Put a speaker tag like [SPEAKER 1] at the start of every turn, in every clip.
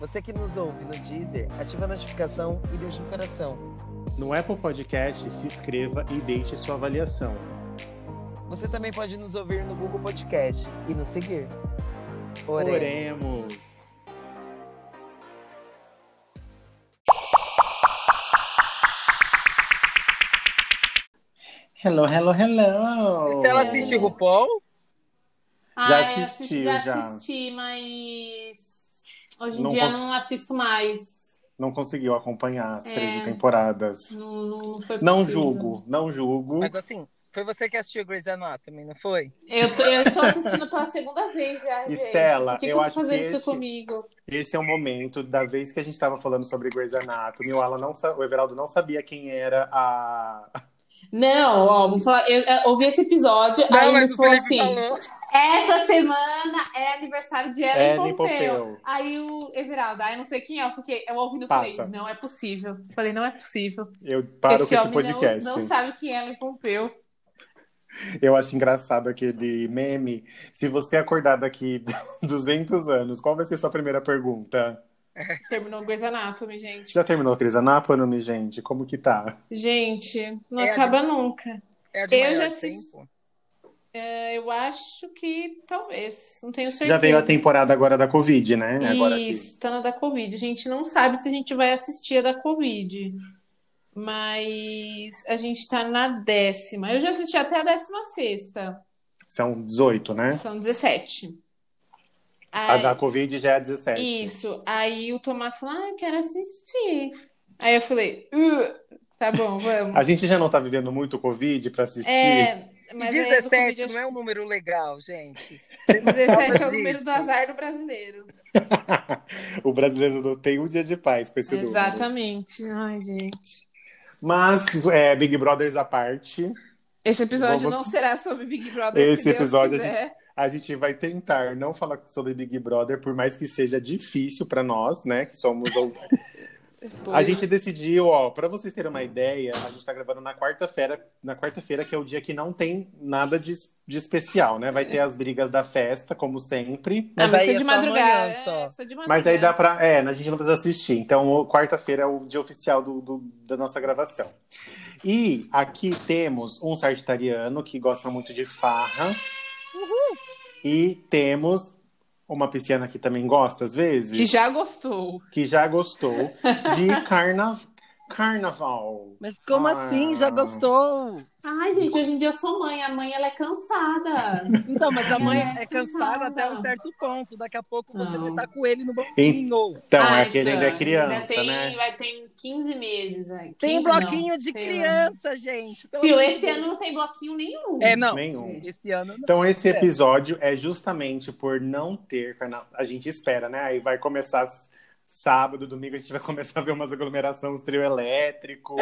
[SPEAKER 1] Você que nos ouve no Deezer, ativa a notificação e deixa um coração.
[SPEAKER 2] No Apple Podcast, se inscreva e deixe sua avaliação.
[SPEAKER 1] Você também pode nos ouvir no Google Podcast e nos seguir.
[SPEAKER 2] Oremos! Hello, hello, hello!
[SPEAKER 1] Então ela assiste RuPaul?
[SPEAKER 3] Ah,
[SPEAKER 2] Já
[SPEAKER 3] eu
[SPEAKER 2] assistiu,
[SPEAKER 3] assisti-
[SPEAKER 2] já.
[SPEAKER 3] assisti, mas hoje em
[SPEAKER 2] Não
[SPEAKER 3] dia
[SPEAKER 2] cons-
[SPEAKER 3] não assisto mais.
[SPEAKER 2] Não conseguiu acompanhar as
[SPEAKER 3] É.
[SPEAKER 2] 13 temporadas.
[SPEAKER 3] Não, não, não é foi
[SPEAKER 2] Não
[SPEAKER 3] possível.
[SPEAKER 2] julgo, não julgo.
[SPEAKER 1] Mas assim, foi você que assistiu Grey's Anatomy, não foi?
[SPEAKER 3] Eu tô, eu tô assistindo pela segunda vez já, gente.
[SPEAKER 2] Estela,
[SPEAKER 3] Por que
[SPEAKER 2] eu
[SPEAKER 3] que eu tô
[SPEAKER 2] acho
[SPEAKER 3] fazendo
[SPEAKER 2] que
[SPEAKER 3] isso
[SPEAKER 2] esse-
[SPEAKER 3] comigo?
[SPEAKER 2] Esse é o momento da vez que a gente estava falando sobre Grey's Anatomy. O, Alan não, sa- o Everaldo não sabia quem era a.
[SPEAKER 3] Não, ó, vou falar. Eu, eu ouvi esse episódio, aí
[SPEAKER 1] não,
[SPEAKER 3] eles falaram assim:
[SPEAKER 1] falou.
[SPEAKER 3] essa semana é aniversário de Ellen,
[SPEAKER 2] Ellen
[SPEAKER 3] Pompeu.
[SPEAKER 2] Pompeu.
[SPEAKER 3] Aí o Everaldo, aí não sei quem é, eu fiquei, eu ouvindo, eu
[SPEAKER 2] Passa.
[SPEAKER 3] falei, não é possível. Eu falei, não é possível.
[SPEAKER 2] Eu paro
[SPEAKER 3] esse
[SPEAKER 2] com esse
[SPEAKER 3] homem não-
[SPEAKER 2] podcast.
[SPEAKER 3] não, sabe quem é Ellen Pompeu.
[SPEAKER 2] Eu acho engraçado aquele meme. Se você acordar daqui 200 anos, qual vai ser sua primeira pergunta?
[SPEAKER 3] Terminou Grey's Anatomy, gente.
[SPEAKER 2] Já terminou Cris Anápolis, gente? Como que tá?
[SPEAKER 3] Gente, não
[SPEAKER 1] É a
[SPEAKER 3] acaba nunca.
[SPEAKER 1] É a de
[SPEAKER 3] Eu
[SPEAKER 1] maior
[SPEAKER 3] já assisti.
[SPEAKER 1] tempo.
[SPEAKER 3] É, Eu acho que talvez, não tenho certeza.
[SPEAKER 2] Já veio a temporada agora da Covid, né? Agora que-
[SPEAKER 3] Isso, tá na da Covid. A gente não sabe se a gente vai assistir a da Covid, mas a gente tá na décima. Eu já assisti até a décima sexta,
[SPEAKER 2] São 18, né?
[SPEAKER 3] são 17.
[SPEAKER 2] A
[SPEAKER 3] Aí,
[SPEAKER 2] da Covid já é 17.
[SPEAKER 3] isso, aí o Tomás falou, ah, eu quero assistir. Aí eu falei, "Uh, tá bom, vamos.
[SPEAKER 2] A gente já não tá vivendo muito Covid pra assistir.
[SPEAKER 3] É,
[SPEAKER 1] E
[SPEAKER 3] mas aí a do Covid
[SPEAKER 1] 17
[SPEAKER 3] eu
[SPEAKER 1] não é um número legal, gente.
[SPEAKER 3] 17 é o
[SPEAKER 1] Disso.
[SPEAKER 3] número do azar do brasileiro.
[SPEAKER 2] o brasileiro não tem um dia de paz com esse número.
[SPEAKER 3] Exatamente. Ai, gente.
[SPEAKER 2] Mas, é, Big Brothers à parte,
[SPEAKER 3] Esse episódio
[SPEAKER 2] Vamos-
[SPEAKER 3] não será sobre Big Brother,
[SPEAKER 2] Esse
[SPEAKER 3] se Deus
[SPEAKER 2] episódio a
[SPEAKER 3] quiser.
[SPEAKER 2] a gente vai tentar não falar sobre Big Brother, por mais que seja difícil pra nós, né? Que somos. ou- a gente decidiu, ó, pra vocês terem uma ideia, a gente tá gravando na quarta-feira, na quarta-feira, que é o dia que não tem nada de, de especial, né? Vai ter as brigas da festa, como sempre.
[SPEAKER 3] Ah,
[SPEAKER 1] Mas
[SPEAKER 3] mas
[SPEAKER 1] aí
[SPEAKER 3] isso é
[SPEAKER 1] é
[SPEAKER 3] de
[SPEAKER 1] só amanhã,
[SPEAKER 3] madrugada.
[SPEAKER 1] só.
[SPEAKER 3] É, isso é de
[SPEAKER 2] Mas aí dá
[SPEAKER 3] madrugada.
[SPEAKER 2] pra. É, a gente não precisa assistir. Então, o- quarta-feira é o dia oficial do, do- da nossa gravação. E aqui temos um sartitariano que gosta muito de farra. E temos uma pisciana que também gosta, às vezes.
[SPEAKER 3] Que já gostou.
[SPEAKER 2] que já gostou de carna... carnaval.
[SPEAKER 1] Mas como
[SPEAKER 2] Ah.
[SPEAKER 1] assim? Já gostou?
[SPEAKER 3] Ai, gente, hoje em dia eu sou mãe. A mãe, ela é cansada.
[SPEAKER 1] Então, mas a mãe
[SPEAKER 3] Ela é
[SPEAKER 1] é cansada
[SPEAKER 3] cansada.
[SPEAKER 1] até um certo ponto. Daqui a pouco você
[SPEAKER 3] Não.
[SPEAKER 1] vai estar com ele no banquinho.
[SPEAKER 2] Então,
[SPEAKER 3] Ai,
[SPEAKER 2] é que ele ainda é
[SPEAKER 3] Tânia,
[SPEAKER 2] criança,
[SPEAKER 3] ainda tem,
[SPEAKER 2] né?
[SPEAKER 3] Vai ter 15 meses. né? 15,
[SPEAKER 1] Tem bloquinho de
[SPEAKER 3] sei lá.
[SPEAKER 1] criança, gente.
[SPEAKER 3] não.
[SPEAKER 1] pelo
[SPEAKER 3] Fio,
[SPEAKER 1] amor de
[SPEAKER 3] esse
[SPEAKER 1] Deus.
[SPEAKER 3] ano não tem bloquinho nenhum.
[SPEAKER 1] É, não.
[SPEAKER 2] Nenhum.
[SPEAKER 1] Esse ano não.
[SPEAKER 2] Então, esse episódio é justamente por não ter carnaval. A gente espera, né? Aí vai começar s- sábado, domingo, a gente vai começar a ver umas aglomerações, uns trio elétrico,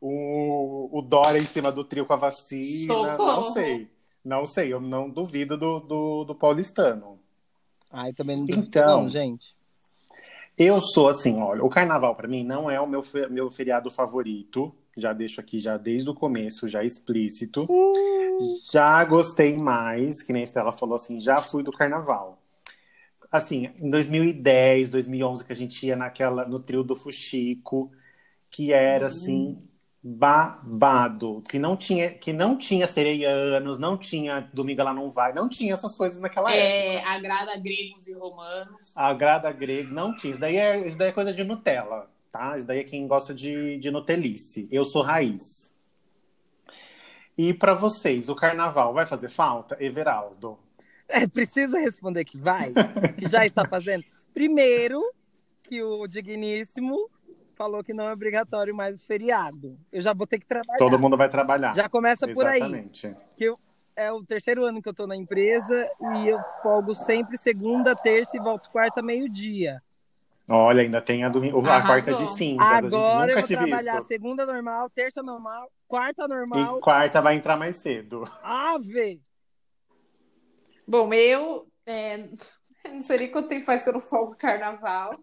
[SPEAKER 2] o, o Dora em cima do trio com a vacina. Não
[SPEAKER 3] Socorro.
[SPEAKER 2] sei. Não sei, eu não duvido do, do, do paulistano.
[SPEAKER 1] Ai, também não
[SPEAKER 2] Então.
[SPEAKER 1] não, gente.
[SPEAKER 2] Eu sou assim, olha, o carnaval pra mim não é o meu, fe- meu feriado favorito. Já deixo aqui já desde o começo, já explícito. Já gostei mais, que nem a Estela falou assim, já fui do carnaval. Assim, em 2010, 2011 que a gente ia naquela no trio do Fuxico, que era assim babado, que não tinha que não tinha sereianos, não tinha domingo ela não vai, não tinha essas coisas naquela época.
[SPEAKER 3] É, agrada gregos e romanos.
[SPEAKER 2] Agrada grego. Não tinha. Isso daí é, isso daí é coisa de Nutella, tá? Isso daí é quem gosta de, de Nutelice. Eu sou raiz. E pra vocês, o carnaval vai fazer falta? Everaldo.
[SPEAKER 1] É, precisa responder que vai, que já está fazendo. Primeiro, que o digníssimo falou que não é obrigatório mais o feriado. Eu já vou ter que trabalhar.
[SPEAKER 2] Todo mundo vai trabalhar.
[SPEAKER 1] Já começa por aí.
[SPEAKER 2] Exatamente.
[SPEAKER 1] É o terceiro ano que eu estou na empresa e eu folgo sempre segunda, terça e volto quarta meio-dia.
[SPEAKER 2] Olha, ainda tem a, domingo, a
[SPEAKER 3] Arrasou.
[SPEAKER 2] quarta de cinzas.
[SPEAKER 1] Agora
[SPEAKER 2] a
[SPEAKER 1] eu vou
[SPEAKER 2] gente nunca tive
[SPEAKER 1] trabalhar
[SPEAKER 2] isso.
[SPEAKER 1] segunda normal, terça normal, quarta normal,
[SPEAKER 2] E quarta vai entrar mais cedo.
[SPEAKER 1] ave!
[SPEAKER 3] Bom, eu é, não sei nem quanto tempo faz que eu não folgo carnaval.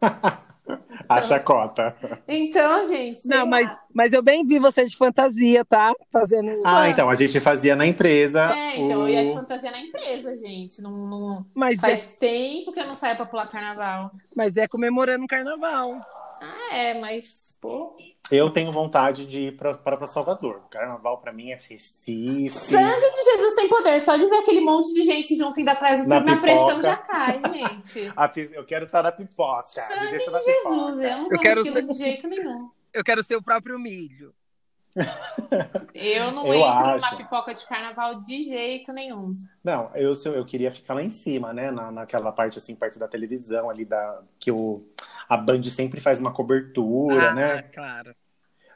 [SPEAKER 2] A chacota.
[SPEAKER 3] Então, gente. sei
[SPEAKER 1] Não,
[SPEAKER 3] lá.
[SPEAKER 1] mas, mas eu bem vi você de fantasia, tá? Fazendo.
[SPEAKER 2] Ah, então, a gente fazia na empresa.
[SPEAKER 3] É, então,
[SPEAKER 2] o-
[SPEAKER 3] eu ia de fantasia na empresa, gente. Não, não-
[SPEAKER 1] mas, é,
[SPEAKER 3] Faz tempo que eu não saio pra pular carnaval.
[SPEAKER 1] mas é comemorando o carnaval.
[SPEAKER 3] Ah, é, mas, pô.
[SPEAKER 2] Eu tenho vontade de ir pra- pra pra Salvador. O carnaval, pra mim, é festivo.
[SPEAKER 3] Sangue de Jesus tem poder. Só de ver aquele monte de gente junto indo atrás do
[SPEAKER 2] Na
[SPEAKER 3] turno, a pressão
[SPEAKER 2] pipoca.
[SPEAKER 3] já cai, gente.
[SPEAKER 2] A pi- Ah, Eu quero estar na pipoca.
[SPEAKER 3] Sangue
[SPEAKER 2] Me deixa na
[SPEAKER 3] Jesus, eu
[SPEAKER 2] pipoca.
[SPEAKER 3] não
[SPEAKER 1] Eu
[SPEAKER 3] vou
[SPEAKER 1] quero
[SPEAKER 3] naquilo de jeito nenhum.
[SPEAKER 1] Eu quero ser o próprio milho.
[SPEAKER 3] Eu não
[SPEAKER 2] Eu
[SPEAKER 3] entro
[SPEAKER 2] acho.
[SPEAKER 3] numa pipoca de carnaval de jeito nenhum.
[SPEAKER 2] Não, eu, se eu- eu queria ficar lá em cima, né? Na, naquela parte, assim, perto da televisão ali, da, que o, a Band sempre faz uma cobertura,
[SPEAKER 1] ah,
[SPEAKER 3] é.
[SPEAKER 2] né?
[SPEAKER 1] claro.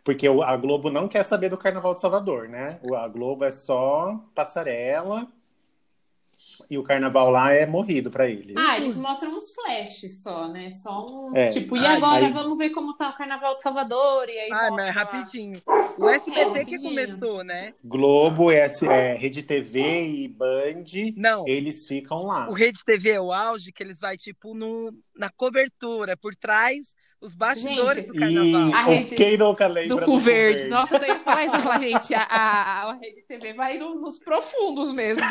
[SPEAKER 2] Porque o- a Globo não quer saber do Carnaval de Salvador, né? O- A Globo é só passarela e o Carnaval lá é morrido pra eles.
[SPEAKER 3] Ah, eles mostram uns flashes só, né? Só uns,
[SPEAKER 2] É.
[SPEAKER 3] tipo, e
[SPEAKER 1] Ai,
[SPEAKER 3] agora
[SPEAKER 2] aí-
[SPEAKER 3] vamos ver como tá o Carnaval de Salvador, e aí
[SPEAKER 1] Ah,
[SPEAKER 3] mostra
[SPEAKER 1] mas
[SPEAKER 3] lá.
[SPEAKER 1] rapidinho. O SBT que
[SPEAKER 3] rapidinho.
[SPEAKER 1] começou, né?
[SPEAKER 2] Globo, S, é, Rede TV e Band,
[SPEAKER 1] Não.
[SPEAKER 2] eles ficam lá.
[SPEAKER 1] O Rede TV é o auge que eles vai tipo no, na cobertura, por trás, os bastidores
[SPEAKER 3] Gente,
[SPEAKER 1] do
[SPEAKER 2] E
[SPEAKER 1] carnaval.
[SPEAKER 3] A Rede
[SPEAKER 2] o quem nunca lembra
[SPEAKER 3] Do cu verde. Nossa, eu tenho que falar isso. Eu falar, gente, a, a, a Rede TV vai no- nos profundos mesmo.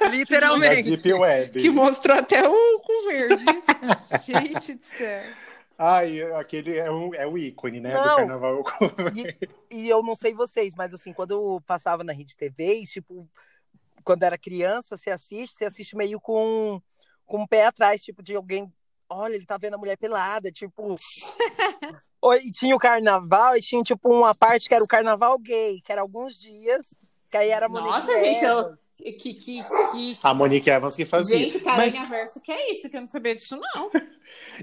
[SPEAKER 2] Da
[SPEAKER 1] Literalmente.
[SPEAKER 2] Deep Web.
[SPEAKER 3] Que mostrou até o cu verde. gente do céu.
[SPEAKER 2] Ai, aquele é, um, é o ícone, né?
[SPEAKER 1] Não.
[SPEAKER 2] Do carnaval.
[SPEAKER 1] E eu não sei vocês, mas assim, quando eu passava na Rede TV, e, tipo, quando era criança, você assiste, você assiste meio com, com o pé atrás, tipo, de alguém. Olha, ele tá vendo a mulher pelada, tipo. Ou- e tinha o carnaval, e tinha, tipo, uma parte que era o carnaval gay, que era alguns dias, que aí era a Monique
[SPEAKER 3] Nossa, gente, eu-
[SPEAKER 1] Evans.
[SPEAKER 3] Que, que, que,
[SPEAKER 2] A Monique Evans que fazia.
[SPEAKER 3] Gente,
[SPEAKER 2] Mas
[SPEAKER 1] tá
[SPEAKER 3] Carinha Verso, que é isso? Que eu não sabia disso, não.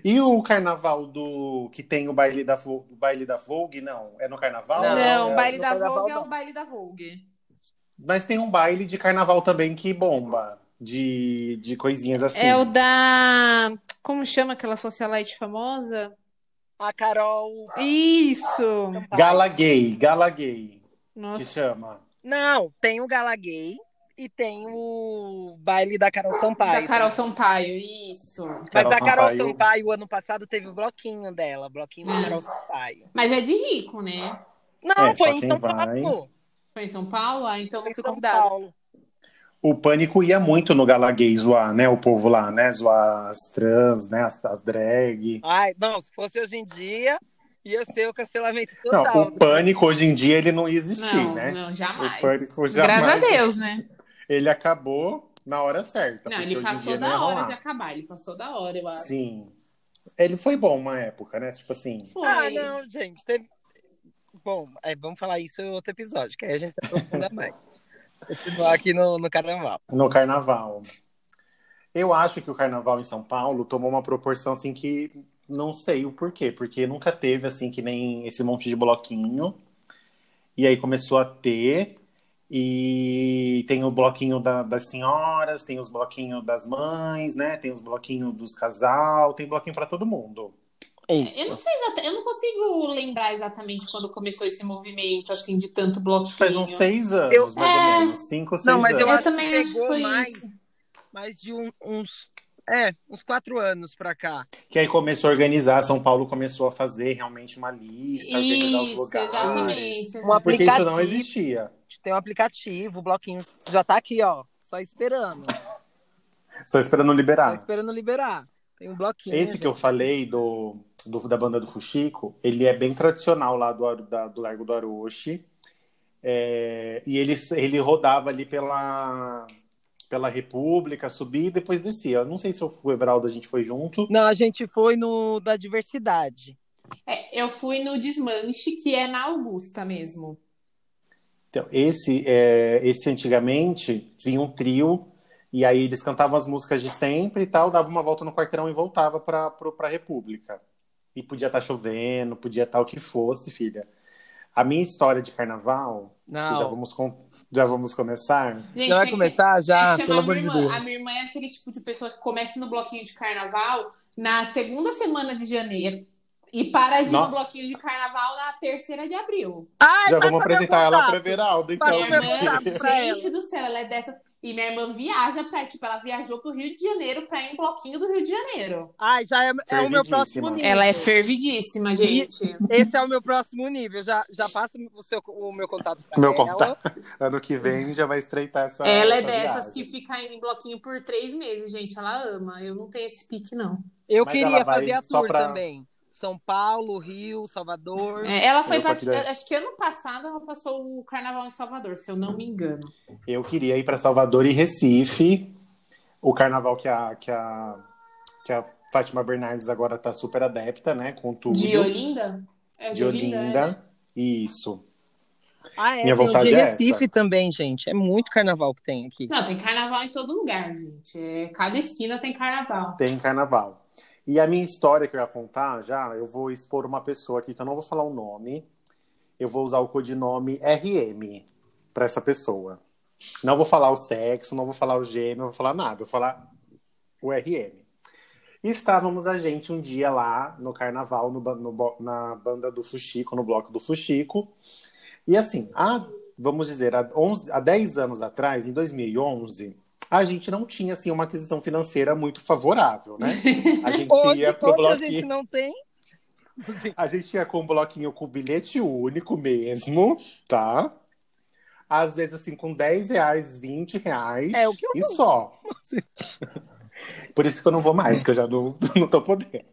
[SPEAKER 2] e o carnaval do que tem o baile da Vogue, o baile da Vogue, não? É no carnaval?
[SPEAKER 1] Não,
[SPEAKER 3] Não,
[SPEAKER 2] é-
[SPEAKER 3] o baile
[SPEAKER 1] no
[SPEAKER 3] da
[SPEAKER 1] carnaval
[SPEAKER 3] Vogue é
[SPEAKER 1] não.
[SPEAKER 3] o baile da Vogue.
[SPEAKER 2] Mas tem um baile de carnaval também que bomba. De, de coisinhas assim.
[SPEAKER 3] É o da. Como chama aquela socialite famosa?
[SPEAKER 1] A Carol.
[SPEAKER 3] Isso!
[SPEAKER 1] Sampaio.
[SPEAKER 2] Gala Gay, Gala Gay, que
[SPEAKER 3] Nossa.
[SPEAKER 2] chama.
[SPEAKER 1] Não, tem o Gala Gay e tem o baile da Carol Sampaio.
[SPEAKER 3] Da Carol Sampaio, né? isso.
[SPEAKER 1] Mas
[SPEAKER 2] Carol
[SPEAKER 1] a Carol
[SPEAKER 2] Sampaio.
[SPEAKER 1] Sampaio... ano passado, teve o bloquinho dela, bloquinho da
[SPEAKER 3] Hum.
[SPEAKER 1] Carol Sampaio.
[SPEAKER 3] Mas é de rico, né?
[SPEAKER 1] Não,
[SPEAKER 2] É,
[SPEAKER 1] foi
[SPEAKER 2] só
[SPEAKER 1] em
[SPEAKER 2] quem
[SPEAKER 1] São
[SPEAKER 2] vai-
[SPEAKER 1] Paulo.
[SPEAKER 3] Foi em São Paulo? Ah, então
[SPEAKER 1] Foi
[SPEAKER 3] não
[SPEAKER 1] em
[SPEAKER 3] fui
[SPEAKER 1] São
[SPEAKER 3] convidada.
[SPEAKER 1] Paulo.
[SPEAKER 2] O pânico ia muito no Gala Gay zoar, né? O povo lá, né? Zoar as trans, né? As, as drag.
[SPEAKER 1] Ai, não, se fosse hoje em dia, ia ser o cancelamento
[SPEAKER 2] Não,
[SPEAKER 1] total. né?
[SPEAKER 2] o pânico hoje em dia ele não ia existir,
[SPEAKER 3] Não,
[SPEAKER 2] né?
[SPEAKER 3] não, jamais.
[SPEAKER 2] O pânico jamais.
[SPEAKER 3] Graças a Deus, né?
[SPEAKER 2] Ele acabou na hora certa.
[SPEAKER 3] Não,
[SPEAKER 2] porque
[SPEAKER 3] ele
[SPEAKER 2] hoje em
[SPEAKER 3] passou
[SPEAKER 2] dia não
[SPEAKER 3] da
[SPEAKER 2] ia
[SPEAKER 3] hora né? de
[SPEAKER 2] rolar.
[SPEAKER 3] acabar. Ele passou da hora, eu acho.
[SPEAKER 2] Sim. Ele foi bom uma época, né? Tipo assim.
[SPEAKER 3] Foi.
[SPEAKER 1] Ah, não, gente, teve... Bom, é, vamos falar isso em outro episódio, que aí a gente aprofunda mais. Continuar aqui no, no carnaval.
[SPEAKER 2] No carnaval. Eu acho que o carnaval em São Paulo tomou uma proporção assim que não sei o porquê, porque nunca teve assim que nem esse monte de bloquinho. E aí começou a ter e tem o bloquinho da- das senhoras, tem os bloquinhos das mães, né? Tem os bloquinhos dos casal, tem bloquinho pra todo mundo. É
[SPEAKER 3] Eu não sei exatamente, eu não consigo lembrar exatamente quando começou esse movimento, assim, de tanto bloquinho.
[SPEAKER 2] Faz um uns seis anos,
[SPEAKER 1] Eu-
[SPEAKER 2] mais
[SPEAKER 3] É.
[SPEAKER 2] ou menos, cinco, seis
[SPEAKER 1] Não, mas
[SPEAKER 2] anos.
[SPEAKER 1] eu,
[SPEAKER 3] Eu
[SPEAKER 1] acho
[SPEAKER 3] também
[SPEAKER 1] que
[SPEAKER 3] acho que
[SPEAKER 1] pegou
[SPEAKER 3] foi
[SPEAKER 1] mais,
[SPEAKER 3] isso.
[SPEAKER 1] mais de um- uns. É, uns quatro anos pra cá.
[SPEAKER 2] Que aí começou a organizar, São Paulo começou a fazer realmente uma lista, organizar os
[SPEAKER 3] Isso,
[SPEAKER 2] lugares.
[SPEAKER 3] exatamente.
[SPEAKER 1] Um aplicativo.
[SPEAKER 2] Porque isso não existia.
[SPEAKER 1] Tem um aplicativo, o bloquinho já tá aqui, ó. Só esperando.
[SPEAKER 2] Só esperando
[SPEAKER 1] Só
[SPEAKER 2] liberar.
[SPEAKER 1] esperando liberar. Tem um bloquinho.
[SPEAKER 2] Tá. Esse que eu falei do, do- da banda do Fuxico, ele é bem tradicional lá do, Aru- da- do Largo do Aroche. É, e ele, ele rodava ali pela, pela República, subia e depois descia. Eu não sei se eu fui, o Everaldo, a gente foi junto.
[SPEAKER 1] Não, a gente foi no da diversidade.
[SPEAKER 3] É, eu fui no desmanche, que é na Augusta mesmo.
[SPEAKER 2] Então, esse, é, esse antigamente vinha um trio, e aí eles cantavam as músicas de sempre e tal, dava uma volta no quarteirão e voltava pra, pro, pra República. E podia estar chovendo, podia estar o que fosse, filha. A minha história de carnaval, que já
[SPEAKER 1] Não.
[SPEAKER 2] vamos, com- já vamos é começar.
[SPEAKER 3] Gente,
[SPEAKER 1] Já vai
[SPEAKER 3] tem que-
[SPEAKER 1] começar
[SPEAKER 3] tem que
[SPEAKER 1] já,
[SPEAKER 3] chamar
[SPEAKER 1] pelo
[SPEAKER 3] a
[SPEAKER 1] amor
[SPEAKER 3] minha
[SPEAKER 1] de
[SPEAKER 3] irmã.
[SPEAKER 1] Deus.
[SPEAKER 3] A minha irmã é aquele tipo de pessoa que começa no bloquinho de carnaval, na segunda semana de janeiro e para de ir no
[SPEAKER 2] Nossa.
[SPEAKER 3] bloquinho de carnaval na terceira de abril.
[SPEAKER 1] Ai,
[SPEAKER 2] Já
[SPEAKER 1] passa
[SPEAKER 2] vamos
[SPEAKER 1] meu
[SPEAKER 2] apresentar ela
[SPEAKER 1] contato.
[SPEAKER 2] pra Veralda, então.
[SPEAKER 1] Passa
[SPEAKER 3] Minha
[SPEAKER 1] meu
[SPEAKER 3] irmã,
[SPEAKER 1] contato pra ela.
[SPEAKER 3] gente do céu, ela é dessa. E minha irmã viaja pra, tipo, ela viajou pro Rio de Janeiro pra ir em bloquinho do Rio de Janeiro.
[SPEAKER 1] Ai, já é, é o meu próximo
[SPEAKER 2] Fervidíssima.
[SPEAKER 1] nível.
[SPEAKER 3] Ela é fervidíssima, gente.
[SPEAKER 1] Esse é o meu próximo nível. Já, já passa o, seu, o meu contato pra
[SPEAKER 2] Meu
[SPEAKER 1] ela.
[SPEAKER 2] contato. Ano que vem já vai estreitar essa.
[SPEAKER 3] Ela é
[SPEAKER 2] essa viagem.
[SPEAKER 3] dessas que fica em bloquinho por três meses, gente. Ela ama. Eu não tenho esse pique, não.
[SPEAKER 1] Eu
[SPEAKER 2] Mas
[SPEAKER 1] queria
[SPEAKER 2] ela vai
[SPEAKER 1] fazer a
[SPEAKER 2] só
[SPEAKER 1] tour
[SPEAKER 2] pra-
[SPEAKER 1] também. São Paulo, Rio, Salvador.
[SPEAKER 3] É, ela foi
[SPEAKER 2] Eu
[SPEAKER 3] pra,
[SPEAKER 2] partilho.
[SPEAKER 3] acho que ano passado ela passou o carnaval em Salvador, se eu não me engano.
[SPEAKER 2] Eu queria ir pra Salvador e Recife. O carnaval que a, que a, que a Fátima Bernardes agora tá super adepta, né? Com tudo.
[SPEAKER 3] De Olinda? É
[SPEAKER 2] De
[SPEAKER 3] né?
[SPEAKER 2] Olinda. Isso.
[SPEAKER 1] Ah, é,
[SPEAKER 2] Minha
[SPEAKER 1] tem o
[SPEAKER 2] vontade
[SPEAKER 1] de
[SPEAKER 2] é essa.
[SPEAKER 1] Recife também, gente. É muito carnaval que tem aqui.
[SPEAKER 3] Não, tem carnaval em todo lugar, gente. É, cada esquina tem carnaval.
[SPEAKER 2] Tem carnaval. E a minha história que eu ia contar já, eu vou expor uma pessoa aqui que eu não vou falar o nome. Eu vou usar o codinome RM pra essa pessoa. Não vou falar o sexo, não vou falar o gênero, não vou falar nada, vou falar o RM. E estávamos a gente um dia lá no carnaval, no, ba- no bo- na banda do Fuxico, no bloco do Fuxico. E assim, há, vamos dizer, há, 11, há 10 anos atrás, em 2011, a gente não tinha assim, uma aquisição financeira muito favorável, né? A gente
[SPEAKER 1] Hoje,
[SPEAKER 2] ia pro
[SPEAKER 1] hoje a
[SPEAKER 2] bloquinho.
[SPEAKER 1] gente não tem.
[SPEAKER 2] A gente ia com um bloquinho com bilhete único mesmo, tá? Às vezes, assim, com 10 reais, 20 reais.
[SPEAKER 1] É, o que eu
[SPEAKER 2] E só. Por isso que eu não vou mais, que eu já não, não tô podendo.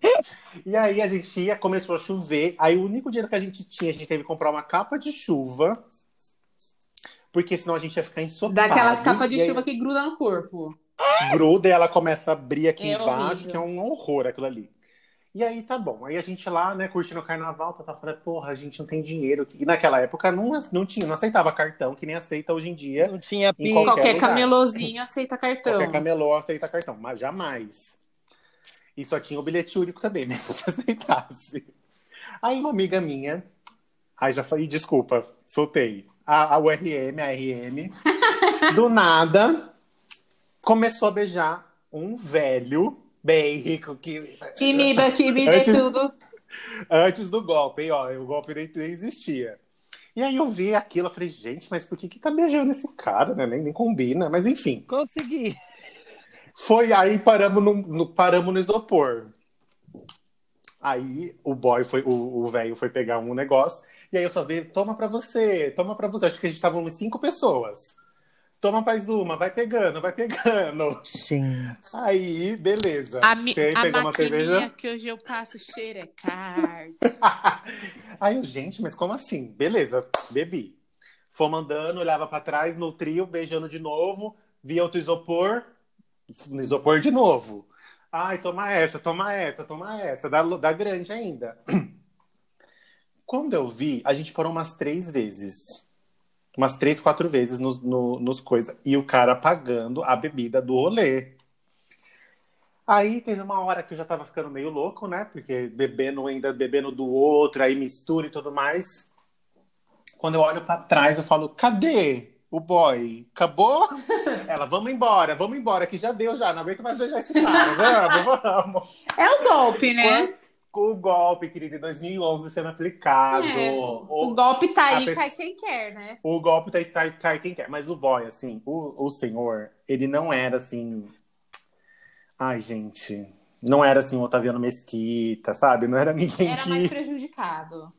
[SPEAKER 2] E aí, a gente ia, começou a chover. Aí, o único dinheiro que a gente tinha, a gente teve que comprar uma capa de chuva. Porque senão a gente ia ficar ensopado.
[SPEAKER 3] Daquelas capas de
[SPEAKER 2] E aí,
[SPEAKER 3] chuva que gruda no corpo.
[SPEAKER 2] gruda e ela começa a abrir aqui
[SPEAKER 3] É
[SPEAKER 2] embaixo,
[SPEAKER 3] horrível.
[SPEAKER 2] que é um horror aquilo ali. E aí tá bom. Aí a gente lá, né, curtindo o carnaval, tá, tá falando, porra, a gente não tem dinheiro. E naquela época não, não tinha, não aceitava cartão, que nem aceita hoje em dia.
[SPEAKER 1] Não tinha
[SPEAKER 2] É? Em
[SPEAKER 1] pico.
[SPEAKER 2] qualquer
[SPEAKER 3] Qualquer
[SPEAKER 2] lugar.
[SPEAKER 3] camelôzinho aceita cartão.
[SPEAKER 2] Qualquer camelô aceita cartão, mas jamais. E só tinha o bilhete único também, né? Se você aceitasse. Aí uma amiga minha, aí já falei, desculpa, soltei. A, a URM, a RM, do nada, começou a beijar um velho bem rico que
[SPEAKER 3] Que me, que me dê
[SPEAKER 2] Antes-
[SPEAKER 3] tudo.
[SPEAKER 2] antes do golpe, hein? Ó, o golpe nem, nem existia. E aí eu vi aquilo, eu falei, gente, mas por que, que tá beijando esse cara, né? Nem, nem combina, mas enfim.
[SPEAKER 1] Consegui.
[SPEAKER 2] Foi aí paramos no, no- paramos no isopor. Aí o boy foi, o o velho foi pegar um negócio, e aí eu só vi, toma pra você, toma pra você. Acho que a gente tava umas cinco pessoas. Toma mais uma, vai pegando, vai pegando.
[SPEAKER 1] Gente.
[SPEAKER 2] Aí, beleza.
[SPEAKER 3] A, mi,
[SPEAKER 2] Pe-
[SPEAKER 3] a
[SPEAKER 2] pegamos
[SPEAKER 3] maquininha que hoje eu passo cheira é card.
[SPEAKER 2] Aí eu, gente, mas como assim? Beleza, bebi. Fomos andando, olhava pra trás, no trio, beijando de novo, via outro isopor, no isopor de novo. Ai, toma essa, toma essa, toma essa, da, da grande ainda. Quando eu vi, a gente parou umas três vezes. Umas três, quatro vezes nos, no- nos coisas. E o cara pagando a bebida do rolê. Aí teve uma hora que eu já tava ficando meio louco, né? Porque bebendo ainda, bebendo do outro, aí mistura e tudo mais. Quando eu olho pra trás, eu falo, cadê o boy? Acabou? Ela, vamos embora, vamos embora, que já deu já, não aguento mais beijar esse cara, vamos, vamos.
[SPEAKER 3] É o golpe, né?
[SPEAKER 2] Quando- O golpe, querido, em 2011 sendo aplicado.
[SPEAKER 3] É,
[SPEAKER 2] Ah, O-
[SPEAKER 3] O golpe tá aí,
[SPEAKER 2] a
[SPEAKER 3] cai
[SPEAKER 2] pessoa-
[SPEAKER 3] quem quer, né?
[SPEAKER 2] o golpe tá, tá, cai quem quer. Mas o boy, assim, o, o senhor, ele não era assim. Ai, gente. Não era assim o Otaviano Mesquita, sabe? Não era ninguém
[SPEAKER 3] Era
[SPEAKER 2] que.
[SPEAKER 3] mais prejudicado.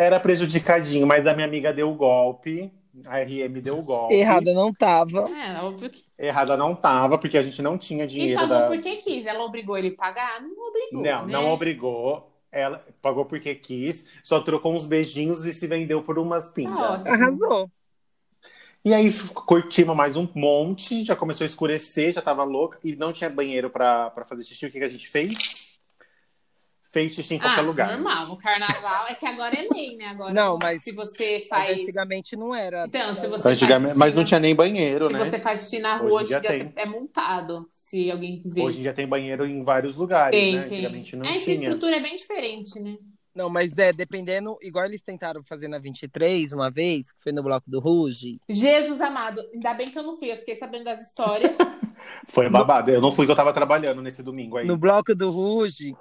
[SPEAKER 2] Era prejudicadinho, mas a minha amiga deu o golpe. A RM deu o golpe.
[SPEAKER 1] Errada não tava.
[SPEAKER 3] É, óbvio que.
[SPEAKER 2] Errada não tava, porque a gente não tinha
[SPEAKER 3] E
[SPEAKER 2] dinheiro
[SPEAKER 3] pagou
[SPEAKER 2] da.
[SPEAKER 3] porque quis. Ela obrigou ele a pagar? Não obrigou.
[SPEAKER 2] Não,
[SPEAKER 3] né?
[SPEAKER 2] não obrigou. Ela pagou porque quis, só trocou uns beijinhos e se vendeu por umas
[SPEAKER 3] Tá
[SPEAKER 2] pingas.
[SPEAKER 3] ótimo.
[SPEAKER 1] Arrasou.
[SPEAKER 2] E aí f- curtimos mais um monte, já começou a escurecer, já tava louca e não tinha banheiro pra pra fazer xixi. O que, que a gente fez? Fez xixi em qualquer
[SPEAKER 3] ah,
[SPEAKER 2] lugar.
[SPEAKER 3] normal. No carnaval é que agora é lei, né? Agora,
[SPEAKER 1] Não, mas-
[SPEAKER 3] se você
[SPEAKER 1] Mas
[SPEAKER 3] faz.
[SPEAKER 1] antigamente não era.
[SPEAKER 3] Então, se você
[SPEAKER 2] Antigamente-
[SPEAKER 3] faz
[SPEAKER 2] mas não
[SPEAKER 3] xixi
[SPEAKER 2] tinha nem banheiro,
[SPEAKER 3] na-
[SPEAKER 2] né?
[SPEAKER 3] Se você faz xixi na
[SPEAKER 2] Hoje
[SPEAKER 3] rua,
[SPEAKER 2] em
[SPEAKER 3] hoje em
[SPEAKER 2] dia
[SPEAKER 3] dia você é multado. Se alguém É, quiser.
[SPEAKER 2] Hoje em dia tem banheiro em vários lugares,
[SPEAKER 3] tem,
[SPEAKER 2] né?
[SPEAKER 3] tem.
[SPEAKER 2] Antigamente não
[SPEAKER 3] a
[SPEAKER 2] tinha.
[SPEAKER 3] infraestrutura é bem diferente, né?
[SPEAKER 1] Não, mas é, dependendo, igual eles tentaram fazer na 23 uma vez, que foi no bloco do Ruge.
[SPEAKER 3] Jesus amado, ainda bem que eu não fui, eu fiquei sabendo das histórias.
[SPEAKER 2] Foi babado. Eu não fui que eu tava trabalhando nesse domingo aí.
[SPEAKER 1] No bloco do Ruge,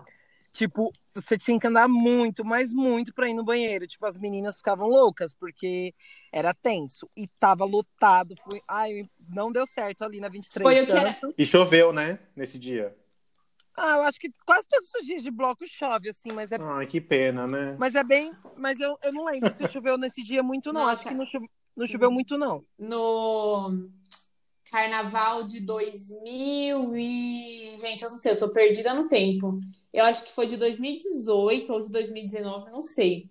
[SPEAKER 1] tipo, você tinha que andar muito, mas muito pra ir no banheiro. Tipo, as meninas ficavam loucas, porque era tenso. E tava lotado. Foi... Ai, não deu certo ali na 23.
[SPEAKER 3] Foi o que era-
[SPEAKER 1] tanto.
[SPEAKER 2] E choveu, né? Nesse dia.
[SPEAKER 1] Ah, eu acho que quase todos os dias de bloco chove, assim, mas é.
[SPEAKER 2] Ai, que pena, né?
[SPEAKER 1] Mas é bem. Mas eu, eu não lembro se choveu nesse dia muito, não. Acho
[SPEAKER 3] Nossa.
[SPEAKER 1] que não, cho- não choveu muito, não.
[SPEAKER 3] No carnaval de 2000 e... Gente, eu não sei, eu tô perdida no tempo. Eu acho que foi de 2018 ou de 2019, não sei.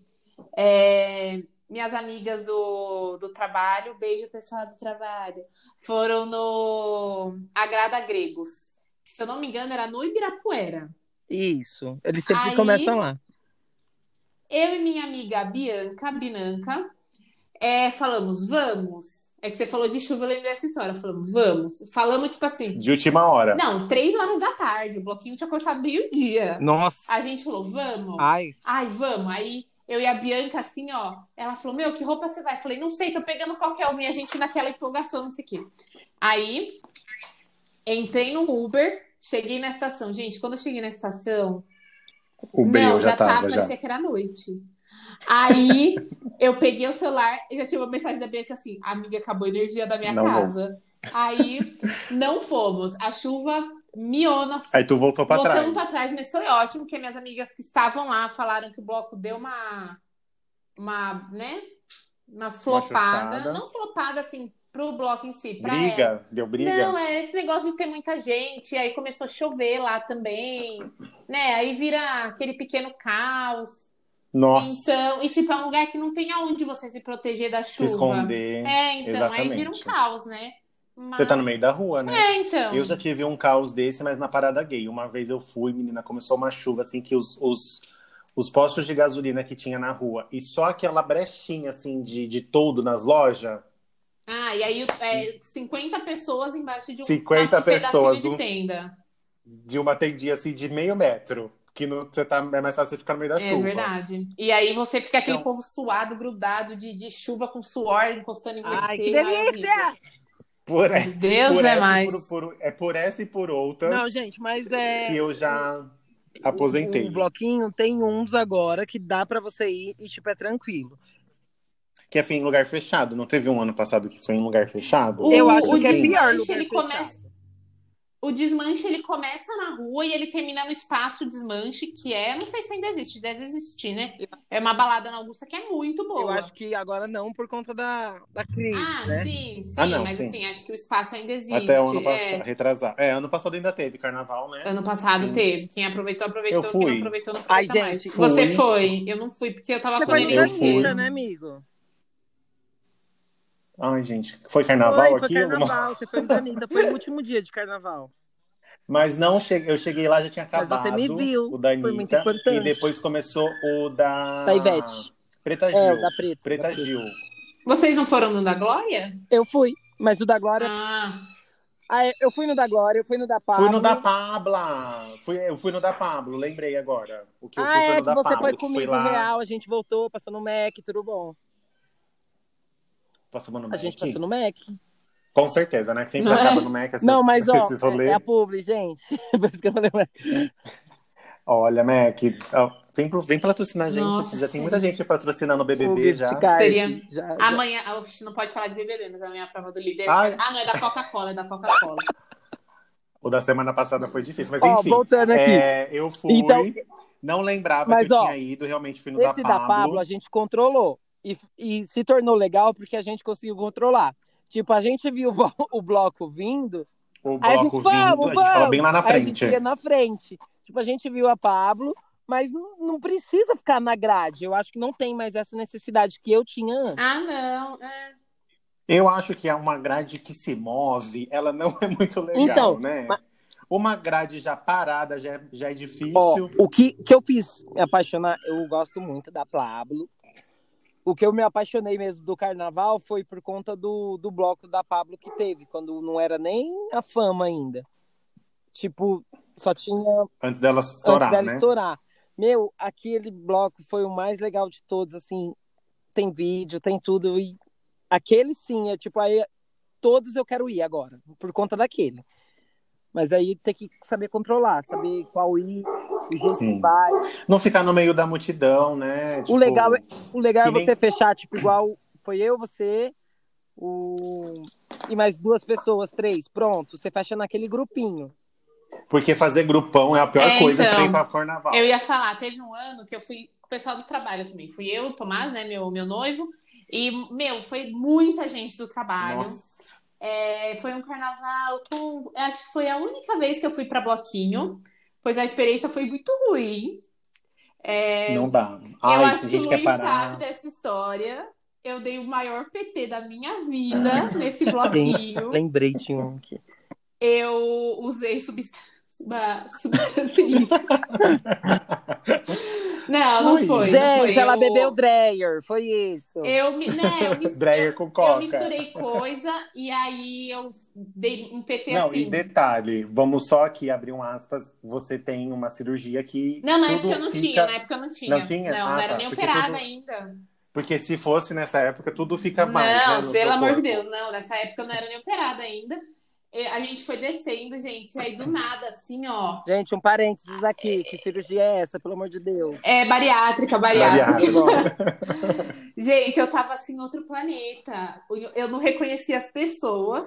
[SPEAKER 3] É, Minhas amigas do, do trabalho, beijo pessoal do trabalho, foram no Agrada Gregos. que, Se eu não me engano, era no Ibirapuera.
[SPEAKER 1] Isso. Eles sempre
[SPEAKER 3] Aí-
[SPEAKER 1] começam lá.
[SPEAKER 3] Eu e minha amiga Bianca, Binanca, é, falamos, vamos. É que você falou de chuva, eu lembrei dessa história. Falamos, vamos. Falamos, tipo assim,
[SPEAKER 2] De última hora.
[SPEAKER 3] não, três horas da tarde, o bloquinho tinha começado meio-dia.
[SPEAKER 1] Nossa.
[SPEAKER 3] A gente falou, vamos.
[SPEAKER 1] Ai.
[SPEAKER 3] Ai, vamos. Aí eu e a Bianca, assim, ó. Ela falou, meu, que roupa você vai? Eu falei, não sei, tô pegando qualquer uma. E a gente naquela empolgação, não sei o quê. Aí, entrei no Uber, cheguei na estação. Gente, quando eu cheguei na estação,
[SPEAKER 2] O breu
[SPEAKER 3] não,
[SPEAKER 2] já,
[SPEAKER 3] tava, assim.
[SPEAKER 2] tava, já.
[SPEAKER 3] parecia que era noite. Aí eu peguei o celular e já tinha uma mensagem da Bianca assim: amiga, acabou a energia da minha
[SPEAKER 2] Não
[SPEAKER 3] casa. Aí não fomos. A chuva miou na
[SPEAKER 2] Aí tu voltou pra
[SPEAKER 3] Voltamos
[SPEAKER 2] trás.
[SPEAKER 3] pra trás, mas foi ótimo, porque minhas amigas que estavam lá falaram que o bloco deu uma. Uma, né? Uma flopada.
[SPEAKER 2] chufada.
[SPEAKER 3] não flopada, assim, pro bloco em si. Pra elas.
[SPEAKER 2] Briga? Deu briga?
[SPEAKER 3] Não, é esse negócio de ter muita gente, aí começou a chover lá também, né? Aí vira aquele pequeno caos,
[SPEAKER 2] Nossa,
[SPEAKER 3] então, e tipo, é um lugar que não tem aonde você se proteger da
[SPEAKER 2] se
[SPEAKER 3] chuva.
[SPEAKER 2] esconder.
[SPEAKER 3] É, então, aí vira um
[SPEAKER 2] Exatamente.
[SPEAKER 3] caos, né? Mas...
[SPEAKER 2] Você tá no meio da rua, né?
[SPEAKER 3] É, então.
[SPEAKER 2] Eu já tive um caos desse, mas na parada gay. Uma vez eu fui, menina, começou uma chuva assim que os, os, os postos de gasolina que tinha na rua e só aquela brechinha assim de, de todo nas lojas.
[SPEAKER 3] Ah, e aí é, 50 pessoas embaixo de um,
[SPEAKER 2] 50
[SPEAKER 3] um pedacinho
[SPEAKER 2] pessoas
[SPEAKER 3] de
[SPEAKER 2] do-
[SPEAKER 3] tenda.
[SPEAKER 2] de uma tendinha assim de meio metro. Que no, você tá, é mais fácil você ficar no meio da
[SPEAKER 3] É
[SPEAKER 2] chuva.
[SPEAKER 3] verdade. E aí você fica aquele
[SPEAKER 2] Então-
[SPEAKER 3] povo suado, grudado, de, de chuva com suor encostando em você.
[SPEAKER 1] Ai, que
[SPEAKER 3] Ai, horrível.
[SPEAKER 1] delícia!
[SPEAKER 2] Por, é,
[SPEAKER 3] Deus
[SPEAKER 2] por
[SPEAKER 3] é
[SPEAKER 2] essa e por-
[SPEAKER 3] mais.
[SPEAKER 2] por- é por essa e por outras
[SPEAKER 1] Não, gente, mas é.
[SPEAKER 2] que eu já
[SPEAKER 1] O-
[SPEAKER 2] aposentei.
[SPEAKER 1] O bloquinho tem uns agora que dá pra você ir e, tipo, é tranquilo.
[SPEAKER 2] Que é fim em lugar fechado. Não teve um ano passado que foi em lugar fechado?
[SPEAKER 3] O-
[SPEAKER 1] eu acho
[SPEAKER 3] o
[SPEAKER 1] que é
[SPEAKER 3] desmanche,
[SPEAKER 1] pior.
[SPEAKER 3] ele
[SPEAKER 1] lugar
[SPEAKER 3] começa-
[SPEAKER 1] fechado.
[SPEAKER 3] O desmanche ele começa na rua e ele termina no espaço desmanche, que é, não sei se ainda existe, deve existir, né? É uma balada na Augusta que é muito boa.
[SPEAKER 1] Eu acho que agora não, por conta da, da crise.
[SPEAKER 3] Ah,
[SPEAKER 1] né?
[SPEAKER 3] sim, sim,
[SPEAKER 2] Ah, não,
[SPEAKER 3] mas
[SPEAKER 2] sim.
[SPEAKER 3] assim, acho que o espaço ainda existe.
[SPEAKER 2] Até o ano
[SPEAKER 3] é.
[SPEAKER 2] passado, retrasado. É, ano passado ainda teve carnaval, né?
[SPEAKER 3] Ano passado
[SPEAKER 2] Sim.
[SPEAKER 3] teve. Quem aproveitou, aproveitou.
[SPEAKER 2] Eu
[SPEAKER 3] Quem não
[SPEAKER 2] fui.
[SPEAKER 3] aproveitou, não
[SPEAKER 1] Ai,
[SPEAKER 3] aproveita mais.
[SPEAKER 1] gente,
[SPEAKER 3] Você
[SPEAKER 2] fui.
[SPEAKER 3] foi. Eu não fui, porque eu tava
[SPEAKER 1] Você
[SPEAKER 3] com
[SPEAKER 1] foi
[SPEAKER 2] eu
[SPEAKER 1] na
[SPEAKER 3] neném
[SPEAKER 2] fui.
[SPEAKER 1] Anitta,
[SPEAKER 3] cedo.
[SPEAKER 1] né, amigo?
[SPEAKER 2] Ai, gente, foi carnaval
[SPEAKER 1] foi, foi
[SPEAKER 2] aqui?
[SPEAKER 1] carnaval. Você foi na Anitta, foi o último dia de carnaval.
[SPEAKER 2] Mas não cheguei, eu cheguei lá, já tinha
[SPEAKER 1] Mas
[SPEAKER 2] acabado.
[SPEAKER 1] você me viu,
[SPEAKER 2] O da
[SPEAKER 1] foi muito
[SPEAKER 2] Anitta. E
[SPEAKER 1] importante.
[SPEAKER 2] depois começou o da.
[SPEAKER 1] Da Ivete.
[SPEAKER 2] Preta Gil.
[SPEAKER 1] É, o da Preta.
[SPEAKER 2] Ah, Preta Gil.
[SPEAKER 3] Vocês não foram no da Glória?
[SPEAKER 1] Eu fui, mas o da Glória.
[SPEAKER 3] Ah,
[SPEAKER 1] Ah, eu fui no da Glória, eu fui no da Pablo.
[SPEAKER 2] Fui no da Pabla. Fui, eu fui no da Pablo, lembrei agora. O que eu fui
[SPEAKER 1] Ah,
[SPEAKER 2] foi
[SPEAKER 1] é,
[SPEAKER 2] no
[SPEAKER 1] que
[SPEAKER 2] da
[SPEAKER 1] você
[SPEAKER 2] Pablo.
[SPEAKER 1] foi
[SPEAKER 2] que fui
[SPEAKER 1] comigo
[SPEAKER 2] lá,
[SPEAKER 1] real, a gente voltou, passou no Mac, tudo bom.
[SPEAKER 2] Passamos no
[SPEAKER 1] A
[SPEAKER 2] Mac.
[SPEAKER 1] gente passou no Mac.
[SPEAKER 2] Com certeza, né? Que sempre
[SPEAKER 3] Não é?
[SPEAKER 2] acaba no Mac essas,
[SPEAKER 1] Não, mas ó,
[SPEAKER 2] esses rolês.
[SPEAKER 1] é a publi, gente. Por isso que eu falei, mas-
[SPEAKER 2] Olha, Mac, ó, vem, pro- vem patrocinar a gente. assim,
[SPEAKER 3] Nossa.
[SPEAKER 2] Já tem muita gente patrocinando o BBB
[SPEAKER 1] publi
[SPEAKER 2] já.
[SPEAKER 1] de card,
[SPEAKER 3] Seria-
[SPEAKER 1] já- já-
[SPEAKER 3] amanhã. Oxe, Não pode falar de BBB, mas amanhã é a prova do líder.
[SPEAKER 2] Ai.
[SPEAKER 3] Ah, não, é da Coca-Cola, é da Coca-cola.
[SPEAKER 2] O da semana passada foi difícil, mas
[SPEAKER 1] Ó,
[SPEAKER 2] enfim.
[SPEAKER 1] voltando aqui.
[SPEAKER 2] É, eu fui.
[SPEAKER 1] Então-
[SPEAKER 2] não lembrava
[SPEAKER 1] Mas,
[SPEAKER 2] que eu
[SPEAKER 1] ó,
[SPEAKER 2] tinha ido, realmente fui no
[SPEAKER 1] Esse
[SPEAKER 2] da Pablo.
[SPEAKER 1] da Pablo a gente controlou e, e se tornou legal porque a gente conseguiu controlar. Tipo, a gente viu o blo- o bloco vindo,
[SPEAKER 2] o
[SPEAKER 1] aí a
[SPEAKER 2] bloco vindo,
[SPEAKER 1] gente, vamos,
[SPEAKER 2] a gente tava
[SPEAKER 1] vamos!
[SPEAKER 2] bem lá na
[SPEAKER 1] Aí a gente
[SPEAKER 2] frente.
[SPEAKER 1] ia na frente. Tipo, a gente viu a Pablo, mas não, não precisa ficar na grade. Eu acho que não tem mais essa necessidade que eu tinha antes.
[SPEAKER 3] Ah, não. é.
[SPEAKER 2] Eu acho que é uma grade que se move, ela não é muito legal,
[SPEAKER 1] Então,
[SPEAKER 2] né?
[SPEAKER 1] mas-
[SPEAKER 2] Uma grade já parada já é, já é difícil.
[SPEAKER 1] Ó, o que, que eu fiz me apaixonar, eu gosto muito da Pablo. O que eu me apaixonei mesmo do carnaval foi por conta do, do bloco da Pablo que teve, quando não era nem a fama ainda. Tipo, só tinha
[SPEAKER 2] Antes dela estourar,
[SPEAKER 1] antes dela
[SPEAKER 2] né?
[SPEAKER 1] estourar. Meu, aquele bloco foi o mais legal de todos, assim, tem vídeo, tem tudo, e aquele sim, é tipo, aí todos eu quero ir agora, por conta daquele. Mas aí tem que saber controlar, saber qual ir, o jeito
[SPEAKER 2] Sim.
[SPEAKER 1] que vai.
[SPEAKER 2] Não ficar no meio da multidão, né?
[SPEAKER 1] O legal é, o legal é
[SPEAKER 2] que nem-
[SPEAKER 1] você fechar, tipo, igual foi eu, você, o... e mais duas pessoas, três, pronto. Você fecha naquele grupinho.
[SPEAKER 2] Porque fazer grupão é a pior
[SPEAKER 3] É,
[SPEAKER 2] coisa
[SPEAKER 3] então.
[SPEAKER 2] que tem pra carnaval.
[SPEAKER 3] Eu ia falar, teve um ano que eu fui com o pessoal do trabalho também. Fui eu, o Tomás, né, meu, meu noivo. E, meu, foi muita gente do trabalho.
[SPEAKER 2] Nossa.
[SPEAKER 3] É, foi um carnaval com. Acho que foi a única vez que eu fui pra bloquinho, pois a experiência foi muito ruim. É,
[SPEAKER 2] Não dá.
[SPEAKER 3] eu
[SPEAKER 2] Ai,
[SPEAKER 3] acho
[SPEAKER 2] tem
[SPEAKER 3] que o
[SPEAKER 2] gente que é quer
[SPEAKER 3] Luiz sabe
[SPEAKER 2] parar.
[SPEAKER 3] dessa história. Eu dei o maior PT da minha vida nesse bloquinho.
[SPEAKER 1] Lembrei de um aqui.
[SPEAKER 3] Eu usei substância, substância ilícita. Não, não
[SPEAKER 2] Ui.
[SPEAKER 3] foi. não
[SPEAKER 1] Gente,
[SPEAKER 3] foi.
[SPEAKER 1] ela
[SPEAKER 3] eu,
[SPEAKER 1] bebeu Dreyer, foi isso.
[SPEAKER 3] Eu, me- né, eu, mis-
[SPEAKER 2] Dreyer com
[SPEAKER 3] eu
[SPEAKER 2] coca.
[SPEAKER 3] misturei coisa e aí eu dei um PT
[SPEAKER 2] Não,
[SPEAKER 3] assim.
[SPEAKER 2] e detalhe, vamos só aqui abrir um aspas. Você tem uma cirurgia que.
[SPEAKER 3] Não, na
[SPEAKER 2] tudo
[SPEAKER 3] época eu não
[SPEAKER 2] fica...
[SPEAKER 3] tinha, né? na época eu não tinha.
[SPEAKER 2] Não tinha?
[SPEAKER 3] Não,
[SPEAKER 2] Ah,
[SPEAKER 3] não era
[SPEAKER 2] tá,
[SPEAKER 3] nem
[SPEAKER 2] porque
[SPEAKER 3] operada
[SPEAKER 2] tudo-
[SPEAKER 3] ainda.
[SPEAKER 2] Porque se fosse nessa época, tudo fica
[SPEAKER 3] não,
[SPEAKER 2] mais. né, no seu
[SPEAKER 3] pelo amor de
[SPEAKER 2] corpo.
[SPEAKER 3] Deus, não. Nessa época eu não era nem operada ainda. E A gente foi descendo, gente, aí do nada, assim, ó.
[SPEAKER 1] Gente, um parênteses aqui, que cirurgia é essa, pelo amor de Deus? Tá
[SPEAKER 3] É bariátrica, bariátrica.
[SPEAKER 2] Aliás,
[SPEAKER 3] Gente, eu tava assim em outro planeta. Eu- Eu não reconhecia as pessoas.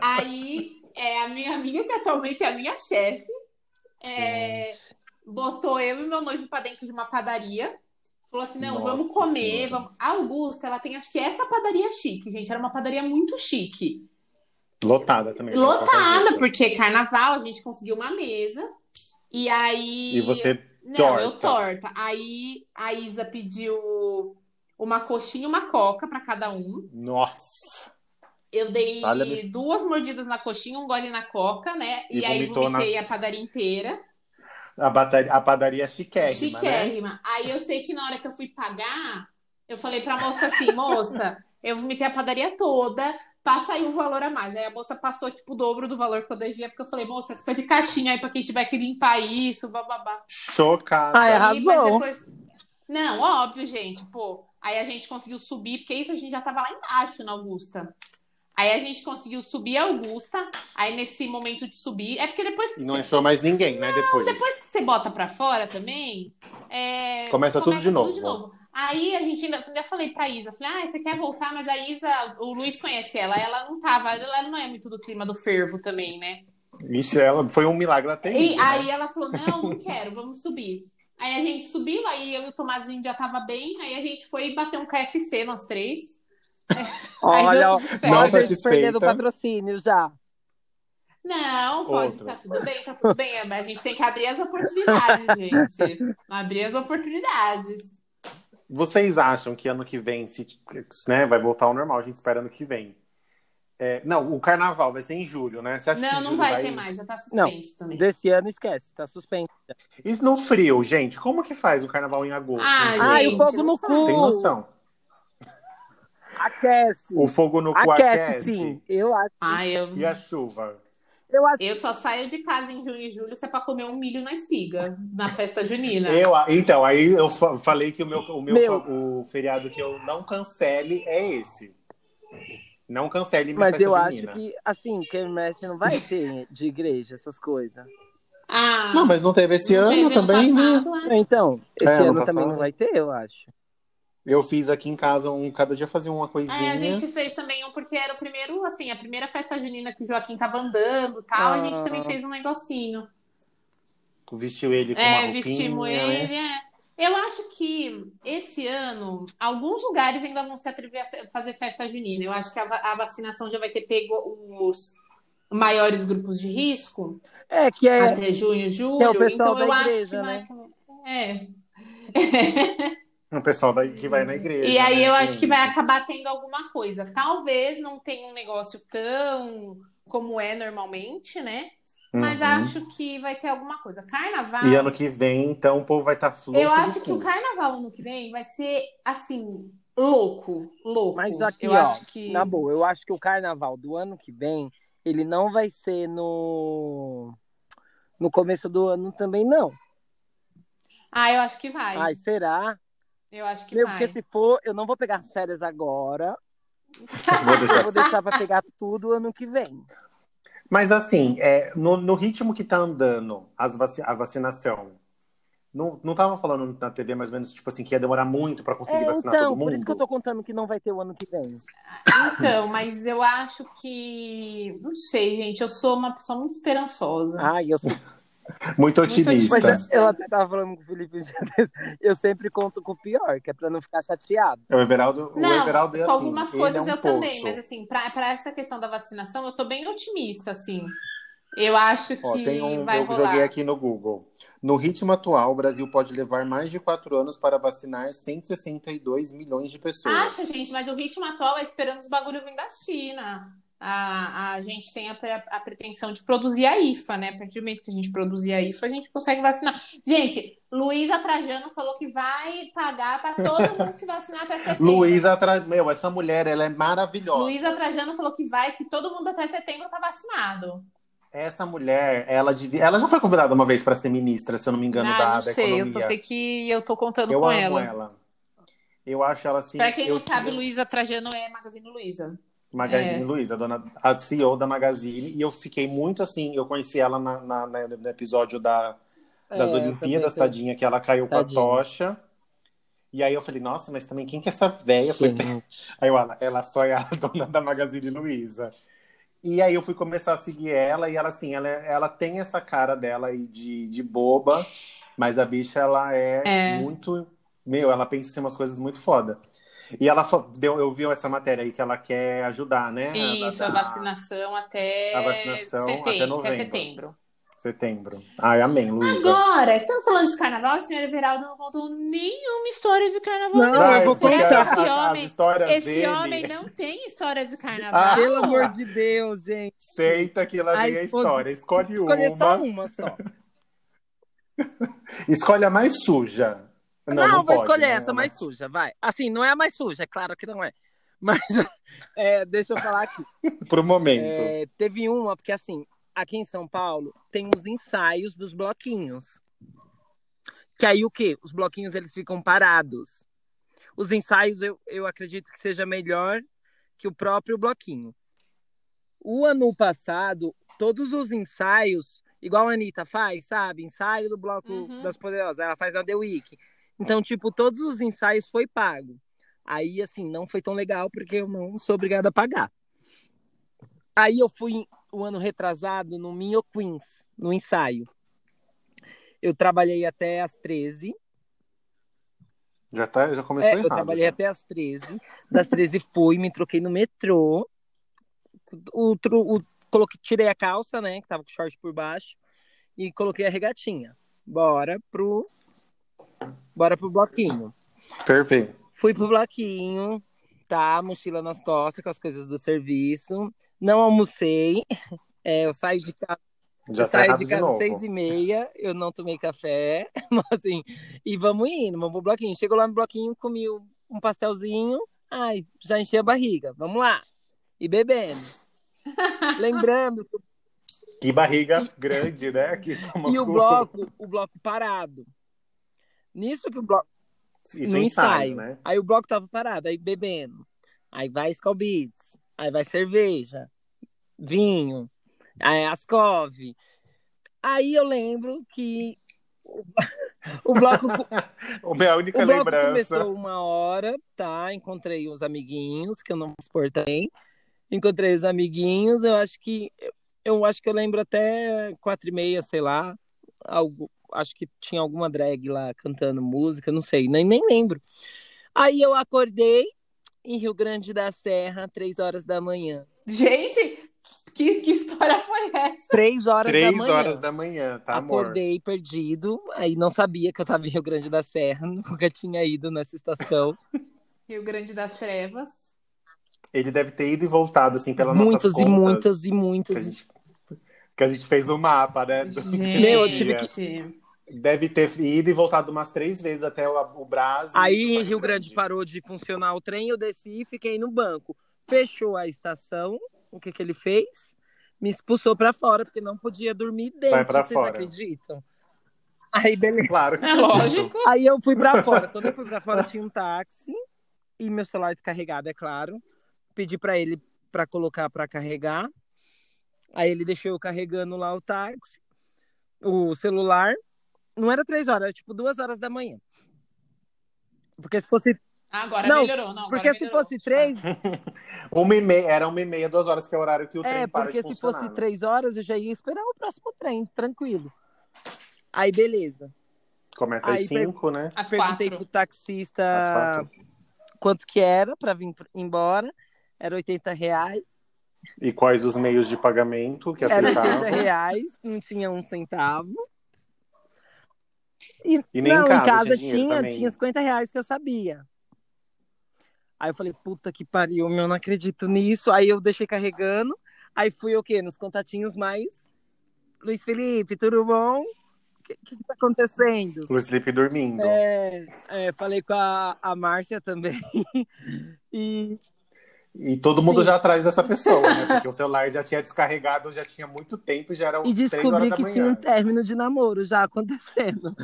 [SPEAKER 3] Aí é, a minha amiga, que atualmente é a minha chefe, é, botou eu e meu noivo pra dentro de uma padaria. Falou assim: não,
[SPEAKER 2] Nossa
[SPEAKER 3] vamos comer.
[SPEAKER 2] Senhora.
[SPEAKER 3] Vamos... A Augusta, ela tem acho que essa padaria chique, gente. Era uma padaria muito chique.
[SPEAKER 2] Lotada também. né, qualquer
[SPEAKER 3] Lotada,
[SPEAKER 2] coisa.
[SPEAKER 3] porque carnaval, a gente conseguiu uma mesa. E aí.
[SPEAKER 2] E você.
[SPEAKER 3] Não,
[SPEAKER 2] Torta.
[SPEAKER 3] eu torta. Aí a Isa pediu uma coxinha e uma coca pra cada um.
[SPEAKER 2] Nossa!
[SPEAKER 3] Eu dei
[SPEAKER 2] Olha a mis-
[SPEAKER 3] duas mordidas na coxinha, um gole na coca, né? E,
[SPEAKER 2] E
[SPEAKER 3] aí
[SPEAKER 2] vomitou na-
[SPEAKER 3] vomitei a padaria inteira.
[SPEAKER 2] A, bata- a padaria é chiquérrima, né?
[SPEAKER 3] Chiquérrima. Aí eu sei que na hora que eu fui pagar, eu falei pra moça assim, moça, eu vomitei a padaria toda, passa aí um valor a mais. Aí a moça passou, tipo, o dobro do valor que eu devia, porque eu falei, moça, fica de caixinha aí pra quem tiver que limpar isso, bababá.
[SPEAKER 2] Chocada.
[SPEAKER 1] Ah,
[SPEAKER 3] Aí,
[SPEAKER 1] é.
[SPEAKER 2] é.
[SPEAKER 1] arrasou.
[SPEAKER 3] mas depois- Não, óbvio, gente. Pô, aí a gente conseguiu subir, porque isso a gente já tava lá embaixo na Augusta. Aí a gente conseguiu subir a Augusta. Aí nesse momento de subir. É porque depois que,
[SPEAKER 2] E não
[SPEAKER 3] você,
[SPEAKER 2] achou mais ninguém, né? Depois.
[SPEAKER 3] depois que você bota pra fora também. é,
[SPEAKER 2] Começa tudo de novo.
[SPEAKER 3] Aí a gente ainda, ainda falei pra Isa, falei, ah, você quer voltar? Mas a Isa, o Luiz conhece ela, ela não tava, ela não é muito do clima do fervo também, né?
[SPEAKER 2] Ixi, ela foi um milagre até
[SPEAKER 3] E aí né? ela falou: não, não quero, vamos subir. Aí a gente subiu, aí eu e o Tomazinho já tava bem, aí a gente foi bater um KFC, nós três. aí
[SPEAKER 1] Olha,
[SPEAKER 3] deu
[SPEAKER 1] ó,
[SPEAKER 3] tudo certo.
[SPEAKER 2] Não
[SPEAKER 1] nós gente
[SPEAKER 2] satisfeita.
[SPEAKER 1] perdendo o patrocínio já.
[SPEAKER 3] Não, pode,
[SPEAKER 2] Outra.
[SPEAKER 3] tá tudo bem, tá tudo bem. mas A gente tem que abrir as oportunidades, gente. Abrir as oportunidades.
[SPEAKER 2] Vocês acham que ano que vem, se, né, vai voltar ao normal, a gente espera ano que vem. É, não, o carnaval vai ser em julho, né? Você acha que
[SPEAKER 3] Não,
[SPEAKER 2] em
[SPEAKER 3] não
[SPEAKER 2] julho
[SPEAKER 3] Tá vai ter mais, já tá suspenso também.
[SPEAKER 1] Desse ano esquece, tá suspenso.
[SPEAKER 2] Isso no frio, gente. Como que faz o carnaval em agosto?
[SPEAKER 3] Ah,
[SPEAKER 2] Em
[SPEAKER 1] Ai,
[SPEAKER 2] julho?
[SPEAKER 1] o
[SPEAKER 3] gente,
[SPEAKER 1] fogo no cu.
[SPEAKER 2] Sem noção.
[SPEAKER 1] Aquece.
[SPEAKER 2] O fogo no cu
[SPEAKER 1] Aquece,
[SPEAKER 2] aquece.
[SPEAKER 1] sim. Eu acho.
[SPEAKER 3] Ah, eu,
[SPEAKER 2] E a chuva?
[SPEAKER 1] Eu acho.
[SPEAKER 3] eu só saio de casa em junho e julho se é pra comer um milho na espiga, na festa junina.
[SPEAKER 2] Eu, então, aí eu fa- falei que o meu, o meu,
[SPEAKER 1] Meu.
[SPEAKER 2] fa- o feriado que eu não cancele é esse. Não cancele minha
[SPEAKER 1] Mas
[SPEAKER 2] festa
[SPEAKER 1] eu acho
[SPEAKER 2] junina.
[SPEAKER 1] que, assim, quermesse não vai ter de igreja, essas coisas.
[SPEAKER 3] Ah,
[SPEAKER 2] Não, mas não teve esse
[SPEAKER 3] não
[SPEAKER 2] ano
[SPEAKER 3] teve
[SPEAKER 2] também, né?
[SPEAKER 3] passado, né?
[SPEAKER 1] Então, esse
[SPEAKER 2] ano
[SPEAKER 1] ano também
[SPEAKER 2] passado.
[SPEAKER 1] não vai ter, eu acho.
[SPEAKER 2] Eu fiz aqui em casa um, cada dia fazia uma
[SPEAKER 3] É,
[SPEAKER 2] coisinha.
[SPEAKER 3] a gente fez também um porque era o primeiro, assim, a primeira festa junina que o Joaquim tava andando e tal. A gente
[SPEAKER 1] Ah.
[SPEAKER 3] também fez um negocinho.
[SPEAKER 2] Vestiu ele com uma
[SPEAKER 3] É,
[SPEAKER 2] roupinha.
[SPEAKER 3] vestimos
[SPEAKER 2] né?
[SPEAKER 3] ele. é. Eu acho que esse ano, alguns lugares ainda vão se atrever a se- fazer festa junina. Eu acho que a, va- a vacinação já vai ter pego os maiores grupos de risco
[SPEAKER 1] É, que é.
[SPEAKER 3] até junho, julho.
[SPEAKER 1] o pessoal
[SPEAKER 3] então eu
[SPEAKER 1] da
[SPEAKER 3] acho
[SPEAKER 1] igreja,
[SPEAKER 3] que vai
[SPEAKER 1] né?
[SPEAKER 3] também. É.
[SPEAKER 2] O pessoal daí que vai na igreja.
[SPEAKER 3] E aí
[SPEAKER 2] né?
[SPEAKER 3] eu
[SPEAKER 2] Tem
[SPEAKER 3] acho que
[SPEAKER 2] isso.
[SPEAKER 3] vai acabar tendo alguma coisa. Talvez não tenha um negócio tão como é normalmente, né? Mas
[SPEAKER 2] Uhum.
[SPEAKER 3] acho que vai ter alguma coisa. Carnaval.
[SPEAKER 2] E é ano que vem, então, o povo vai estar tá fluido.
[SPEAKER 3] Eu acho que o carnaval ano que vem vai ser assim, louco, louco.
[SPEAKER 1] Mas aqui,
[SPEAKER 3] eu
[SPEAKER 1] ó,
[SPEAKER 3] acho que
[SPEAKER 1] Na boa, eu acho que o carnaval do ano que vem, ele não vai ser no. No começo do ano também, não.
[SPEAKER 3] Ah, eu acho que vai.
[SPEAKER 1] Ai, será?
[SPEAKER 3] eu acho que
[SPEAKER 1] Meu,
[SPEAKER 3] vai.
[SPEAKER 1] porque se for, eu não vou pegar as férias agora.
[SPEAKER 2] Vou
[SPEAKER 1] Eu
[SPEAKER 2] deixar.
[SPEAKER 1] vou deixar pra pegar tudo ano que vem.
[SPEAKER 2] Mas assim, é, no, no ritmo que tá andando as vaci- a vacinação, não, não tava falando na TV mais ou menos, tipo assim, que ia demorar muito pra conseguir
[SPEAKER 1] É,
[SPEAKER 2] vacinar
[SPEAKER 1] então,
[SPEAKER 2] todo mundo?
[SPEAKER 1] por isso que eu tô contando que não vai ter o ano que vem.
[SPEAKER 3] Então, mas eu acho que. Não sei, gente. Eu sou uma pessoa muito esperançosa.
[SPEAKER 2] Ah,
[SPEAKER 1] Ai, eu sou
[SPEAKER 2] Muito otimista. assim,
[SPEAKER 3] otimista.
[SPEAKER 1] Mas eu, eu até tava falando com o Felipe um dia desse, eu sempre conto com o pior, que é pra não ficar chateado.
[SPEAKER 2] O Everaldo, o
[SPEAKER 3] Não,
[SPEAKER 2] Everaldo é assim,
[SPEAKER 3] Com algumas
[SPEAKER 2] ele
[SPEAKER 3] coisas
[SPEAKER 2] é um
[SPEAKER 3] eu também,
[SPEAKER 2] poço.
[SPEAKER 3] mas assim, pra, pra essa questão da vacinação, eu tô bem otimista, assim. Eu acho que
[SPEAKER 2] Ó, tem um,
[SPEAKER 3] vai
[SPEAKER 2] eu
[SPEAKER 3] rolar.
[SPEAKER 2] joguei aqui no Google. No ritmo atual, o Brasil pode levar mais de quatro anos para vacinar 162 milhões de pessoas.
[SPEAKER 3] Acha, gente, mas o ritmo atual é esperando os bagulho vir da China. A, a gente tem a, pre- a pretensão de produzir a IFA, né? A partir do momento que a gente produzir a IFA, a gente consegue vacinar. Gente, Luísa Trajano falou que vai pagar para todo mundo se vacinar até setembro.
[SPEAKER 2] Luísa, Tra- meu, essa mulher, ela é maravilhosa.
[SPEAKER 3] Luísa Trajano falou que vai, que todo mundo até setembro tá vacinado.
[SPEAKER 2] Essa mulher, ela devia... ela já foi convidada uma vez para ser ministra, se eu não me engano,
[SPEAKER 3] ah,
[SPEAKER 2] da,
[SPEAKER 3] não
[SPEAKER 2] da
[SPEAKER 3] sei,
[SPEAKER 2] economia.
[SPEAKER 3] eu só sei que eu tô contando
[SPEAKER 2] Eu
[SPEAKER 3] com
[SPEAKER 2] amo
[SPEAKER 3] ela.
[SPEAKER 2] ela. Eu acho ela assim.
[SPEAKER 3] Pra quem
[SPEAKER 2] eu
[SPEAKER 3] não sabe,
[SPEAKER 2] sigo
[SPEAKER 3] Luísa Trajano é Magazine Luíza.
[SPEAKER 2] Magazine
[SPEAKER 3] é.
[SPEAKER 2] Luiza, a dona, a CEO da Magazine, e eu fiquei muito assim. Eu conheci ela na- na- na- no episódio da, das
[SPEAKER 1] É, eu
[SPEAKER 2] Olimpíadas,
[SPEAKER 1] também
[SPEAKER 2] tadinha, que ela caiu
[SPEAKER 1] Tadinha.
[SPEAKER 2] com a tocha. E aí eu falei, nossa, mas também quem que é essa véia? Foi...
[SPEAKER 1] tenho-
[SPEAKER 2] Aí eu, ela, ela só é a dona da Magazine Luiza. E aí eu fui começar a seguir ela, e ela assim, ela, ela tem essa cara dela aí de, de boba, mas a bicha, ela é,
[SPEAKER 3] É.
[SPEAKER 2] muito... Meu, ela pensa em umas coisas muito foda. E ela fa- deu, eu vi essa matéria aí que ela quer ajudar, né?
[SPEAKER 3] Isso,
[SPEAKER 2] Da-
[SPEAKER 3] a
[SPEAKER 2] da-
[SPEAKER 3] vacinação até
[SPEAKER 2] A vacinação até
[SPEAKER 3] setembro.
[SPEAKER 2] novembro.
[SPEAKER 3] setembro.
[SPEAKER 2] Setembro. Ai, amém, Luísa.
[SPEAKER 3] Agora, estamos falando de carnaval, o senhor Everaldo não contou nenhuma história de carnaval.
[SPEAKER 1] Não,
[SPEAKER 3] Será
[SPEAKER 1] eu vou
[SPEAKER 3] que
[SPEAKER 2] porque
[SPEAKER 1] contar. Tá
[SPEAKER 2] as-
[SPEAKER 3] esse
[SPEAKER 2] as
[SPEAKER 3] homem,
[SPEAKER 2] histórias
[SPEAKER 3] esse
[SPEAKER 2] dele-
[SPEAKER 3] homem não tem história de carnaval?
[SPEAKER 2] Ah,
[SPEAKER 1] Pelo amor de Deus, gente.
[SPEAKER 2] Seita que lá
[SPEAKER 1] A
[SPEAKER 2] vem a
[SPEAKER 1] esposa-
[SPEAKER 2] história. Escolhe
[SPEAKER 1] Escolher
[SPEAKER 2] uma.
[SPEAKER 1] só uma só.
[SPEAKER 2] Escolhe a mais suja. Não,
[SPEAKER 1] Não, vou
[SPEAKER 2] pode,
[SPEAKER 1] escolher
[SPEAKER 2] né?
[SPEAKER 1] essa mais
[SPEAKER 2] Mas-
[SPEAKER 1] suja, vai. Assim, não é a mais suja, é claro que não é. Mas é, deixa eu falar aqui.
[SPEAKER 2] Pro um momento.
[SPEAKER 1] É, teve uma, porque assim, aqui em São Paulo tem os ensaios dos bloquinhos. Que aí o quê? Os bloquinhos eles ficam parados. Os ensaios eu, eu acredito que seja melhor que o próprio bloquinho. O ano passado, todos os ensaios, igual a Anitta faz, sabe? Ensaio do Bloco
[SPEAKER 3] Uhum.
[SPEAKER 1] das Poderosas, ela faz na The Week. Então, tipo, todos os ensaios foi pago. Aí, assim, não foi tão legal porque eu não sou obrigada a pagar. Aí eu fui o ano retrasado no Minho Queens, no ensaio. Eu trabalhei até às 13.
[SPEAKER 2] Já, tá, já começou
[SPEAKER 1] É,
[SPEAKER 2] errado.
[SPEAKER 1] eu trabalhei
[SPEAKER 2] já.
[SPEAKER 1] até às 13. Das 13 fui, me troquei no metrô. O, tru- o, coloquei, tirei a calça, né? Que tava com short por baixo. E coloquei a regatinha. Bora pro. Bora pro bloquinho.
[SPEAKER 2] Perfeito.
[SPEAKER 1] Fui pro bloquinho, tá? Mochila nas costas, com as coisas do serviço. Não almocei. É, eu saí de casa.
[SPEAKER 2] Já
[SPEAKER 1] eu
[SPEAKER 2] tá
[SPEAKER 1] saí
[SPEAKER 2] errado
[SPEAKER 1] de
[SPEAKER 2] de,
[SPEAKER 1] casa às
[SPEAKER 2] novo.
[SPEAKER 1] seis e meia, eu não tomei café, mas assim, e vamos indo, vamos pro bloquinho. Chegou lá no bloquinho, comi um um pastelzinho, ai, já enchi a barriga, vamos lá. E bebendo. Lembrando que
[SPEAKER 2] Que barriga grande, né? Que estômago...
[SPEAKER 1] e o bloco, o bloco parado. Nisso que o bloco.
[SPEAKER 2] Isso
[SPEAKER 1] no
[SPEAKER 2] é ensaio,
[SPEAKER 1] ensaio.
[SPEAKER 2] né?
[SPEAKER 1] Aí o bloco tava parado, aí bebendo. Aí vai Skol Beats, aí vai cerveja, vinho, aí Ascov. Aí eu lembro que o- o bloco,
[SPEAKER 2] O minha única
[SPEAKER 1] o bloco
[SPEAKER 2] lembrança.
[SPEAKER 1] começou uma hora, tá? Encontrei os amiguinhos, que eu não exportei. Encontrei os amiguinhos, eu acho que eu acho que eu lembro até quatro e meia, sei lá. Algo, acho que tinha alguma drag lá cantando música, não sei, nem, nem lembro. Aí eu acordei em Rio Grande da Serra, três horas da manhã.
[SPEAKER 3] Gente, que, que história foi essa?
[SPEAKER 1] Três horas da
[SPEAKER 2] Três
[SPEAKER 1] manhã.
[SPEAKER 2] horas da manhã, tá, amor?
[SPEAKER 1] Acordei perdido, aí não sabia que eu estava em Rio Grande da Serra, nunca tinha ido nessa estação.
[SPEAKER 3] Rio Grande das Trevas.
[SPEAKER 2] Ele deve ter ido e voltado, assim, pelas
[SPEAKER 1] muitas
[SPEAKER 2] nossas
[SPEAKER 1] e
[SPEAKER 2] contas.
[SPEAKER 1] muitas
[SPEAKER 2] Que
[SPEAKER 1] e
[SPEAKER 2] a
[SPEAKER 1] muitas.
[SPEAKER 2] gente, que a gente fez o mapa, né? do-
[SPEAKER 3] Gente,
[SPEAKER 1] Meu, eu
[SPEAKER 3] É
[SPEAKER 1] tive
[SPEAKER 2] Deve ter ido e voltado umas três vezes até o, o Brasil.
[SPEAKER 1] Aí Rio Grande parou de funcionar o trem, eu desci e fiquei no banco. Fechou a estação, o que que ele fez? Me expulsou pra fora porque não podia dormir dentro,
[SPEAKER 2] Vai pra
[SPEAKER 1] vocês
[SPEAKER 2] fora.
[SPEAKER 1] acreditam? Aí, beleza.
[SPEAKER 2] Claro.
[SPEAKER 3] É lógico.
[SPEAKER 1] Aí eu fui pra fora. Quando eu fui pra fora, tinha um táxi e meu celular descarregado, é claro. Pedi pra ele pra colocar pra carregar. Aí ele deixou eu carregando lá o táxi, o celular. Não era três horas, era tipo duas horas da manhã. Porque se fosse.
[SPEAKER 3] Agora
[SPEAKER 1] Não,
[SPEAKER 3] melhorou, não. agora
[SPEAKER 1] Porque se
[SPEAKER 3] melhorou.
[SPEAKER 1] fosse três,
[SPEAKER 2] Uma e meia, era uma e meia, duas horas, que é o horário que o trem
[SPEAKER 1] É,
[SPEAKER 2] para
[SPEAKER 1] porque
[SPEAKER 2] de
[SPEAKER 1] se
[SPEAKER 2] funcionar,
[SPEAKER 1] fosse
[SPEAKER 2] né?
[SPEAKER 1] três horas, eu já ia esperar o próximo trem, tranquilo. Aí, beleza.
[SPEAKER 2] Começa às
[SPEAKER 1] Aí, Ah.
[SPEAKER 2] cinco, né?
[SPEAKER 3] Às
[SPEAKER 1] Perguntei
[SPEAKER 3] quatro.
[SPEAKER 1] pro taxista
[SPEAKER 2] Às quatro.
[SPEAKER 1] quanto que era pra vir pr- embora. Era 80 reais.
[SPEAKER 2] E quais os meios de pagamento que é
[SPEAKER 1] Era né? 80
[SPEAKER 2] aceitavam?
[SPEAKER 1] reais, não tinha um centavo. E,
[SPEAKER 2] E nem em
[SPEAKER 1] não,
[SPEAKER 2] casa
[SPEAKER 1] em casa
[SPEAKER 2] tinha dinheiro
[SPEAKER 1] tinha,
[SPEAKER 2] também.
[SPEAKER 1] tinha 50 reais que eu sabia. Aí eu falei, puta que pariu, meu, não acredito nisso. Aí eu deixei carregando. Aí fui o quê? Nos contatinhos mais. Luiz Felipe, tudo bom? O que, que tá acontecendo?
[SPEAKER 2] O Sleep dormindo.
[SPEAKER 1] É, é, falei com a, a Márcia também. E
[SPEAKER 2] E todo mundo
[SPEAKER 1] Sim.
[SPEAKER 2] já atrás dessa pessoa, né? Porque o celular já tinha descarregado, já tinha muito tempo e já era
[SPEAKER 1] E
[SPEAKER 2] três horas
[SPEAKER 1] descobri
[SPEAKER 2] da
[SPEAKER 1] que
[SPEAKER 2] manhã.
[SPEAKER 1] tinha um término de namoro já acontecendo.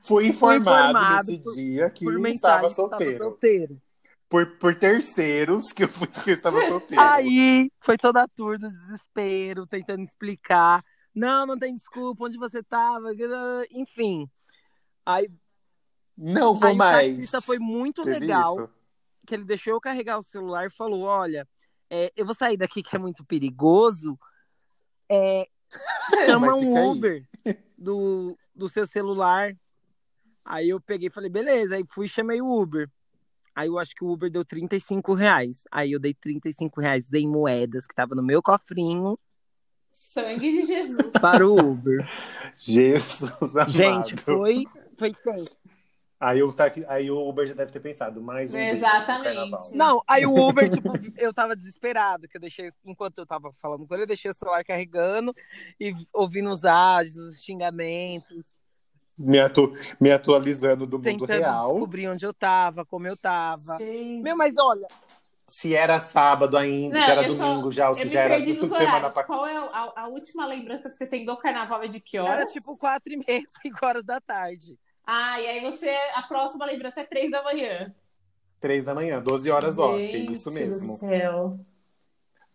[SPEAKER 2] Fui informado,
[SPEAKER 1] informado
[SPEAKER 2] nesse
[SPEAKER 1] por-
[SPEAKER 2] dia que
[SPEAKER 1] por mensagem
[SPEAKER 2] estava
[SPEAKER 1] que estava
[SPEAKER 2] solteiro.
[SPEAKER 1] solteiro.
[SPEAKER 2] Por, por terceiros que eu, fui, que eu estava solteiro.
[SPEAKER 1] Aí foi toda a tour do desespero, tentando explicar. Não, não tem desculpa, onde você tava? Enfim. Aí,
[SPEAKER 2] Não vou
[SPEAKER 1] aí
[SPEAKER 2] mais.
[SPEAKER 1] o taxista foi muito
[SPEAKER 2] Teve
[SPEAKER 1] legal,
[SPEAKER 2] isso?
[SPEAKER 1] que ele deixou eu carregar o celular e falou: olha, é, eu vou sair daqui que é muito perigoso. É, chama
[SPEAKER 2] Mas fica aí.
[SPEAKER 1] um Uber do, do seu celular. Aí eu peguei e falei, beleza. Aí fui e chamei o Uber. Aí eu acho que o Uber deu 35 reais. Aí eu dei 35 reais em moedas que tava no meu cofrinho
[SPEAKER 3] Sangue de Jesus.
[SPEAKER 1] para o Uber.
[SPEAKER 2] Jesus amado.
[SPEAKER 1] Gente, foi. Foi tenso.
[SPEAKER 2] Aí o, taxi- aí o Uber já deve ter pensado, mais um beijo pro
[SPEAKER 3] Exatamente.
[SPEAKER 2] carnaval.
[SPEAKER 1] Não, aí o Uber, tipo, eu tava desesperado, que eu deixei, enquanto eu tava falando com ele, eu deixei o celular carregando e ouvindo os ágios, os xingamentos,
[SPEAKER 2] Me, atu- me atualizando do mundo
[SPEAKER 1] tentando
[SPEAKER 2] real.
[SPEAKER 1] descobrir onde eu tava, como eu tava.
[SPEAKER 3] Gente.
[SPEAKER 1] Meu, mas olha,
[SPEAKER 2] Se era sábado ainda,
[SPEAKER 3] Não,
[SPEAKER 2] se era
[SPEAKER 3] eu só-
[SPEAKER 2] domingo já, ou
[SPEAKER 3] Eu
[SPEAKER 2] se
[SPEAKER 3] me
[SPEAKER 2] já era
[SPEAKER 3] perdi nos
[SPEAKER 2] semana
[SPEAKER 3] horários.
[SPEAKER 2] passada.
[SPEAKER 3] Qual é a, a última lembrança que você tem do carnaval? É de que horas?
[SPEAKER 1] Era tipo quatro e meia, cinco horas da tarde.
[SPEAKER 3] Ah, e aí você. A próxima lembrança é três da manhã.
[SPEAKER 2] Três da manhã, 12 horas off, é isso
[SPEAKER 3] Gente
[SPEAKER 2] mesmo.
[SPEAKER 3] Do céu.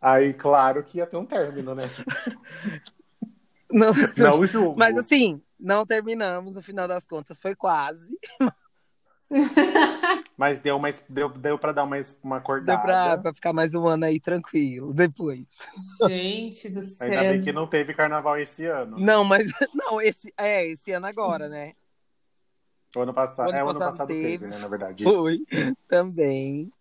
[SPEAKER 2] Aí, claro que ia ter um término, né?
[SPEAKER 1] Não,
[SPEAKER 2] Não julgo.
[SPEAKER 1] mas assim, não terminamos, no final das contas, foi quase.
[SPEAKER 2] Mas deu, uma, deu, deu pra dar uma, uma acordada.
[SPEAKER 1] Deu pra, pra ficar mais um ano aí tranquilo depois.
[SPEAKER 3] Gente do
[SPEAKER 2] Ainda
[SPEAKER 3] céu.
[SPEAKER 2] bem que não teve carnaval esse ano.
[SPEAKER 1] Não, mas não, esse é esse ano agora, né?
[SPEAKER 2] O ano passado.
[SPEAKER 1] O ano
[SPEAKER 2] é, o ano
[SPEAKER 1] passado
[SPEAKER 2] passado teve,
[SPEAKER 1] teve.
[SPEAKER 2] né? Na verdade.
[SPEAKER 1] Foi também.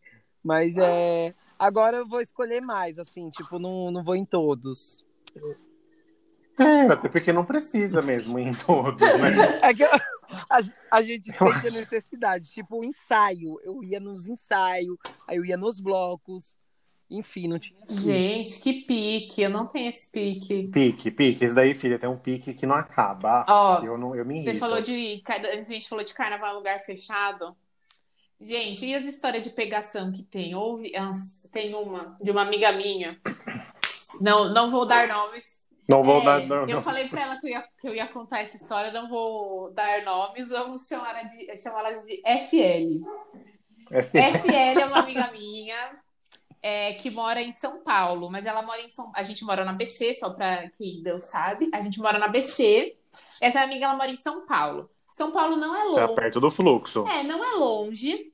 [SPEAKER 1] Mas é. Agora eu vou escolher mais, assim, tipo, não, não vou em todos.
[SPEAKER 2] É, até porque não precisa mesmo em todos, né?
[SPEAKER 1] É que eu- a, ge- a gente sente a necessidade, tipo, o ensaio. Eu ia nos ensaios, aí eu ia nos blocos. Enfim, não
[SPEAKER 2] tá
[SPEAKER 1] tinha.
[SPEAKER 3] Gente, que pique. Eu não tenho esse pique.
[SPEAKER 2] Pique, pique. Esse daí, filha, tem um pique que não acaba.
[SPEAKER 3] Ó,
[SPEAKER 2] Ah, eu, não, eu me irrito.
[SPEAKER 3] Ah, Você falou de. Antes a gente falou de carnaval em lugar fechado. Gente, e as histórias de pegação que tem? Houve. Nossa, Tem uma, de uma amiga minha. Não, não vou dar nomes.
[SPEAKER 2] Não vou
[SPEAKER 3] É,
[SPEAKER 2] dar. Não,
[SPEAKER 3] eu
[SPEAKER 2] não-
[SPEAKER 3] falei pra ela que eu, ia, que eu ia contar essa história, não vou dar nomes, vamos chamar ela de, chamar ela de FL.
[SPEAKER 2] É, filha,
[SPEAKER 3] FL é uma amiga minha é, que mora em São Paulo, mas ela mora em São A gente mora na BC, só pra quem não sabe. A gente mora na BC. Essa amiga ela mora em São Paulo. São Paulo não é
[SPEAKER 2] tá
[SPEAKER 3] longe.
[SPEAKER 2] perto do fluxo.
[SPEAKER 3] É, não é longe,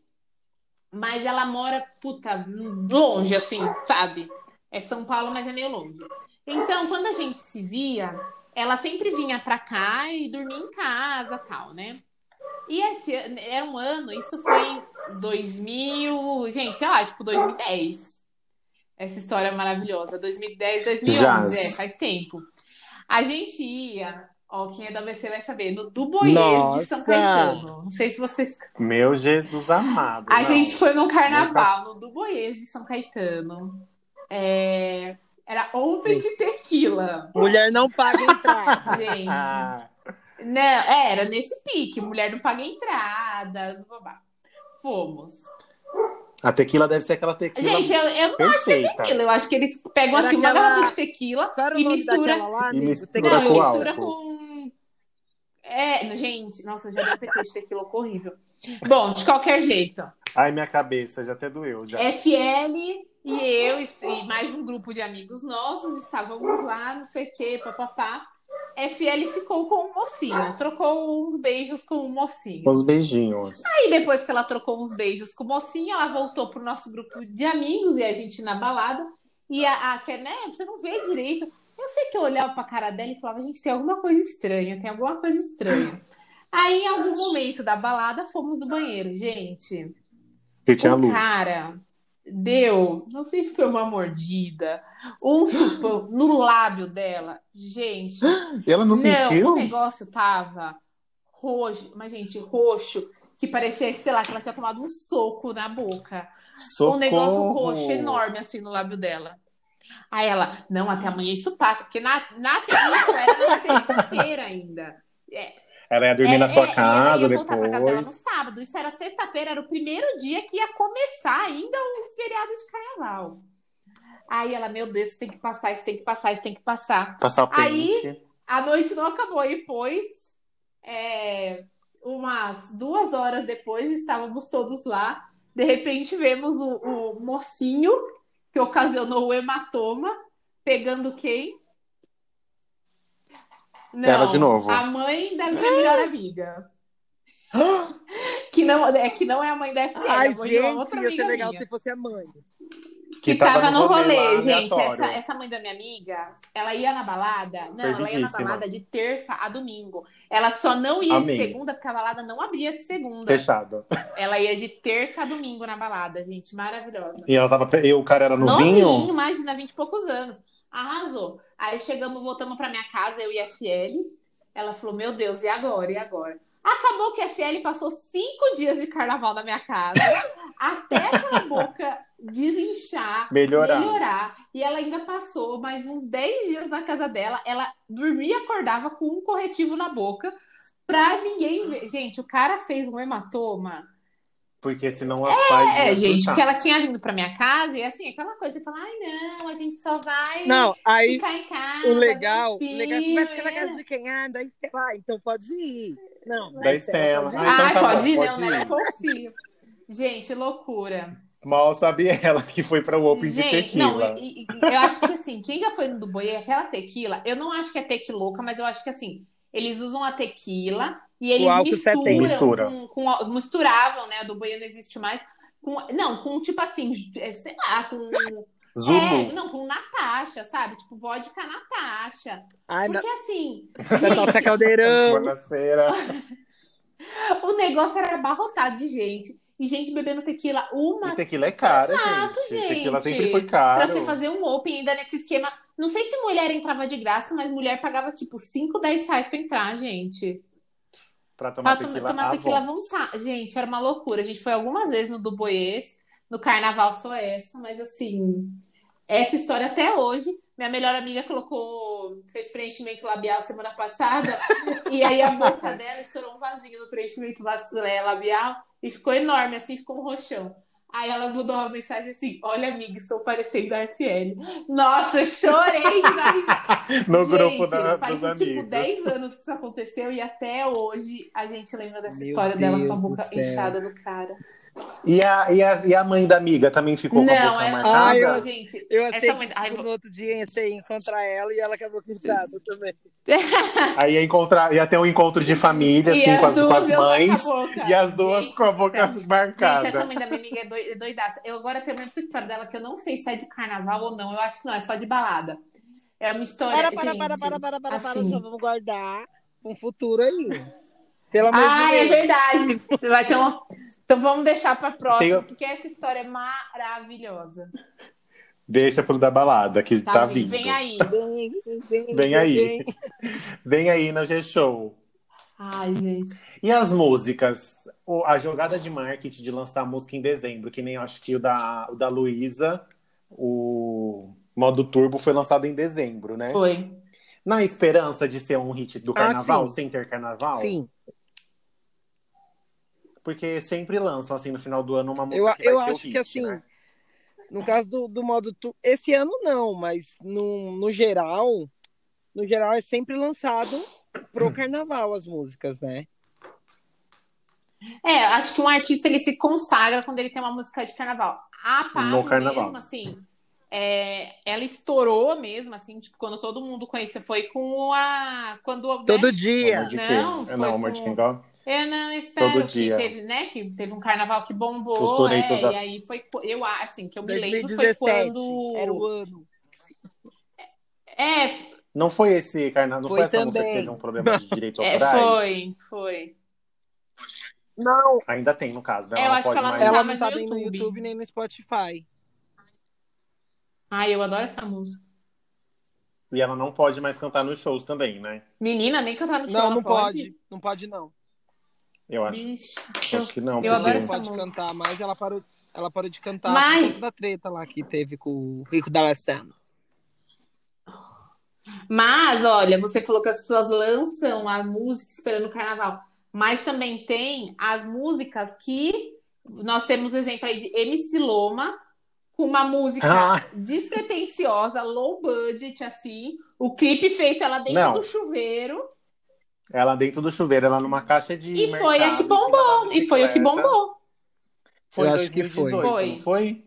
[SPEAKER 3] mas ela mora, puta, longe, assim, sabe? É São Paulo, mas é meio longe. Então, quando a gente se via, ela sempre vinha pra cá e dormia em casa tal, né? E esse ano- é um ano, isso foi em 2000, gente, sei lá, tipo 2010. Essa história é maravilhosa, 2010, 2011,
[SPEAKER 2] Jazz.
[SPEAKER 3] é, faz tempo. A gente ia, ó, quem é da BC vai saber, no Dubois de São
[SPEAKER 1] Nossa!
[SPEAKER 3] Caetano. Não sei se vocês
[SPEAKER 2] Meu Jesus amado.
[SPEAKER 3] a
[SPEAKER 2] não. é
[SPEAKER 3] gente foi num carnaval, no Duboês de São Caetano. É, Era open de tequila,
[SPEAKER 1] Mulher não paga entrada.
[SPEAKER 3] gente.
[SPEAKER 2] Ah,
[SPEAKER 3] Não, é, era nesse pique. Mulher não paga entrada, babá. Fomos.
[SPEAKER 2] a tequila deve ser aquela tequila Tá.
[SPEAKER 3] Gente, eu, eu não
[SPEAKER 2] perfeita.
[SPEAKER 3] tequila. Eu acho que eles pegam
[SPEAKER 1] Era
[SPEAKER 3] assim uma
[SPEAKER 1] aquela-
[SPEAKER 3] garrafa de tequila
[SPEAKER 1] Qual era o
[SPEAKER 3] e
[SPEAKER 1] nome
[SPEAKER 3] mistura.
[SPEAKER 1] daquela lá,
[SPEAKER 2] E
[SPEAKER 1] amigo?
[SPEAKER 2] mistura
[SPEAKER 1] Tequila.
[SPEAKER 3] Não,
[SPEAKER 2] com
[SPEAKER 3] mistura
[SPEAKER 2] álcool.
[SPEAKER 3] com É, gente, nossa, já deu PT de tequila horrível. Bom, de qualquer jeito.
[SPEAKER 2] Ai, minha cabeça, já até doeu.
[SPEAKER 3] É
[SPEAKER 2] Já.
[SPEAKER 3] FL e eu e mais um grupo de amigos nossos estávamos lá, não sei o quê, papapá. FL ficou com o mocinho, trocou uns beijos com o mocinho.
[SPEAKER 2] Os beijinhos.
[SPEAKER 3] Aí depois que ela trocou uns beijos com o mocinho, ela voltou pro nosso grupo de amigos e a gente na balada. E a, a Kené, você não vê direito. Eu sei que eu olhava pra cara dela e falava, gente, tem alguma coisa estranha, tem alguma coisa estranha. Aí, em algum momento da balada, fomos do banheiro, gente.
[SPEAKER 2] Eu tinha
[SPEAKER 3] o
[SPEAKER 2] luz.
[SPEAKER 3] cara deu, não sei se foi uma mordida, um chupão no lábio dela. Gente,
[SPEAKER 2] E ela não, sentiu?
[SPEAKER 3] o negócio tava roxo, mas gente, roxo, que parecia que, sei lá, que ela tinha tomado um soco na boca.
[SPEAKER 2] Socorro.
[SPEAKER 3] Um negócio roxo enorme assim no lábio dela. Aí ela, não, até amanhã isso passa, porque na, na isso era na sexta-feira ainda.
[SPEAKER 2] Ela ia né? dormir
[SPEAKER 3] É,
[SPEAKER 2] na sua
[SPEAKER 3] é, e
[SPEAKER 2] casa
[SPEAKER 3] ela ia voltar pra casa dela no
[SPEAKER 2] depois.
[SPEAKER 3] sábado. Isso era sexta-feira, era o primeiro dia que ia começar ainda o feriado de carnaval. Aí ela, meu Deus, isso tem que passar, isso tem que passar, isso tem que passar.
[SPEAKER 2] Passar
[SPEAKER 3] Aí-
[SPEAKER 2] pente.
[SPEAKER 3] A noite não acabou. E depois, é, umas duas horas depois, estávamos todos lá. De repente, vemos o, o mocinho que ocasionou o hematoma pegando quem? Não,
[SPEAKER 2] Ela de novo.
[SPEAKER 3] A mãe da minha melhor amiga. Que não, é, que não é a mãe da FL,
[SPEAKER 1] Ai,
[SPEAKER 3] a mãe de uma
[SPEAKER 1] gente,
[SPEAKER 3] outra
[SPEAKER 1] ia ser
[SPEAKER 3] amiga
[SPEAKER 1] legal
[SPEAKER 3] minha.
[SPEAKER 1] se fosse a mãe.
[SPEAKER 3] Que,
[SPEAKER 2] tava
[SPEAKER 3] tava, no rolê,
[SPEAKER 2] lá,
[SPEAKER 3] gente.
[SPEAKER 2] aleatório.
[SPEAKER 3] Essa, é essa mãe da minha amiga, ela ia na balada. Não, ela ia na
[SPEAKER 2] Fervidíssima.
[SPEAKER 3] balada de terça a domingo. Ela só não ia
[SPEAKER 2] Amém.
[SPEAKER 3] de segunda, porque a balada não abria de segunda.
[SPEAKER 2] Fechado.
[SPEAKER 3] Ela ia de terça a domingo na balada, gente. Maravilhosa.
[SPEAKER 2] E ela tava. pe- E o cara era
[SPEAKER 3] Novinho,
[SPEAKER 2] novinho?
[SPEAKER 3] imagina, 20 e poucos anos. Arrasou. Aí chegamos, voltamos pra minha casa, eu e a FL. Ela falou: Meu Deus, e agora? E agora? Acabou que a FL passou cinco dias de carnaval na minha casa, até aquela boca desinchar
[SPEAKER 2] Melhorar.
[SPEAKER 3] E ela ainda passou mais uns 10 dias na casa dela. Ela dormia e acordava com um corretivo na boca pra ninguém ver. Gente, o cara fez um hematoma.
[SPEAKER 2] Porque senão as pais.
[SPEAKER 3] É,
[SPEAKER 2] iam
[SPEAKER 3] gente,
[SPEAKER 2] surtar.
[SPEAKER 3] porque ela tinha vindo pra minha casa e assim, aquela coisa, você fala, ai não, a gente só vai
[SPEAKER 1] Não, aí
[SPEAKER 3] ficar em casa.
[SPEAKER 1] o legal, o
[SPEAKER 3] ver um
[SPEAKER 1] legal é que vai
[SPEAKER 3] filme,
[SPEAKER 1] ficar na casa de quem? Ah, da Estela. Ah, então pode ir. Não,
[SPEAKER 2] Da Estela.
[SPEAKER 1] pode ir.
[SPEAKER 2] Ah,
[SPEAKER 3] Ah,
[SPEAKER 2] então tá
[SPEAKER 3] pode
[SPEAKER 2] bom,
[SPEAKER 3] ir,
[SPEAKER 2] pode
[SPEAKER 3] não, né?
[SPEAKER 2] ir.
[SPEAKER 3] Não confio. Gente, loucura.
[SPEAKER 2] Mal sabia ela que foi pra um Open de
[SPEAKER 3] Gente,
[SPEAKER 2] tequila.
[SPEAKER 3] não, e- e- eu acho que assim, quem já foi no do banheiro, aquela tequila, eu não acho que é tequiloca, mas eu acho que assim, eles usam a tequila e eles
[SPEAKER 1] álcool
[SPEAKER 3] misturam
[SPEAKER 1] 70.
[SPEAKER 2] Mistura.
[SPEAKER 3] com, com- misturavam, né? A do banheiro não existe mais. Com, não, com tipo assim, é, sei lá, com. É,
[SPEAKER 2] Zulu.
[SPEAKER 3] não, com Natasha, sabe? Tipo, vodka Natasha.
[SPEAKER 1] Ai, É, não.
[SPEAKER 3] Porque assim,
[SPEAKER 1] Natasha Caldeirão.
[SPEAKER 2] Buenas-feira.
[SPEAKER 3] Ah, o negócio era abarrotado de gente. E gente bebendo tequila uma
[SPEAKER 2] E tequila é cara,
[SPEAKER 3] Exato,
[SPEAKER 2] gente.
[SPEAKER 3] gente.
[SPEAKER 2] Tequila sempre foi
[SPEAKER 3] Pra
[SPEAKER 2] caro.
[SPEAKER 3] você fazer um open ainda nesse esquema. Não sei se mulher entrava de graça, mas mulher pagava tipo 5, 10 reais pra entrar, gente.
[SPEAKER 2] Pra tomar
[SPEAKER 3] Pra to-
[SPEAKER 2] tequila
[SPEAKER 3] tomar
[SPEAKER 2] à
[SPEAKER 3] tequila à
[SPEAKER 2] vontade.
[SPEAKER 3] vontade. Gente, era uma loucura. A gente foi algumas vezes no do Boês, no carnaval só essa, mas assim, essa história até hoje. Minha melhor amiga colocou, fez preenchimento labial semana passada, e aí a boca dela estourou um vazio no preenchimento vas- é, labial e ficou enorme, assim, ficou um roxão. Aí ela mandou uma mensagem assim: Olha, amiga, estou parecendo a FL. Nossa, eu chorei de dar risada.
[SPEAKER 2] No
[SPEAKER 3] Gente,
[SPEAKER 2] grupo da-
[SPEAKER 3] faz
[SPEAKER 2] dos
[SPEAKER 3] tipo
[SPEAKER 2] amigos.
[SPEAKER 3] 10 anos que isso aconteceu e até hoje a gente lembra dessa
[SPEAKER 1] Meu
[SPEAKER 3] história dela com a
[SPEAKER 1] Deus do
[SPEAKER 3] boca
[SPEAKER 1] céu.
[SPEAKER 3] inchada do cara.
[SPEAKER 2] E a, e, a, e a mãe da amiga também ficou com a
[SPEAKER 3] não,
[SPEAKER 2] boca
[SPEAKER 3] é- ela
[SPEAKER 2] marcada?
[SPEAKER 1] Ai, eu-
[SPEAKER 3] gente.
[SPEAKER 1] Eu achei
[SPEAKER 3] Essa mãe-
[SPEAKER 1] que
[SPEAKER 3] Ai,
[SPEAKER 1] tipo,
[SPEAKER 3] vou-
[SPEAKER 1] no outro dia ia ser encontrar ela e ela acabou pintada também.
[SPEAKER 2] Aí ia, encontrar, ia ter um encontro de família, assim, com as, com as
[SPEAKER 3] eu com a
[SPEAKER 2] mães.
[SPEAKER 3] boca.
[SPEAKER 2] E as duas
[SPEAKER 3] Gente,
[SPEAKER 2] com a boca
[SPEAKER 3] sério. Gente,
[SPEAKER 2] marcada.
[SPEAKER 3] essa mãe da minha amiga é doi- é doidaça. Eu agora tenho muita história dela que eu não sei se é de carnaval ou não. Eu acho que não, é só de balada. É uma história.
[SPEAKER 1] Para, para,
[SPEAKER 3] gente.
[SPEAKER 1] para, para, para, para, para,
[SPEAKER 3] assim.
[SPEAKER 1] já vamos guardar um futuro aí. Pelo amor
[SPEAKER 3] Ah, é
[SPEAKER 1] de Deus.
[SPEAKER 3] verdade. Vai ter uma... Então vamos deixar pra próxima,
[SPEAKER 2] Tem-
[SPEAKER 3] porque essa história é maravilhosa.
[SPEAKER 2] Deixa pro da balada, que tá,
[SPEAKER 3] vem,
[SPEAKER 2] vindo.
[SPEAKER 3] vem aí.
[SPEAKER 1] Vem, vem,
[SPEAKER 2] Vem aí. Vem aí na G-Show.
[SPEAKER 3] Ai, gente.
[SPEAKER 2] E as músicas? O- a jogada de marketing de lançar música em dezembro, que nem acho que o da, o da Luísa, o modo turbo, foi lançado em dezembro, né?
[SPEAKER 3] Foi.
[SPEAKER 2] Na esperança de ser um hit do
[SPEAKER 1] Ah,
[SPEAKER 2] carnaval,
[SPEAKER 1] sim.
[SPEAKER 2] sem ter carnaval.
[SPEAKER 1] Sim,
[SPEAKER 2] Porque sempre lançam, assim, no final do ano, uma música
[SPEAKER 1] eu,
[SPEAKER 2] que vai
[SPEAKER 1] eu
[SPEAKER 2] ser o
[SPEAKER 1] acho
[SPEAKER 2] hit,
[SPEAKER 1] que assim,
[SPEAKER 2] né?
[SPEAKER 1] no caso do, do modo tu, esse ano não, mas no, no geral, no geral é sempre lançado
[SPEAKER 2] Hum.
[SPEAKER 1] pro carnaval as músicas, né?
[SPEAKER 3] É, acho que um artista ele se consagra quando ele tem uma música de carnaval. A Pablo
[SPEAKER 2] No carnaval.
[SPEAKER 3] mesmo, assim, é, ela estourou mesmo, assim, tipo, quando todo mundo conhecia, foi com a. Quando né?
[SPEAKER 1] Todo é?
[SPEAKER 2] O
[SPEAKER 1] dia.
[SPEAKER 2] amor de
[SPEAKER 3] Não,
[SPEAKER 2] quem? É,
[SPEAKER 3] foi
[SPEAKER 2] Não, o amor
[SPEAKER 3] com-
[SPEAKER 2] de quem gosta?
[SPEAKER 3] Eu não espero
[SPEAKER 2] Todo
[SPEAKER 3] que
[SPEAKER 2] dia.
[SPEAKER 3] teve, né? Que teve um carnaval que
[SPEAKER 2] Os
[SPEAKER 3] bombou, é,
[SPEAKER 2] Doritos, a-
[SPEAKER 3] e aí foi, co- eu acho, assim, que eu me lembro foi
[SPEAKER 1] 2017
[SPEAKER 3] quando.
[SPEAKER 1] era o ano.
[SPEAKER 3] É,
[SPEAKER 2] Não foi esse carnaval, não foi,
[SPEAKER 1] Foi
[SPEAKER 2] essa música que
[SPEAKER 1] também.
[SPEAKER 2] teve um problema de direito
[SPEAKER 3] é,
[SPEAKER 2] autorais?
[SPEAKER 3] foi, foi.
[SPEAKER 1] Não,
[SPEAKER 2] Ainda tem, no caso, né?
[SPEAKER 3] É, eu
[SPEAKER 2] não
[SPEAKER 3] acho
[SPEAKER 2] pode
[SPEAKER 3] que ela não
[SPEAKER 2] mais...
[SPEAKER 3] tá
[SPEAKER 1] ela
[SPEAKER 3] mas
[SPEAKER 1] não
[SPEAKER 3] no
[SPEAKER 1] tá nem no
[SPEAKER 3] YouTube.
[SPEAKER 1] YouTube nem no Spotify.
[SPEAKER 3] Ai, eu adoro essa música.
[SPEAKER 2] E ela não pode mais cantar nos shows também, né?
[SPEAKER 3] Menina, nem cantar no show.
[SPEAKER 1] Não,
[SPEAKER 3] ela
[SPEAKER 1] não pode. Não pode, não.
[SPEAKER 2] Eu acho,
[SPEAKER 3] Bicho,
[SPEAKER 2] acho que não,
[SPEAKER 3] Então, eu
[SPEAKER 2] porque...
[SPEAKER 3] adoro
[SPEAKER 1] Ela não
[SPEAKER 3] essa
[SPEAKER 1] pode
[SPEAKER 3] música.
[SPEAKER 1] cantar, mas ela parou, ela parou de cantar
[SPEAKER 3] Mas-
[SPEAKER 1] por causa da treta lá que teve com o Rico da Lacena.
[SPEAKER 3] Mas, olha, você falou que as pessoas lançam a música esperando o carnaval, mas também tem as músicas que nós temos o exemplo aí de MC Loma com uma música
[SPEAKER 2] Ah,
[SPEAKER 3] despretensiosa, low budget assim, o clipe feito ela dentro
[SPEAKER 2] Não.
[SPEAKER 3] do chuveiro
[SPEAKER 2] ela dentro do chuveiro, ela numa caixa de
[SPEAKER 3] e foi
[SPEAKER 2] mercado,
[SPEAKER 3] a que
[SPEAKER 2] em cima da
[SPEAKER 3] bombou, e foi a que
[SPEAKER 2] bicicleta.
[SPEAKER 3] bombou.
[SPEAKER 2] Foi
[SPEAKER 1] Eu
[SPEAKER 2] em
[SPEAKER 1] acho que foi.
[SPEAKER 2] 2018, não
[SPEAKER 3] Foi.
[SPEAKER 2] foi?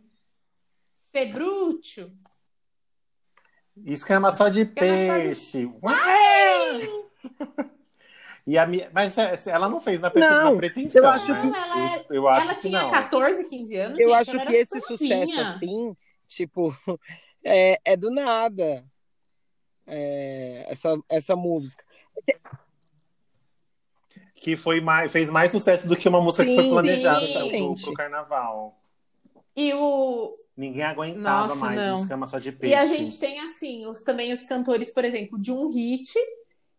[SPEAKER 3] Ser brútil.
[SPEAKER 2] Escama só de
[SPEAKER 3] só de-
[SPEAKER 2] peixe. Uau! E a minha... Mas é, ela não fez na, pre...
[SPEAKER 1] Não,
[SPEAKER 2] na pretensão.
[SPEAKER 1] eu acho
[SPEAKER 2] né?
[SPEAKER 3] que- Ela- é-
[SPEAKER 2] Isso, eu acho
[SPEAKER 3] ela
[SPEAKER 2] que
[SPEAKER 3] tinha
[SPEAKER 2] não.
[SPEAKER 3] 14, 15 anos,
[SPEAKER 1] Eu
[SPEAKER 3] Então, gente,
[SPEAKER 1] acho
[SPEAKER 3] ela
[SPEAKER 1] que
[SPEAKER 3] era
[SPEAKER 1] esse
[SPEAKER 3] novinha.
[SPEAKER 1] sucesso, assim, tipo, é, é do nada. É, essa, essa música.
[SPEAKER 2] Que foi mais, fez mais sucesso do que uma música que
[SPEAKER 1] Sim,
[SPEAKER 2] foi planejada
[SPEAKER 3] sim.
[SPEAKER 2] pro- pro, pro
[SPEAKER 1] Gente.
[SPEAKER 2] carnaval.
[SPEAKER 3] E o,
[SPEAKER 2] Ninguém aguentava
[SPEAKER 3] Nossa,
[SPEAKER 2] mais
[SPEAKER 3] não.
[SPEAKER 2] escama só de peixe.
[SPEAKER 3] E a gente tem, assim, os, também os cantores, por exemplo, de um hit.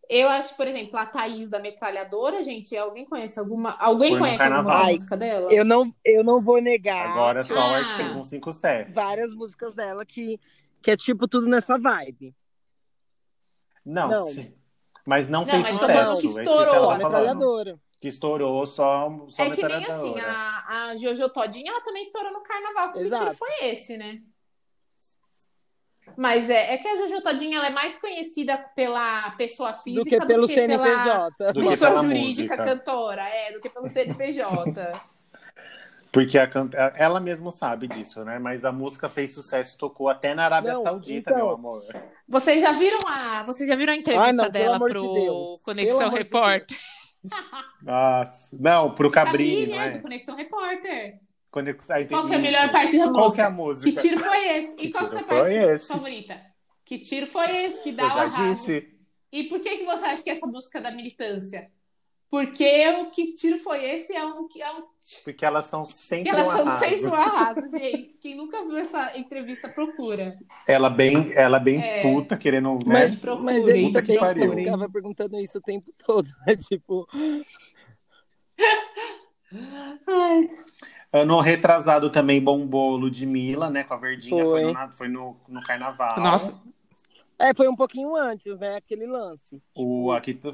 [SPEAKER 3] Eu acho, por exemplo, a Thaís da Metralhadora, gente, alguém conhece alguma. Alguém
[SPEAKER 2] Foi no
[SPEAKER 3] conhece alguma
[SPEAKER 2] carnaval.
[SPEAKER 3] música dela?
[SPEAKER 1] Eu não, eu não vou negar
[SPEAKER 2] Agora só
[SPEAKER 3] Ah.
[SPEAKER 2] o artigo com cinco steps.
[SPEAKER 1] várias músicas dela que, que é tipo tudo nessa vibe.
[SPEAKER 2] Não,
[SPEAKER 1] Não.
[SPEAKER 2] se- mas não,
[SPEAKER 3] Não,
[SPEAKER 2] fez
[SPEAKER 3] mas tô
[SPEAKER 2] sucesso.
[SPEAKER 3] falando que
[SPEAKER 2] é isso
[SPEAKER 3] estourou.
[SPEAKER 2] ela
[SPEAKER 1] Só
[SPEAKER 2] tá falando.
[SPEAKER 1] metralhadora.
[SPEAKER 2] Que estourou só, só
[SPEAKER 3] é que nem
[SPEAKER 2] metralhadora.
[SPEAKER 3] assim, a, a Jojo Todinha, ela também estourou no carnaval, porque o
[SPEAKER 1] Exato.
[SPEAKER 3] tiro foi esse, né? Mas é, é que a Jojo Todinha ela é mais conhecida pela pessoa física
[SPEAKER 1] Do que pelo
[SPEAKER 3] pela
[SPEAKER 1] CNPJ.
[SPEAKER 2] Do que
[SPEAKER 3] pessoa
[SPEAKER 2] pela
[SPEAKER 3] jurídica
[SPEAKER 2] música.
[SPEAKER 3] cantora, é, do que pelo CNPJ.
[SPEAKER 2] Porque a canta... ela mesma sabe disso, né? Mas a música fez sucesso, tocou até na Arábia
[SPEAKER 1] Não,
[SPEAKER 2] Saudita,
[SPEAKER 1] então.
[SPEAKER 2] meu amor.
[SPEAKER 3] Vocês já viram a, vocês já viram a entrevista
[SPEAKER 1] Ai, não, pelo
[SPEAKER 3] dela
[SPEAKER 1] amor de
[SPEAKER 3] pro
[SPEAKER 1] Deus. Pelo
[SPEAKER 3] Conexão
[SPEAKER 1] amor de
[SPEAKER 3] Repórter?
[SPEAKER 2] Nossa. Não, pro Cabrini, não
[SPEAKER 3] né? do
[SPEAKER 2] é?
[SPEAKER 3] Conexão Repórter.
[SPEAKER 2] Quando eu- aí tem
[SPEAKER 3] Qual que é a
[SPEAKER 2] isso.
[SPEAKER 3] melhor parte da
[SPEAKER 2] Qual que é
[SPEAKER 3] música?
[SPEAKER 2] a música?
[SPEAKER 3] Que tiro foi esse? E
[SPEAKER 2] Que
[SPEAKER 3] qual que é a
[SPEAKER 2] tiro
[SPEAKER 3] parte
[SPEAKER 2] foi esse?
[SPEAKER 3] favorita? Que tiro foi esse que dá
[SPEAKER 2] eu
[SPEAKER 3] o
[SPEAKER 2] já
[SPEAKER 3] arraso?
[SPEAKER 2] disse.
[SPEAKER 3] E por que, que você acha que essa música é da militância? Porque o que tiro foi esse é um que é um
[SPEAKER 2] Porque elas são
[SPEAKER 3] que
[SPEAKER 2] sempre
[SPEAKER 3] elas
[SPEAKER 2] um
[SPEAKER 3] são
[SPEAKER 2] arraso.
[SPEAKER 3] seis no arraso, gente. Quem nunca viu essa entrevista procura.
[SPEAKER 2] Ela bem, ela bem
[SPEAKER 3] É.
[SPEAKER 2] puta, querendo... né?
[SPEAKER 1] Mas,
[SPEAKER 3] Procurem.
[SPEAKER 1] mas é ele
[SPEAKER 2] Puta que
[SPEAKER 1] também
[SPEAKER 2] pariu.
[SPEAKER 1] ficava perguntando isso o tempo todo, né? Tipo,
[SPEAKER 3] Ai,
[SPEAKER 2] Ano retrasado também bombou Ludmilla, né? Com a Verdinha. Foi,
[SPEAKER 1] Foi.
[SPEAKER 2] no, na- foi no, no carnaval.
[SPEAKER 3] Nossa.
[SPEAKER 1] é, foi um pouquinho antes, né? Aquele lance.
[SPEAKER 2] O aqui... tu-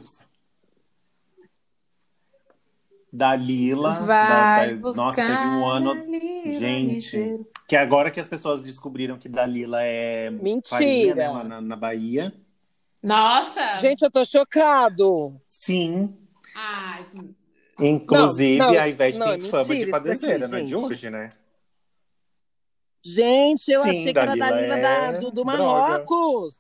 [SPEAKER 2] Da Lila.
[SPEAKER 3] vai
[SPEAKER 2] da- da-
[SPEAKER 3] buscar.
[SPEAKER 2] Nossa, teve um ano
[SPEAKER 3] ali,
[SPEAKER 2] Gente.
[SPEAKER 3] ligeiro.
[SPEAKER 2] que agora que as pessoas descobriram que Dalila é farinha, né, lá
[SPEAKER 1] Mentira!
[SPEAKER 2] na, na Bahia.
[SPEAKER 3] Nossa.
[SPEAKER 1] Gente, eu tô chocado!
[SPEAKER 2] Sim.
[SPEAKER 3] Ah,
[SPEAKER 2] Inclusive,
[SPEAKER 1] Não, não,
[SPEAKER 2] a Ivete
[SPEAKER 1] não,
[SPEAKER 2] tem
[SPEAKER 1] mentira,
[SPEAKER 2] fama de
[SPEAKER 1] isso
[SPEAKER 2] padeceira,
[SPEAKER 1] daqui,
[SPEAKER 2] não é de
[SPEAKER 1] gente.
[SPEAKER 2] hoje, né?
[SPEAKER 1] Gente, eu
[SPEAKER 2] Sim,
[SPEAKER 1] achei que era da
[SPEAKER 2] Dalila
[SPEAKER 1] Lila
[SPEAKER 2] é
[SPEAKER 1] da- do, do
[SPEAKER 2] droga.
[SPEAKER 1] Marrocos!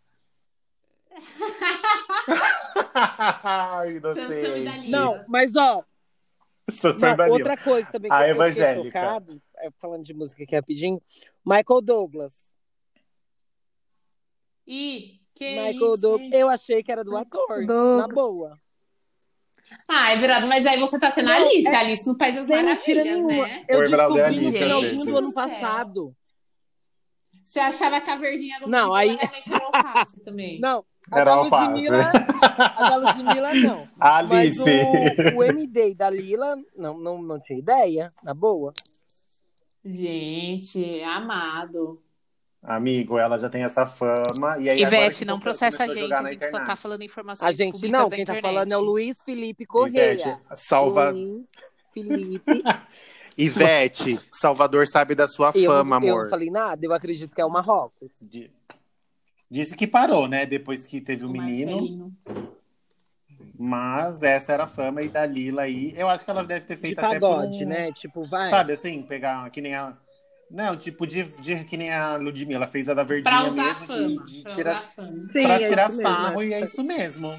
[SPEAKER 2] Ai,
[SPEAKER 3] Sansão e
[SPEAKER 2] inocente.
[SPEAKER 3] Dalila.
[SPEAKER 1] Não, mas ó,
[SPEAKER 2] Sansão e
[SPEAKER 1] não,
[SPEAKER 2] Dalila.
[SPEAKER 1] outra coisa também que
[SPEAKER 2] A
[SPEAKER 1] eu fiquei
[SPEAKER 2] evangélica.
[SPEAKER 1] chocado, é, falando de música aqui rapidinho, Michael Douglas.
[SPEAKER 3] e que
[SPEAKER 1] Michael
[SPEAKER 3] isso,
[SPEAKER 1] Douglas,
[SPEAKER 3] hein?
[SPEAKER 1] eu achei que era do ator, na
[SPEAKER 3] Douglas.
[SPEAKER 1] boa.
[SPEAKER 3] Ah, é verdade, mas aí você tá sendo a
[SPEAKER 1] Não,
[SPEAKER 3] Alice,
[SPEAKER 1] é-
[SPEAKER 3] Alice no País das
[SPEAKER 1] Sem mentira
[SPEAKER 3] Maravilhas,
[SPEAKER 1] nenhuma.
[SPEAKER 3] né?
[SPEAKER 1] Eu
[SPEAKER 2] Oi, Braulio, é
[SPEAKER 1] descobri no
[SPEAKER 3] Alice,
[SPEAKER 1] finalzinho
[SPEAKER 3] às
[SPEAKER 1] do ano
[SPEAKER 3] vezes.
[SPEAKER 1] passado.
[SPEAKER 3] Você achava que a verdinha do
[SPEAKER 1] Não,
[SPEAKER 3] Michael
[SPEAKER 1] aí-
[SPEAKER 3] realmente era alface também.
[SPEAKER 1] Não, a
[SPEAKER 2] Era
[SPEAKER 1] da
[SPEAKER 2] alface.
[SPEAKER 1] Ludmilla, a da Ludmilla não.
[SPEAKER 2] Alice.
[SPEAKER 1] Mas o, o MD da Lila, não, não, não tinha ideia, na boa.
[SPEAKER 3] Gente, amado.
[SPEAKER 2] Amigo, ela já tem essa fama. E aí, agora que
[SPEAKER 3] Ivete,
[SPEAKER 2] você
[SPEAKER 3] não processa a
[SPEAKER 2] começou
[SPEAKER 3] gente,
[SPEAKER 2] jogar
[SPEAKER 3] a
[SPEAKER 2] na
[SPEAKER 3] gente só
[SPEAKER 2] internet.
[SPEAKER 3] tá falando informações
[SPEAKER 1] A gente
[SPEAKER 3] públicas
[SPEAKER 1] não,
[SPEAKER 3] da
[SPEAKER 1] quem tá
[SPEAKER 3] internet.
[SPEAKER 1] falando é o Luiz Felipe Correia.
[SPEAKER 2] Ivete, salva...
[SPEAKER 1] Luiz Felipe.
[SPEAKER 2] Ivete, Salvador sabe da sua
[SPEAKER 1] Eu,
[SPEAKER 2] fama,
[SPEAKER 1] eu
[SPEAKER 2] amor.
[SPEAKER 1] não falei nada, eu acredito que é o Marrocos.
[SPEAKER 2] Di- Disse que parou, né? Depois que teve o, menino.
[SPEAKER 3] Marcelino.
[SPEAKER 2] Marcelino. Mas essa era a fama e da Lila aí. Eu acho que ela deve ter
[SPEAKER 1] De
[SPEAKER 2] feito até por
[SPEAKER 1] pagode,
[SPEAKER 2] um-
[SPEAKER 1] né? Tipo, vai.
[SPEAKER 2] Sabe assim, pegar que nem a. Não, tipo, de, de- que nem a Ludmilla fez a da Verdinha
[SPEAKER 3] Pra usar a
[SPEAKER 2] mesmo, de-
[SPEAKER 3] fama.
[SPEAKER 2] de,
[SPEAKER 3] pra
[SPEAKER 2] tirar,
[SPEAKER 3] usar a fama.
[SPEAKER 1] Sim,
[SPEAKER 2] pra
[SPEAKER 1] é
[SPEAKER 2] tirar
[SPEAKER 1] isso mesmo,
[SPEAKER 2] sarro,
[SPEAKER 1] é.
[SPEAKER 2] e é isso mesmo.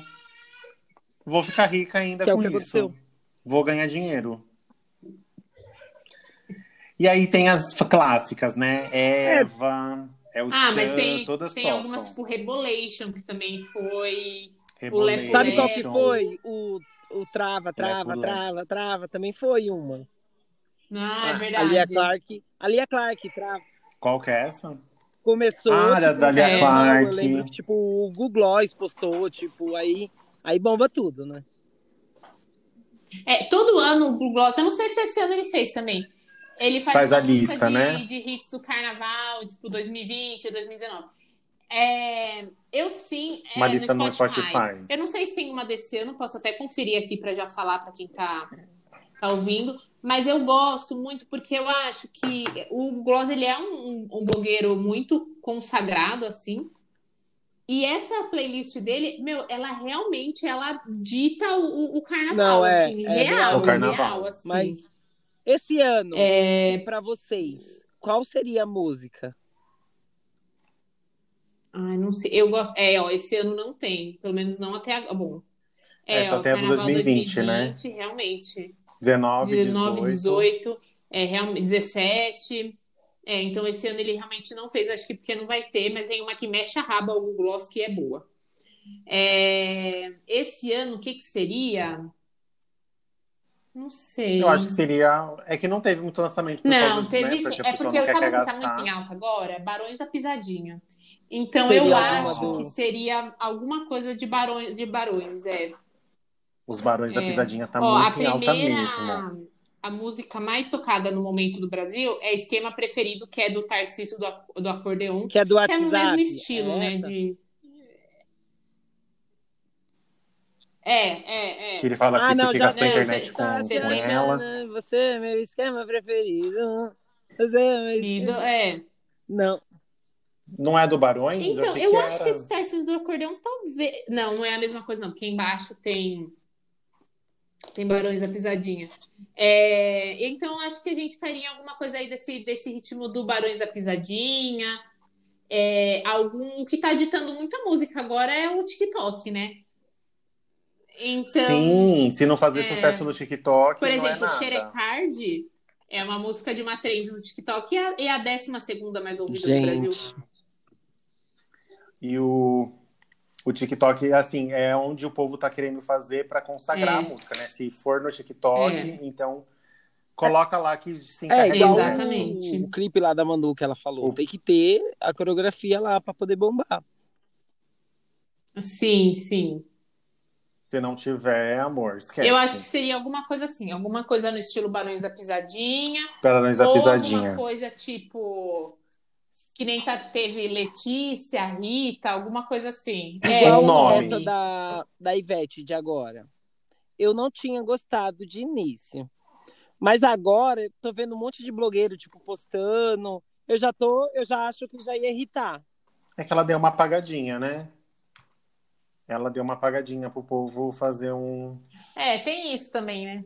[SPEAKER 2] Vou ficar rica ainda
[SPEAKER 1] Que é o
[SPEAKER 2] com
[SPEAKER 1] que
[SPEAKER 2] isso.
[SPEAKER 1] aconteceu.
[SPEAKER 2] Vou ganhar dinheiro. E aí tem as f- clássicas, né? Eva, é, o
[SPEAKER 3] Ah, mas
[SPEAKER 2] Tchan,
[SPEAKER 3] tem,
[SPEAKER 2] todas então.
[SPEAKER 3] tem
[SPEAKER 2] tocam.
[SPEAKER 3] algumas, tipo, Rebolation, que também foi.
[SPEAKER 2] Rebolation.
[SPEAKER 1] Sabe qual que
[SPEAKER 3] Lepo.
[SPEAKER 1] foi? O, o trava, trava,
[SPEAKER 2] Lepo, lepo.
[SPEAKER 1] trava, trava. Também foi uma.
[SPEAKER 3] Ah, é
[SPEAKER 1] A
[SPEAKER 3] verdade.
[SPEAKER 1] Lia Clark. A Lia Clark, trava.
[SPEAKER 2] Qual que é essa?
[SPEAKER 1] Começou.
[SPEAKER 2] Ah, da- da Lia
[SPEAKER 1] é,
[SPEAKER 2] Clark.
[SPEAKER 1] Eu lembro que, tipo, o Google Gloss postou, tipo, aí, aí bomba tudo, né?
[SPEAKER 3] É, todo ano o Blue Gloss, eu não sei se esse ano ele fez também. Ele faz,
[SPEAKER 2] Faz
[SPEAKER 3] uma
[SPEAKER 2] a
[SPEAKER 3] música
[SPEAKER 2] lista,
[SPEAKER 3] de,
[SPEAKER 2] né?
[SPEAKER 3] de hits do carnaval, tipo 2020, 2019. É, eu sim, é,
[SPEAKER 2] Uma lista no Spotify.
[SPEAKER 3] Eu não sei se tem uma desse ano, posso até conferir aqui pra já falar pra quem tá, tá ouvindo. Mas eu gosto muito porque eu acho que o Gloss ele é um, um blogueiro muito consagrado assim. E essa playlist dele, meu, ela realmente ela dita o, o carnaval,
[SPEAKER 1] Não, é-
[SPEAKER 3] assim,
[SPEAKER 1] é
[SPEAKER 3] real,
[SPEAKER 2] real. O carnaval.
[SPEAKER 3] real, assim.
[SPEAKER 1] Mas esse ano,
[SPEAKER 3] É,
[SPEAKER 1] pra vocês, qual seria a música?
[SPEAKER 3] ai, não sei, eu gosto. É, ó, esse ano não tem, pelo menos não até agora. Bom,
[SPEAKER 2] É, só
[SPEAKER 3] ó,
[SPEAKER 2] até
[SPEAKER 3] carnaval
[SPEAKER 2] 2020, né?
[SPEAKER 3] Realmente.
[SPEAKER 2] 19,
[SPEAKER 3] 19,
[SPEAKER 2] 19 18.
[SPEAKER 3] 18, é, realmente 17. É, então esse ano ele realmente não fez, acho que porque não vai ter, mas tem uma que mexe a raba ao Google Gloss que é boa. É, esse ano, o que que seria? Não sei.
[SPEAKER 2] Eu acho que seria. É que não teve muito lançamento. Por causa
[SPEAKER 3] Não,
[SPEAKER 2] do-
[SPEAKER 3] teve
[SPEAKER 2] né?
[SPEAKER 3] sim.
[SPEAKER 2] Porque a
[SPEAKER 3] É
[SPEAKER 2] pessoa
[SPEAKER 3] porque
[SPEAKER 2] não
[SPEAKER 3] eu
[SPEAKER 2] quer
[SPEAKER 3] sabe o que tá
[SPEAKER 2] gastar.
[SPEAKER 3] muito em alta agora? é Barões da Pisadinha. Então
[SPEAKER 1] Seria
[SPEAKER 3] eu
[SPEAKER 2] alguma
[SPEAKER 3] acho
[SPEAKER 2] do-
[SPEAKER 3] que seria alguma coisa de barões, de barões, é.
[SPEAKER 2] Os Barões da
[SPEAKER 3] É.
[SPEAKER 2] Pisadinha tá
[SPEAKER 3] Ó, a
[SPEAKER 2] muito em alta
[SPEAKER 3] primeira,
[SPEAKER 2] mesmo.
[SPEAKER 3] a música mais tocada no momento do Brasil é Esquema Preferido, que é do Tarcísio do, Ac- do Acordeon,
[SPEAKER 1] Que é do
[SPEAKER 3] que é
[SPEAKER 1] WhatsApp.
[SPEAKER 3] no mesmo estilo,
[SPEAKER 1] é
[SPEAKER 3] né?
[SPEAKER 1] essa?
[SPEAKER 3] De... É, é, é.
[SPEAKER 2] Que ele fala aqui
[SPEAKER 1] Ah, não,
[SPEAKER 2] porque
[SPEAKER 1] já Ah,
[SPEAKER 2] gastou a
[SPEAKER 3] sei,
[SPEAKER 2] internet
[SPEAKER 3] você
[SPEAKER 2] com,
[SPEAKER 3] tá
[SPEAKER 2] com
[SPEAKER 3] acelerando.
[SPEAKER 2] ela.
[SPEAKER 1] Você é meu esquema preferido. Você é meu
[SPEAKER 3] Lido,
[SPEAKER 1] esquema.
[SPEAKER 3] é.
[SPEAKER 1] Não,
[SPEAKER 2] Não é do Barões?
[SPEAKER 3] Então,
[SPEAKER 2] achei
[SPEAKER 3] eu
[SPEAKER 2] que
[SPEAKER 3] acho
[SPEAKER 2] era.
[SPEAKER 3] que esse Tarcísio do Acordeão talvez. Não, não é a mesma coisa, não, porque embaixo tem. Tem Barões da Pisadinha. É, Então, eu acho que a gente faria em alguma coisa aí desse, desse ritmo do Barões da Pisadinha. É, algum... O que tá ditando muita música agora é o TikTok, né? Então,
[SPEAKER 2] Sim, se não fazer
[SPEAKER 3] é.
[SPEAKER 2] sucesso no TikTok.
[SPEAKER 3] por
[SPEAKER 2] não é
[SPEAKER 3] exemplo,
[SPEAKER 2] nada.
[SPEAKER 3] Xerecard é uma música de uma trend do TikTok e a, e a décima segunda mais ouvida do Brasil.
[SPEAKER 1] gente.
[SPEAKER 2] E o, o TikTok, assim, é onde o povo tá querendo fazer pra consagrar
[SPEAKER 3] É.
[SPEAKER 2] a música, né? Se for no TikTok, então coloca lá que se
[SPEAKER 1] É
[SPEAKER 2] encarrega.
[SPEAKER 1] igual
[SPEAKER 2] muito.
[SPEAKER 3] Exatamente.
[SPEAKER 1] o, o clipe lá da Manu que ela falou.
[SPEAKER 2] O-
[SPEAKER 1] Tem que ter a coreografia lá pra poder bombar.
[SPEAKER 3] Sim, sim.
[SPEAKER 2] Se não tiver, amor, esquece.
[SPEAKER 3] Eu acho que seria alguma coisa assim, alguma coisa no estilo Barões da Pisadinha,
[SPEAKER 2] Barões da
[SPEAKER 3] ou
[SPEAKER 2] Pisadinha.
[SPEAKER 3] alguma coisa tipo que nem tá, teve Letícia, Rita, alguma coisa assim. É,
[SPEAKER 1] Igual
[SPEAKER 2] um nome.
[SPEAKER 1] essa da, da Ivete de agora. Eu não tinha gostado de início. Mas agora eu tô vendo um monte de blogueiro, tipo, postando. Eu já tô, eu já acho que já ia irritar.
[SPEAKER 2] É que ela deu uma apagadinha, né? Ela deu uma apagadinha pro povo fazer um.
[SPEAKER 3] É, tem isso também, né?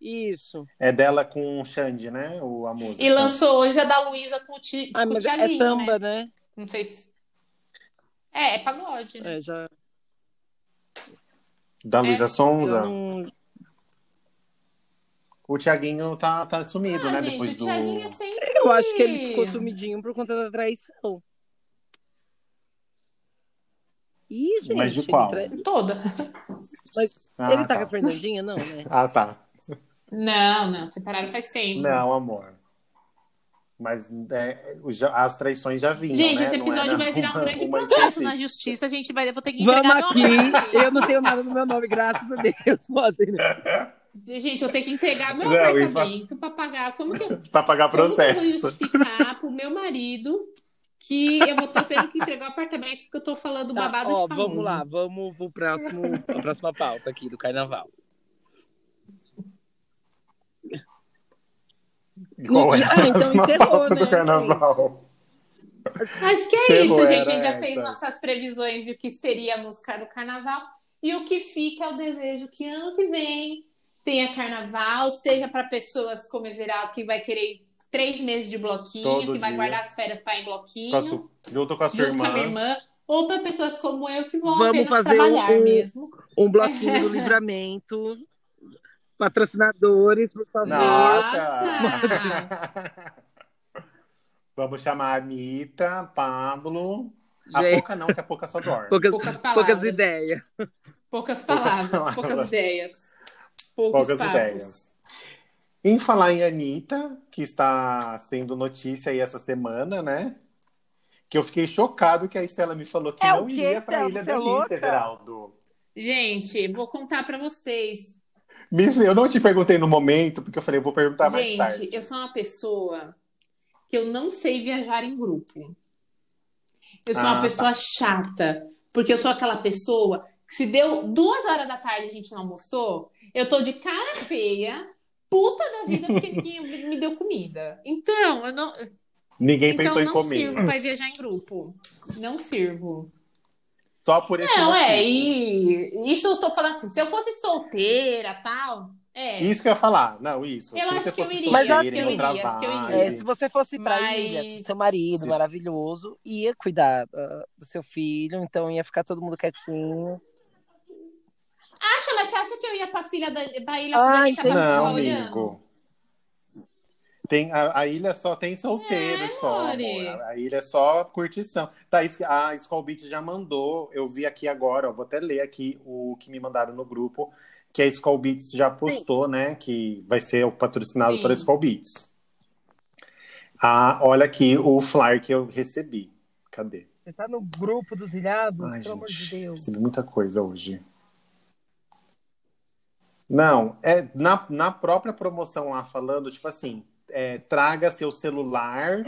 [SPEAKER 1] Isso.
[SPEAKER 2] É dela com o Xande, né? O, a música.
[SPEAKER 3] E lançou hoje a da Luísa com o, ti,
[SPEAKER 1] Ah,
[SPEAKER 3] com o
[SPEAKER 1] mas é
[SPEAKER 3] Thiaguinho, né?
[SPEAKER 1] samba, né?
[SPEAKER 3] Não sei se. É, é pagode, né?
[SPEAKER 1] É, já,
[SPEAKER 2] Da
[SPEAKER 3] É,
[SPEAKER 2] Luísa
[SPEAKER 1] já
[SPEAKER 2] Sonza.
[SPEAKER 1] não,
[SPEAKER 2] O Thiaguinho tá, tá sumido,
[SPEAKER 3] Ah,
[SPEAKER 2] né?
[SPEAKER 3] gente,
[SPEAKER 2] Depois
[SPEAKER 3] o Thiaguinho é
[SPEAKER 2] do.
[SPEAKER 3] sempre.
[SPEAKER 1] Eu acho que ele ficou sumidinho por conta da traição. Ih, gente.
[SPEAKER 2] Mas de
[SPEAKER 1] ele
[SPEAKER 2] qual?
[SPEAKER 3] Toda.
[SPEAKER 2] Ah,
[SPEAKER 1] Ele tá com
[SPEAKER 2] tá.
[SPEAKER 1] a Fernandinha, não, né?
[SPEAKER 2] Ah, tá.
[SPEAKER 3] Não, não, separaram faz tempo.
[SPEAKER 2] Não, amor. Mas é, o- já- as traições já vinham.
[SPEAKER 3] Gente,
[SPEAKER 2] né?
[SPEAKER 3] esse
[SPEAKER 2] Não
[SPEAKER 3] episódio
[SPEAKER 2] era
[SPEAKER 3] vai virar um
[SPEAKER 2] uma-
[SPEAKER 3] grande
[SPEAKER 2] uma
[SPEAKER 3] processo na
[SPEAKER 2] específica.
[SPEAKER 3] justiça. A gente vai, eu vou ter que
[SPEAKER 1] Vamos
[SPEAKER 3] entregar meu
[SPEAKER 1] aqui.
[SPEAKER 3] apartamento.
[SPEAKER 1] Eu não tenho nada no meu nome, graças a Deus. Podem, né?
[SPEAKER 3] Gente, eu tenho que entregar meu
[SPEAKER 2] Não, e fa-
[SPEAKER 3] apartamento pra pagar. Como que eu, como
[SPEAKER 2] Pra pagar
[SPEAKER 3] que eu vou
[SPEAKER 2] processo.
[SPEAKER 3] justificar pro meu marido que eu vou tô tendo que entregar o apartamento porque eu tô falando
[SPEAKER 1] Tá,
[SPEAKER 3] babado
[SPEAKER 1] ó,
[SPEAKER 3] de famoso?
[SPEAKER 1] vamos lá, vamos pro próximo, pra próxima pauta aqui do carnaval.
[SPEAKER 2] Qual é a
[SPEAKER 1] Ah, então
[SPEAKER 2] próxima
[SPEAKER 1] encerrou,
[SPEAKER 2] pauta
[SPEAKER 1] né,
[SPEAKER 2] do carnaval?
[SPEAKER 3] Acho que é
[SPEAKER 2] Cerrou,
[SPEAKER 3] isso, gente. A gente
[SPEAKER 2] era
[SPEAKER 3] já fez
[SPEAKER 2] essa.
[SPEAKER 3] nossas previsões de que seria a música do carnaval. E o que fica é o desejo que ano que vem tenha carnaval, seja para pessoas como Everaldo, que vai querer três meses de bloquinho,
[SPEAKER 2] Todo
[SPEAKER 3] que vai
[SPEAKER 2] dia.
[SPEAKER 3] guardar as férias para ir em bloquinho,
[SPEAKER 2] Com a su- Junto com a sua
[SPEAKER 3] junto com
[SPEAKER 2] irmã.
[SPEAKER 3] a minha irmã, ou para pessoas como eu que vão
[SPEAKER 1] Vamos
[SPEAKER 3] apenas
[SPEAKER 1] fazer
[SPEAKER 3] trabalhar
[SPEAKER 1] um-
[SPEAKER 3] mesmo.
[SPEAKER 1] Um bloquinho do livramento. Patrocinadores, por favor.
[SPEAKER 2] Nossa! Vamos chamar a Anitta, Pablo. A
[SPEAKER 1] Gente,
[SPEAKER 2] Pouca não, que a Pouca só dorme.
[SPEAKER 1] poucas,
[SPEAKER 3] Poucas palavras.
[SPEAKER 1] poucas ideias.
[SPEAKER 3] Poucas palavras, poucas,
[SPEAKER 2] palavras.
[SPEAKER 3] ideias. Poucos
[SPEAKER 2] Poucas
[SPEAKER 3] papos.
[SPEAKER 2] ideias. Em falar em Anitta, que está sendo notícia aí essa semana, né? Que eu fiquei chocado que a Estela me falou que
[SPEAKER 1] É o
[SPEAKER 2] não
[SPEAKER 1] quê,
[SPEAKER 2] iria pra
[SPEAKER 1] Estela?
[SPEAKER 2] Ilha
[SPEAKER 1] Você
[SPEAKER 2] da
[SPEAKER 1] é
[SPEAKER 2] Anitta,
[SPEAKER 1] louca?
[SPEAKER 2] Geraldo.
[SPEAKER 3] Gente, vou contar para vocês.
[SPEAKER 2] Me- Eu não te perguntei no momento, porque eu falei, eu vou perguntar Tá mais tarde.
[SPEAKER 3] Gente, eu sou uma pessoa que eu não sei viajar em grupo. Eu sou
[SPEAKER 2] Ah,
[SPEAKER 3] uma
[SPEAKER 2] tá.
[SPEAKER 3] pessoa chata, porque eu sou aquela pessoa que se deu duas horas da tarde e a gente não almoçou, eu tô de cara feia, puta da vida porque ninguém me deu comida. Então, eu não,
[SPEAKER 2] Ninguém
[SPEAKER 3] então
[SPEAKER 2] pensou
[SPEAKER 3] eu
[SPEAKER 2] em
[SPEAKER 3] não
[SPEAKER 2] comer.
[SPEAKER 3] sirvo para viajar em grupo. Não sirvo.
[SPEAKER 2] Só por esse
[SPEAKER 3] Não, é,
[SPEAKER 2] motivo.
[SPEAKER 3] e isso eu tô falando assim, se eu fosse solteira, tal, é,
[SPEAKER 2] Isso que eu ia falar. Não, isso.
[SPEAKER 3] Eu
[SPEAKER 2] Se
[SPEAKER 3] acho
[SPEAKER 2] você
[SPEAKER 3] que eu
[SPEAKER 2] fosse
[SPEAKER 3] iria,
[SPEAKER 2] solteira,
[SPEAKER 1] acho que eu
[SPEAKER 2] em outra
[SPEAKER 3] iria, acho que eu iria.
[SPEAKER 2] vibe.
[SPEAKER 1] É, se você fosse pra
[SPEAKER 3] Mas-
[SPEAKER 1] ilha, com seu marido
[SPEAKER 2] Sim.
[SPEAKER 1] maravilhoso ia cuidar ah, do seu filho, então ia ficar todo mundo quietinho.
[SPEAKER 3] Acha, mas você acha que eu ia pra filha da pra ilha
[SPEAKER 1] Ah,
[SPEAKER 3] da Anitta pra ficar
[SPEAKER 2] Não,
[SPEAKER 3] olhando?
[SPEAKER 2] amigo. Tem, a, a ilha só tem solteiro,
[SPEAKER 3] É,
[SPEAKER 2] só.
[SPEAKER 3] amore.
[SPEAKER 2] amor. A, a ilha é só curtição. Thaís, a Skull Beat já mandou. Eu vi aqui agora, ó, vou até ler aqui o que me mandaram no grupo, que a Skull Beats já postou, né? Que vai ser o patrocinado
[SPEAKER 3] Sim.
[SPEAKER 2] pela Skull Beats. Ah, olha aqui o flyer que eu recebi. Cadê?
[SPEAKER 1] Você tá no grupo dos ilhados,
[SPEAKER 2] Ai,
[SPEAKER 1] pelo amor de
[SPEAKER 2] gente,
[SPEAKER 1] Deus.
[SPEAKER 2] recebi muita coisa hoje. Não, é na, na própria promoção lá falando, tipo assim, é, traga seu celular,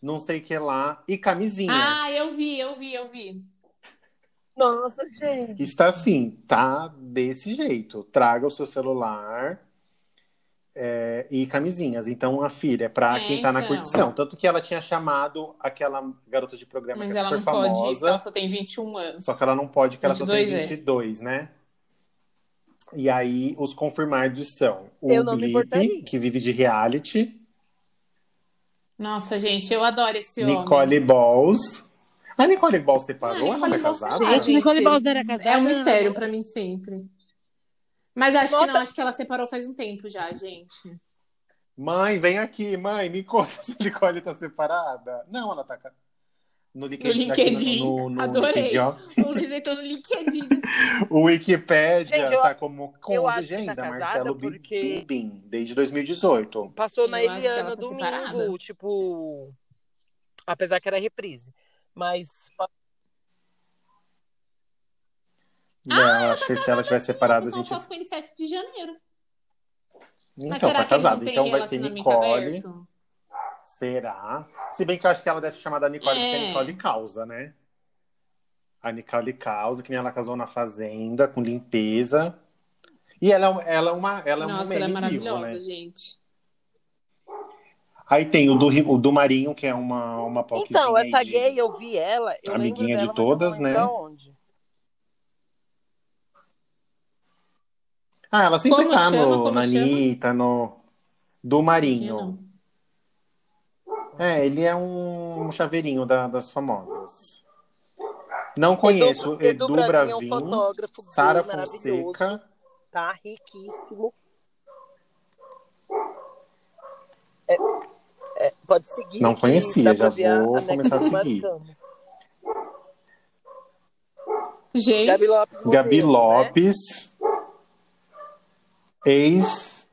[SPEAKER 2] não sei o que lá, e camisinhas.
[SPEAKER 3] Ah, eu vi, eu vi, eu vi.
[SPEAKER 1] Nossa, gente.
[SPEAKER 2] Está assim, tá desse jeito. Traga o seu celular é, e camisinhas. Então, a filha, é pra
[SPEAKER 3] É,
[SPEAKER 2] quem tá na
[SPEAKER 3] então.
[SPEAKER 2] curtição. Tanto que ela tinha chamado aquela garota de programa
[SPEAKER 3] Mas
[SPEAKER 2] que é
[SPEAKER 3] ela
[SPEAKER 2] super
[SPEAKER 3] não pode tá ir, porque
[SPEAKER 2] famosa.
[SPEAKER 3] ela só tem 21 anos.
[SPEAKER 2] Só que ela não pode, porque ela só tem
[SPEAKER 3] 22, é.
[SPEAKER 2] 22, né? E aí, os confirmados são o
[SPEAKER 1] Eu não me importaria.
[SPEAKER 2] Felipe, que vive de reality,
[SPEAKER 3] Nossa, gente, eu adoro esse homem.
[SPEAKER 2] Nicole Balls. A Nicole Balls separou? ela
[SPEAKER 3] Ah,
[SPEAKER 2] não é
[SPEAKER 3] Nicole Balls
[SPEAKER 2] casada?
[SPEAKER 3] separou.
[SPEAKER 1] Gente, Nicole
[SPEAKER 3] gente,
[SPEAKER 1] Balls não era casada.
[SPEAKER 3] É um mistério pra mim sempre. Mas acho que
[SPEAKER 1] Nossa.
[SPEAKER 3] não, acho que ela separou faz um tempo já, gente.
[SPEAKER 2] Mãe, vem aqui, mãe, me conta se a Nicole tá separada. Não, ela tá. ca- No LinkedIn. tá
[SPEAKER 3] No
[SPEAKER 2] aqui
[SPEAKER 3] LinkedIn.
[SPEAKER 2] no- no- no
[SPEAKER 3] Adorei.
[SPEAKER 2] LinkedIn, ó.
[SPEAKER 3] O Luiz entrou no LinkedIn.
[SPEAKER 2] O Wikipédia
[SPEAKER 1] Gente, eu-
[SPEAKER 2] tá como
[SPEAKER 1] acho
[SPEAKER 2] cônjuge
[SPEAKER 1] que tá
[SPEAKER 2] ainda,
[SPEAKER 1] casada
[SPEAKER 2] Marcelo Bi-
[SPEAKER 1] porque-
[SPEAKER 2] Bibim, desde 2018.
[SPEAKER 1] Passou
[SPEAKER 3] Eu
[SPEAKER 1] na
[SPEAKER 3] acho que ela
[SPEAKER 1] Eliana
[SPEAKER 3] tá separada.
[SPEAKER 1] domingo, tipo. Apesar que era reprise. Mas
[SPEAKER 3] Ah,
[SPEAKER 2] não,
[SPEAKER 3] tá
[SPEAKER 2] acho que se ela tivesse separada, a
[SPEAKER 3] Só
[SPEAKER 2] gente.
[SPEAKER 3] foto com ele 7 de janeiro. Mas
[SPEAKER 2] Então,
[SPEAKER 3] será
[SPEAKER 2] tá
[SPEAKER 3] que eles não
[SPEAKER 2] casado.
[SPEAKER 3] têm
[SPEAKER 2] Então vai ser
[SPEAKER 3] relacionamento
[SPEAKER 2] Nicole.
[SPEAKER 3] aberto?
[SPEAKER 2] Será? Se bem que eu acho que ela deve chamar da Nicole,
[SPEAKER 3] É.
[SPEAKER 2] porque a Nicole causa, né? A Nicole causa, que nem ela casou na fazenda, com limpeza. E ela, é um- ela é uma ela é um
[SPEAKER 3] Nossa, ela é
[SPEAKER 2] meme vivo,
[SPEAKER 3] maravilhosa,
[SPEAKER 2] né?
[SPEAKER 3] gente.
[SPEAKER 2] Aí tem o do, Ri- o do Marinho, que é uma, uma poquezinha
[SPEAKER 1] Então,
[SPEAKER 2] aí
[SPEAKER 1] essa
[SPEAKER 2] de-
[SPEAKER 1] gay eu vi ela, eu
[SPEAKER 2] Amiguinha de
[SPEAKER 1] lembro dela, mas eu não
[SPEAKER 2] todas,
[SPEAKER 1] lembro
[SPEAKER 2] né?
[SPEAKER 1] da onde.
[SPEAKER 2] Ah, ela sempre
[SPEAKER 3] Como
[SPEAKER 2] tá
[SPEAKER 3] chama?
[SPEAKER 2] no,
[SPEAKER 3] Como
[SPEAKER 2] na
[SPEAKER 3] chama?
[SPEAKER 2] Anitta, no... Do Marinho.
[SPEAKER 3] Não.
[SPEAKER 2] É, ele é um chaveirinho da- das famosas. Não conheço.
[SPEAKER 1] Edu,
[SPEAKER 2] Edu,
[SPEAKER 1] Edu Bravinho é um
[SPEAKER 2] Bravinho,
[SPEAKER 1] fotógrafo gay,
[SPEAKER 2] Sara
[SPEAKER 1] maravilhoso,
[SPEAKER 2] Fonseca.
[SPEAKER 1] tá riquíssimo. É, é, pode seguir.
[SPEAKER 2] Não
[SPEAKER 1] que
[SPEAKER 2] conhecia,
[SPEAKER 1] dá pra
[SPEAKER 2] já
[SPEAKER 1] ver a-
[SPEAKER 2] vou
[SPEAKER 1] a Neca
[SPEAKER 2] começar a seguir.
[SPEAKER 1] marcando.
[SPEAKER 3] Gente,
[SPEAKER 1] Gabi Lopes. modelo,
[SPEAKER 2] Gabi
[SPEAKER 1] né?
[SPEAKER 2] Lopes. Ex.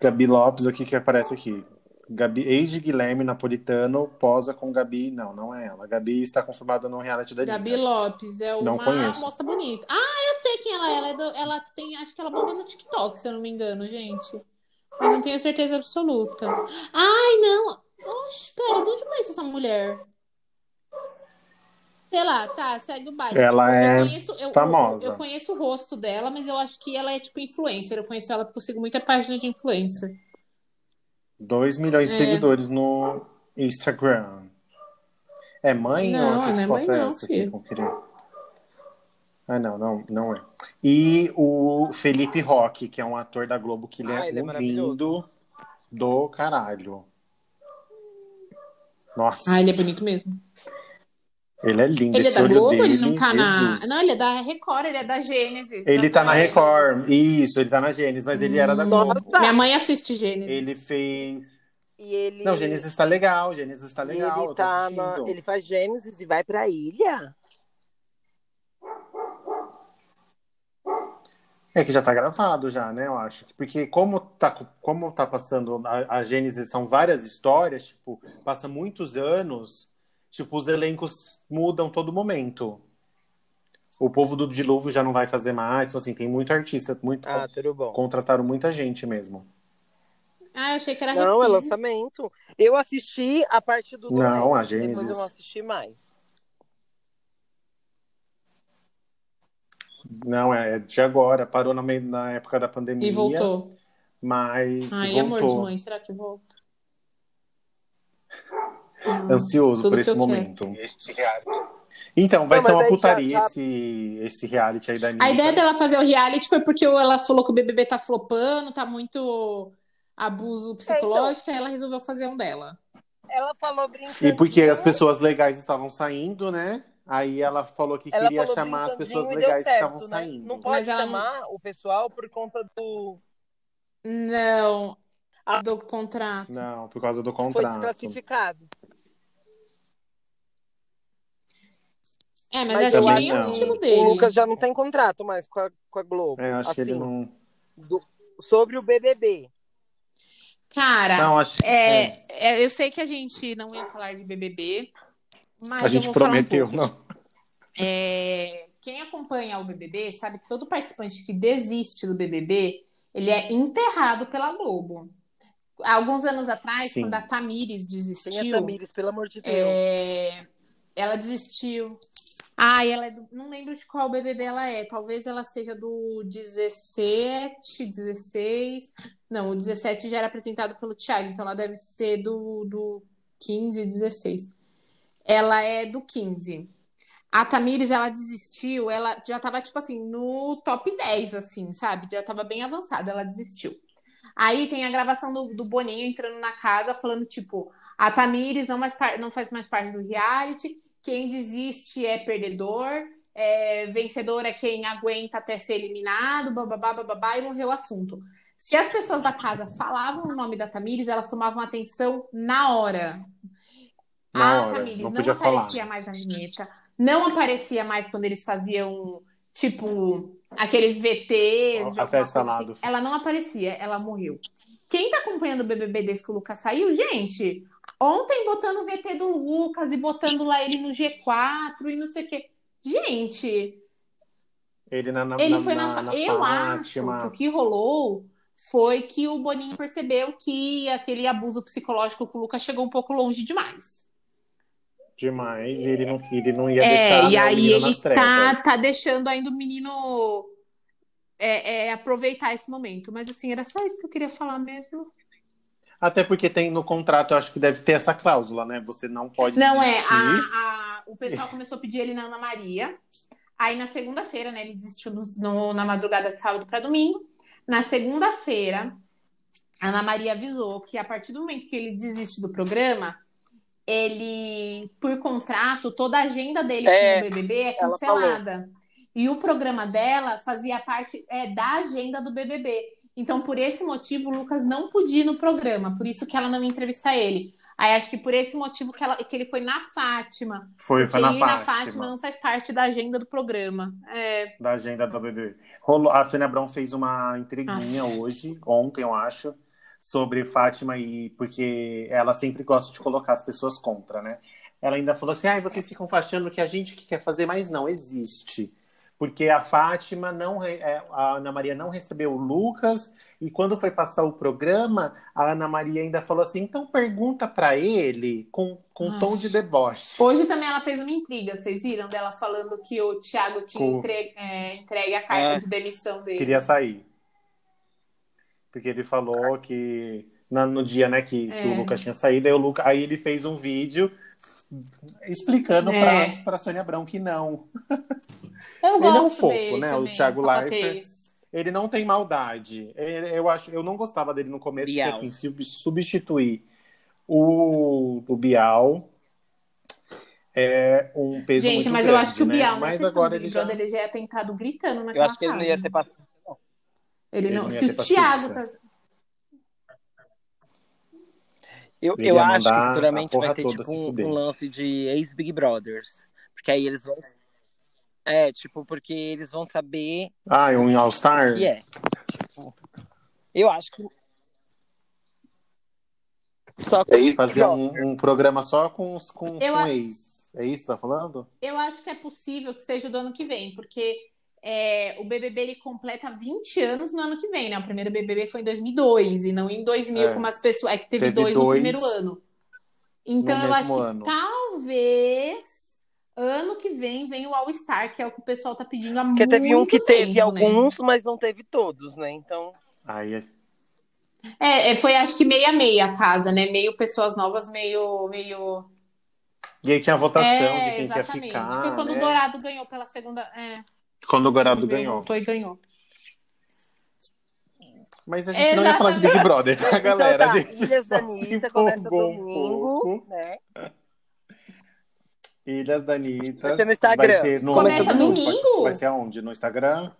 [SPEAKER 2] Gabi Lopes, o que que aparece aqui? Gabi, ex de Guilherme Napolitano, posa com Gabi. Não, não é ela. Gabi está confirmada no reality da Anitta.
[SPEAKER 3] Gabi Lopes é
[SPEAKER 2] Não
[SPEAKER 3] uma
[SPEAKER 2] conheço.
[SPEAKER 3] moça bonita. Ah, eu sei quem ela é. Ela, é do- ela tem, acho que ela bomba no TikTok, se eu não me engano, gente. Mas não tenho certeza absoluta. Ai, não. Oxe, pera, de onde eu conheço essa mulher? Sei lá, tá, segue o baile.
[SPEAKER 2] Ela é
[SPEAKER 3] eu conheço, eu-
[SPEAKER 2] famosa.
[SPEAKER 3] Eu, conheço o rosto dela, mas eu acho que ela é tipo influencer. Eu conheço ela porque eu sigo muita página de influencer.
[SPEAKER 2] 2 milhões de
[SPEAKER 3] É.
[SPEAKER 2] seguidores no Instagram. É mãe
[SPEAKER 3] Não,
[SPEAKER 2] ou que
[SPEAKER 3] não é
[SPEAKER 2] foto
[SPEAKER 3] mãe
[SPEAKER 2] é
[SPEAKER 3] não,
[SPEAKER 2] essa
[SPEAKER 3] filho.
[SPEAKER 2] aqui que eu queria? Ah, não, não, não é. E o Felipe Roque, que é um ator da Globo que ele
[SPEAKER 1] Ah,
[SPEAKER 2] é,
[SPEAKER 1] ele é
[SPEAKER 2] um
[SPEAKER 1] maravilhoso.
[SPEAKER 2] lindo do caralho. Nossa.
[SPEAKER 3] Ah, ele é bonito mesmo.
[SPEAKER 2] Ele é lindo.
[SPEAKER 3] Ele é
[SPEAKER 2] esse
[SPEAKER 3] da
[SPEAKER 2] olho
[SPEAKER 3] Globo,
[SPEAKER 2] dele,
[SPEAKER 3] ele não tá na.
[SPEAKER 2] Jesus.
[SPEAKER 3] Não, ele é da Record, ele é da Gênesis.
[SPEAKER 2] Ele tá na
[SPEAKER 3] Gênesis.
[SPEAKER 2] Record. Isso, ele tá na Gênesis, mas ele era da
[SPEAKER 1] Nossa.
[SPEAKER 2] Globo.
[SPEAKER 3] Minha mãe assiste Gênesis.
[SPEAKER 2] Ele fez.
[SPEAKER 1] E ele.
[SPEAKER 2] Não, Gênesis tá legal, Gênesis tá legal. eu
[SPEAKER 1] ele,
[SPEAKER 2] tô
[SPEAKER 1] tá
[SPEAKER 2] assistindo.
[SPEAKER 1] na- ele faz Gênesis e vai pra ilha?
[SPEAKER 2] É que já tá gravado já, né? Eu acho. Porque como tá, como tá passando a, a Gênesis, são várias histórias, tipo, passa muitos anos, tipo, os elencos mudam todo momento. O povo do Dilúvio já não vai fazer mais, então, assim, tem muito artista, muito
[SPEAKER 1] Ah, tudo bom.
[SPEAKER 2] contrataram muita gente mesmo.
[SPEAKER 3] Ah, eu achei que era
[SPEAKER 1] Não, é
[SPEAKER 3] reprise.
[SPEAKER 1] lançamento. Eu assisti a parte do.
[SPEAKER 2] Não,
[SPEAKER 1] domingo,
[SPEAKER 2] a
[SPEAKER 1] Depois
[SPEAKER 2] Gênesis.
[SPEAKER 1] eu não assisti mais.
[SPEAKER 2] Não, é de agora, parou na, meio- na época da pandemia,
[SPEAKER 3] E voltou.
[SPEAKER 2] mas
[SPEAKER 3] Ai, amor de
[SPEAKER 2] voltou.
[SPEAKER 3] mãe, será que volta?
[SPEAKER 2] ansioso
[SPEAKER 3] Tudo
[SPEAKER 2] por
[SPEAKER 3] que
[SPEAKER 2] esse
[SPEAKER 3] eu quero.
[SPEAKER 2] momento. Então, vai
[SPEAKER 1] Não,
[SPEAKER 2] ser
[SPEAKER 1] mas
[SPEAKER 2] uma
[SPEAKER 1] aí já-
[SPEAKER 2] putaria
[SPEAKER 1] já-
[SPEAKER 2] Esse, esse reality aí da Anitta.
[SPEAKER 3] A ideia dela fazer o reality foi porque ela falou que o BBB tá flopando, tá muito
[SPEAKER 1] É, então.
[SPEAKER 3] abuso psicológico, aí ela resolveu fazer um dela.
[SPEAKER 1] Ela falou brincando.
[SPEAKER 2] E porque as pessoas legais estavam saindo, né? Aí ela falou que
[SPEAKER 1] Ela
[SPEAKER 2] queria
[SPEAKER 1] falou
[SPEAKER 2] chamar as
[SPEAKER 1] brincandinho
[SPEAKER 2] pessoas
[SPEAKER 1] e deu
[SPEAKER 2] legais que
[SPEAKER 1] certo,
[SPEAKER 2] estavam
[SPEAKER 1] né?
[SPEAKER 2] saindo.
[SPEAKER 1] Não pode
[SPEAKER 3] Mas ela não-
[SPEAKER 1] chamar o pessoal por conta do.
[SPEAKER 3] Não,
[SPEAKER 1] Ah.
[SPEAKER 3] do contrato.
[SPEAKER 2] Não, por causa do
[SPEAKER 1] Foi
[SPEAKER 2] contrato.
[SPEAKER 1] desclassificado.
[SPEAKER 3] É, mas,
[SPEAKER 1] Mas
[SPEAKER 3] acho
[SPEAKER 2] eu
[SPEAKER 3] que
[SPEAKER 2] acho
[SPEAKER 3] nem é o
[SPEAKER 2] que
[SPEAKER 3] estilo
[SPEAKER 1] O
[SPEAKER 3] dele.
[SPEAKER 1] Lucas já não tem contrato mais com a, com a Globo.
[SPEAKER 2] É, eu acho que ele
[SPEAKER 1] Assim,
[SPEAKER 2] não.
[SPEAKER 1] do- sobre o BBB.
[SPEAKER 3] Cara,
[SPEAKER 2] Não, acho que.
[SPEAKER 3] é,
[SPEAKER 2] é.
[SPEAKER 3] é, eu sei que a gente não ia falar de BBB, mas
[SPEAKER 2] A
[SPEAKER 3] eu
[SPEAKER 2] gente
[SPEAKER 3] vou
[SPEAKER 2] prometeu,
[SPEAKER 3] falar um pouco.
[SPEAKER 2] não.
[SPEAKER 3] É, quem acompanha o BBB sabe que todo participante que desiste do BBB, ele é enterrado pela Globo. Alguns anos atrás,
[SPEAKER 2] Sim.
[SPEAKER 3] quando a Tamires
[SPEAKER 1] Quem é
[SPEAKER 3] desistiu,
[SPEAKER 1] Tamires, pelo amor de Deus.
[SPEAKER 3] é, ela desistiu. Ai, ela é do- não lembro de qual BBB ela é. Talvez ela seja do 17, 16. Não, o 17 já era apresentado pelo Thiago, então ela deve ser do, do 15, 16. Ela é do 15. A Tamires, ela desistiu, ela já tava, tipo assim, no top 10, assim, sabe? Já tava bem avançada, ela desistiu. Aí tem a gravação do, do Boninho entrando na casa, falando, tipo, a Tamires não, mais par- não faz mais parte do reality, quem desiste é perdedor, é, vencedor é quem aguenta até ser eliminado, bababá, bababá, e morreu o assunto. Se as pessoas da casa falavam o nome da Tamires, elas tomavam atenção na hora.
[SPEAKER 2] Na
[SPEAKER 3] a
[SPEAKER 2] hora,
[SPEAKER 3] Tamires
[SPEAKER 2] não
[SPEAKER 3] Ah, não,
[SPEAKER 2] podia falar.
[SPEAKER 3] aparecia mais na vinheta, não aparecia mais quando eles faziam, tipo, aqueles
[SPEAKER 2] A-
[SPEAKER 3] VTs.
[SPEAKER 2] a
[SPEAKER 3] alguma
[SPEAKER 2] festa
[SPEAKER 3] coisa
[SPEAKER 2] lá
[SPEAKER 3] assim.
[SPEAKER 2] do-
[SPEAKER 3] Ela não aparecia, ela morreu. Quem tá acompanhando o BBB desde que o Lucas saiu, gente, ontem botando o VT do Lucas e botando lá ele no G4 e não sei o quê. Gente,
[SPEAKER 2] Ele na, na,
[SPEAKER 3] ele
[SPEAKER 2] na,
[SPEAKER 3] foi na,
[SPEAKER 2] na,
[SPEAKER 3] fa-
[SPEAKER 2] na
[SPEAKER 3] Eu
[SPEAKER 2] Fátima.
[SPEAKER 3] acho que o que rolou foi que o Boninho percebeu que aquele abuso psicológico com o Lucas chegou um pouco longe demais.
[SPEAKER 2] Demais. E ele não, ele não ia
[SPEAKER 3] É,
[SPEAKER 2] deixar
[SPEAKER 3] e
[SPEAKER 2] né, o
[SPEAKER 3] aí
[SPEAKER 2] menino
[SPEAKER 3] ele
[SPEAKER 2] nas trevas.
[SPEAKER 3] tá, tá deixando ainda o menino é, é, aproveitar esse momento. Mas assim, era só isso que eu queria falar mesmo.
[SPEAKER 2] Até porque tem no contrato, eu acho que deve ter essa cláusula, né? Você não pode
[SPEAKER 3] Não, é,
[SPEAKER 2] desistir.
[SPEAKER 3] a, a- o pessoal começou a pedir ele na Ana Maria. Aí na segunda-feira, né, ele desistiu no- no- na madrugada de sábado para domingo. Na segunda-feira, a Ana Maria avisou que a partir do momento que ele desiste do programa, ele, por contrato, toda a agenda dele
[SPEAKER 1] É,
[SPEAKER 3] com o BBB é
[SPEAKER 1] ela falou.
[SPEAKER 3] cancelada. E o programa dela fazia parte é, da agenda do BBB. Então, por esse motivo, o Lucas não podia ir no programa. Por isso que ela não ia entrevistar ele. Aí acho que por esse motivo que, ela- que ele foi na Fátima.
[SPEAKER 2] Foi, foi
[SPEAKER 3] Porque
[SPEAKER 2] na
[SPEAKER 3] ir
[SPEAKER 2] Fátima.
[SPEAKER 3] na Fátima não faz parte da agenda do programa. É,
[SPEAKER 2] da agenda da BBB. Rolou, a Sônia Abrão fez uma entreguinha hoje, ontem, eu acho, sobre Fátima e porque ela sempre gosta de colocar as pessoas contra, né? Ela ainda falou assim: "Ai, vocês ficam achando que a gente que quer fazer, mas não existe". Porque a Fátima não re- é, a Ana Maria não recebeu o Lucas e quando foi passar o programa, a Ana Maria ainda falou assim: "Então pergunta pra ele com com
[SPEAKER 3] Nossa.
[SPEAKER 2] tom de deboche".
[SPEAKER 3] Hoje também ela fez uma intriga, vocês viram? Dela falando que o Thiago tinha
[SPEAKER 2] Com-
[SPEAKER 3] entre- é, entregue a carta
[SPEAKER 1] É.
[SPEAKER 3] de demissão dele.
[SPEAKER 2] queria sair. Porque ele falou que na- no dia né, que, que
[SPEAKER 3] É.
[SPEAKER 2] o Lucas tinha saído, aí, o Luca, aí ele fez um vídeo explicando
[SPEAKER 3] É.
[SPEAKER 2] pra, pra Sônia Abrão que não.
[SPEAKER 3] Eu
[SPEAKER 2] Ele é um
[SPEAKER 3] gosto
[SPEAKER 2] fofo,
[SPEAKER 3] dele
[SPEAKER 2] né, o
[SPEAKER 3] também,
[SPEAKER 2] Thiago
[SPEAKER 3] sapatênis.
[SPEAKER 2] Ele não tem maldade. Ele- Eu acho, eu não gostava dele no começo,
[SPEAKER 1] Bial.
[SPEAKER 2] porque assim, se substituir o, o Bial é um peso
[SPEAKER 3] Gente,
[SPEAKER 2] muito
[SPEAKER 3] mas eu
[SPEAKER 2] grande,
[SPEAKER 3] acho que o
[SPEAKER 2] né?
[SPEAKER 3] Bial,
[SPEAKER 2] mas
[SPEAKER 3] nessa
[SPEAKER 2] agora
[SPEAKER 3] edição do
[SPEAKER 2] ele
[SPEAKER 3] Big
[SPEAKER 2] já
[SPEAKER 3] Brother, ele já ia ter entrado gritando naquela
[SPEAKER 1] Eu acho que ele não ia
[SPEAKER 3] casa.
[SPEAKER 1] ter passado.
[SPEAKER 3] Ele
[SPEAKER 2] Ele
[SPEAKER 3] não,
[SPEAKER 2] não ia
[SPEAKER 3] se
[SPEAKER 2] ter
[SPEAKER 3] o
[SPEAKER 2] paciência.
[SPEAKER 3] Thiago tá...
[SPEAKER 1] Eu,
[SPEAKER 2] Ele
[SPEAKER 1] eu
[SPEAKER 2] ia
[SPEAKER 1] acho que
[SPEAKER 2] mandar
[SPEAKER 1] futuramente
[SPEAKER 2] a
[SPEAKER 1] vai
[SPEAKER 2] porra
[SPEAKER 1] ter
[SPEAKER 2] toda
[SPEAKER 1] tipo
[SPEAKER 2] se
[SPEAKER 1] um,
[SPEAKER 2] fuder.
[SPEAKER 1] um lance de ex-Big Brothers. Porque aí eles vão. É, tipo, porque eles vão saber
[SPEAKER 2] Ah, é um All-Star?
[SPEAKER 1] o que é. Tipo, eu acho que. Só que
[SPEAKER 4] É isso.
[SPEAKER 2] Fazer um, um programa só com, os- com,
[SPEAKER 3] Eu
[SPEAKER 2] com
[SPEAKER 3] a-
[SPEAKER 2] ex. É isso que tá falando?
[SPEAKER 3] Eu acho que é possível que seja do ano que vem, porque é, o BBB ele completa 20 anos no ano que vem, né? O primeiro BBB foi em 2002 e não em 2000,
[SPEAKER 2] É.
[SPEAKER 3] como as pessoas. É que teve,
[SPEAKER 2] Teve
[SPEAKER 3] dois, no
[SPEAKER 2] dois
[SPEAKER 3] primeiro ano. Então
[SPEAKER 2] no
[SPEAKER 3] eu acho
[SPEAKER 2] mesmo
[SPEAKER 3] que
[SPEAKER 2] ano.
[SPEAKER 3] talvez ano que vem venha o All-Star, que é o que o pessoal tá pedindo há
[SPEAKER 1] Porque
[SPEAKER 3] muito
[SPEAKER 1] teve um que teve
[SPEAKER 3] tempo, né?
[SPEAKER 1] alguns, mas não teve todos, né? Então.
[SPEAKER 2] Aí é-
[SPEAKER 3] É, é, foi acho que meia meia a casa, né? Meio pessoas novas, meio meio
[SPEAKER 2] E aí tinha a votação
[SPEAKER 3] é,
[SPEAKER 2] de quem quer
[SPEAKER 3] exatamente.
[SPEAKER 2] ficar.
[SPEAKER 3] Foi quando
[SPEAKER 2] né?
[SPEAKER 3] o Dourado ganhou pela segunda, é,
[SPEAKER 2] Quando o Dourado
[SPEAKER 3] primeiro
[SPEAKER 2] ganhou.
[SPEAKER 3] voltou e ganhou.
[SPEAKER 2] Mas a gente não ia falar de
[SPEAKER 3] Exatamente.
[SPEAKER 2] Big Brother, tá, galera?
[SPEAKER 1] então,
[SPEAKER 2] a
[SPEAKER 1] tá,
[SPEAKER 2] gente
[SPEAKER 1] Ilhas da
[SPEAKER 2] só se
[SPEAKER 1] Anitta começa
[SPEAKER 2] empolgou um
[SPEAKER 1] domingo,
[SPEAKER 2] pouco.
[SPEAKER 1] né?
[SPEAKER 2] Ilhas da Anitta.
[SPEAKER 1] Vai ser no Instagram.
[SPEAKER 2] Vai ser no
[SPEAKER 3] Começa
[SPEAKER 2] no
[SPEAKER 3] domingo?
[SPEAKER 2] Spotify. Vai ser aonde? No Instagram?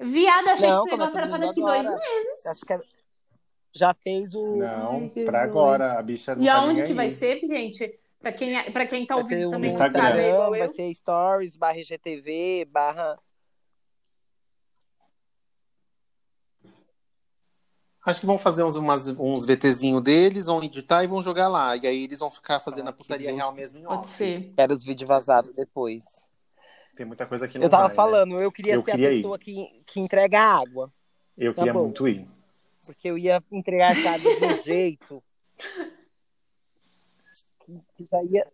[SPEAKER 3] Viado, achei
[SPEAKER 1] Não,
[SPEAKER 3] que esse negócio
[SPEAKER 1] começa
[SPEAKER 3] era pra daqui
[SPEAKER 1] domingo
[SPEAKER 3] dois
[SPEAKER 1] agora.
[SPEAKER 3] meses.
[SPEAKER 1] Acho que é- já fez o.
[SPEAKER 2] Não,
[SPEAKER 3] Jesus.
[SPEAKER 2] pra agora. A bicha não
[SPEAKER 3] E
[SPEAKER 2] tá
[SPEAKER 3] aonde
[SPEAKER 2] nem
[SPEAKER 3] que
[SPEAKER 2] aí.
[SPEAKER 3] vai ser, gente? Pra quem, pra quem tá
[SPEAKER 1] Vai ser
[SPEAKER 3] ouvindo
[SPEAKER 1] um
[SPEAKER 3] também não
[SPEAKER 2] Instagram.
[SPEAKER 3] sabe, é igual
[SPEAKER 1] vai
[SPEAKER 3] eu.
[SPEAKER 1] ser stories, barra IGTV, barra.
[SPEAKER 2] Acho que vão fazer uns, umas, uns VTzinho deles, vão editar e vão jogar lá. E aí eles vão ficar fazendo
[SPEAKER 1] Ah,
[SPEAKER 2] a putaria
[SPEAKER 1] que
[SPEAKER 2] real mesmo em
[SPEAKER 3] Pode
[SPEAKER 2] off.
[SPEAKER 3] ser.
[SPEAKER 1] Quero os vídeos vazados depois.
[SPEAKER 2] Tem muita coisa que não
[SPEAKER 1] Eu tava
[SPEAKER 2] vai, né?
[SPEAKER 1] falando, eu queria
[SPEAKER 2] Eu
[SPEAKER 1] ser
[SPEAKER 2] queria
[SPEAKER 1] a
[SPEAKER 2] ir.
[SPEAKER 1] pessoa que, que entrega água.
[SPEAKER 2] Eu
[SPEAKER 1] Tá
[SPEAKER 2] queria
[SPEAKER 1] bom.
[SPEAKER 2] muito ir.
[SPEAKER 1] Porque eu ia entregar a chave de um jeito. que- que já ia-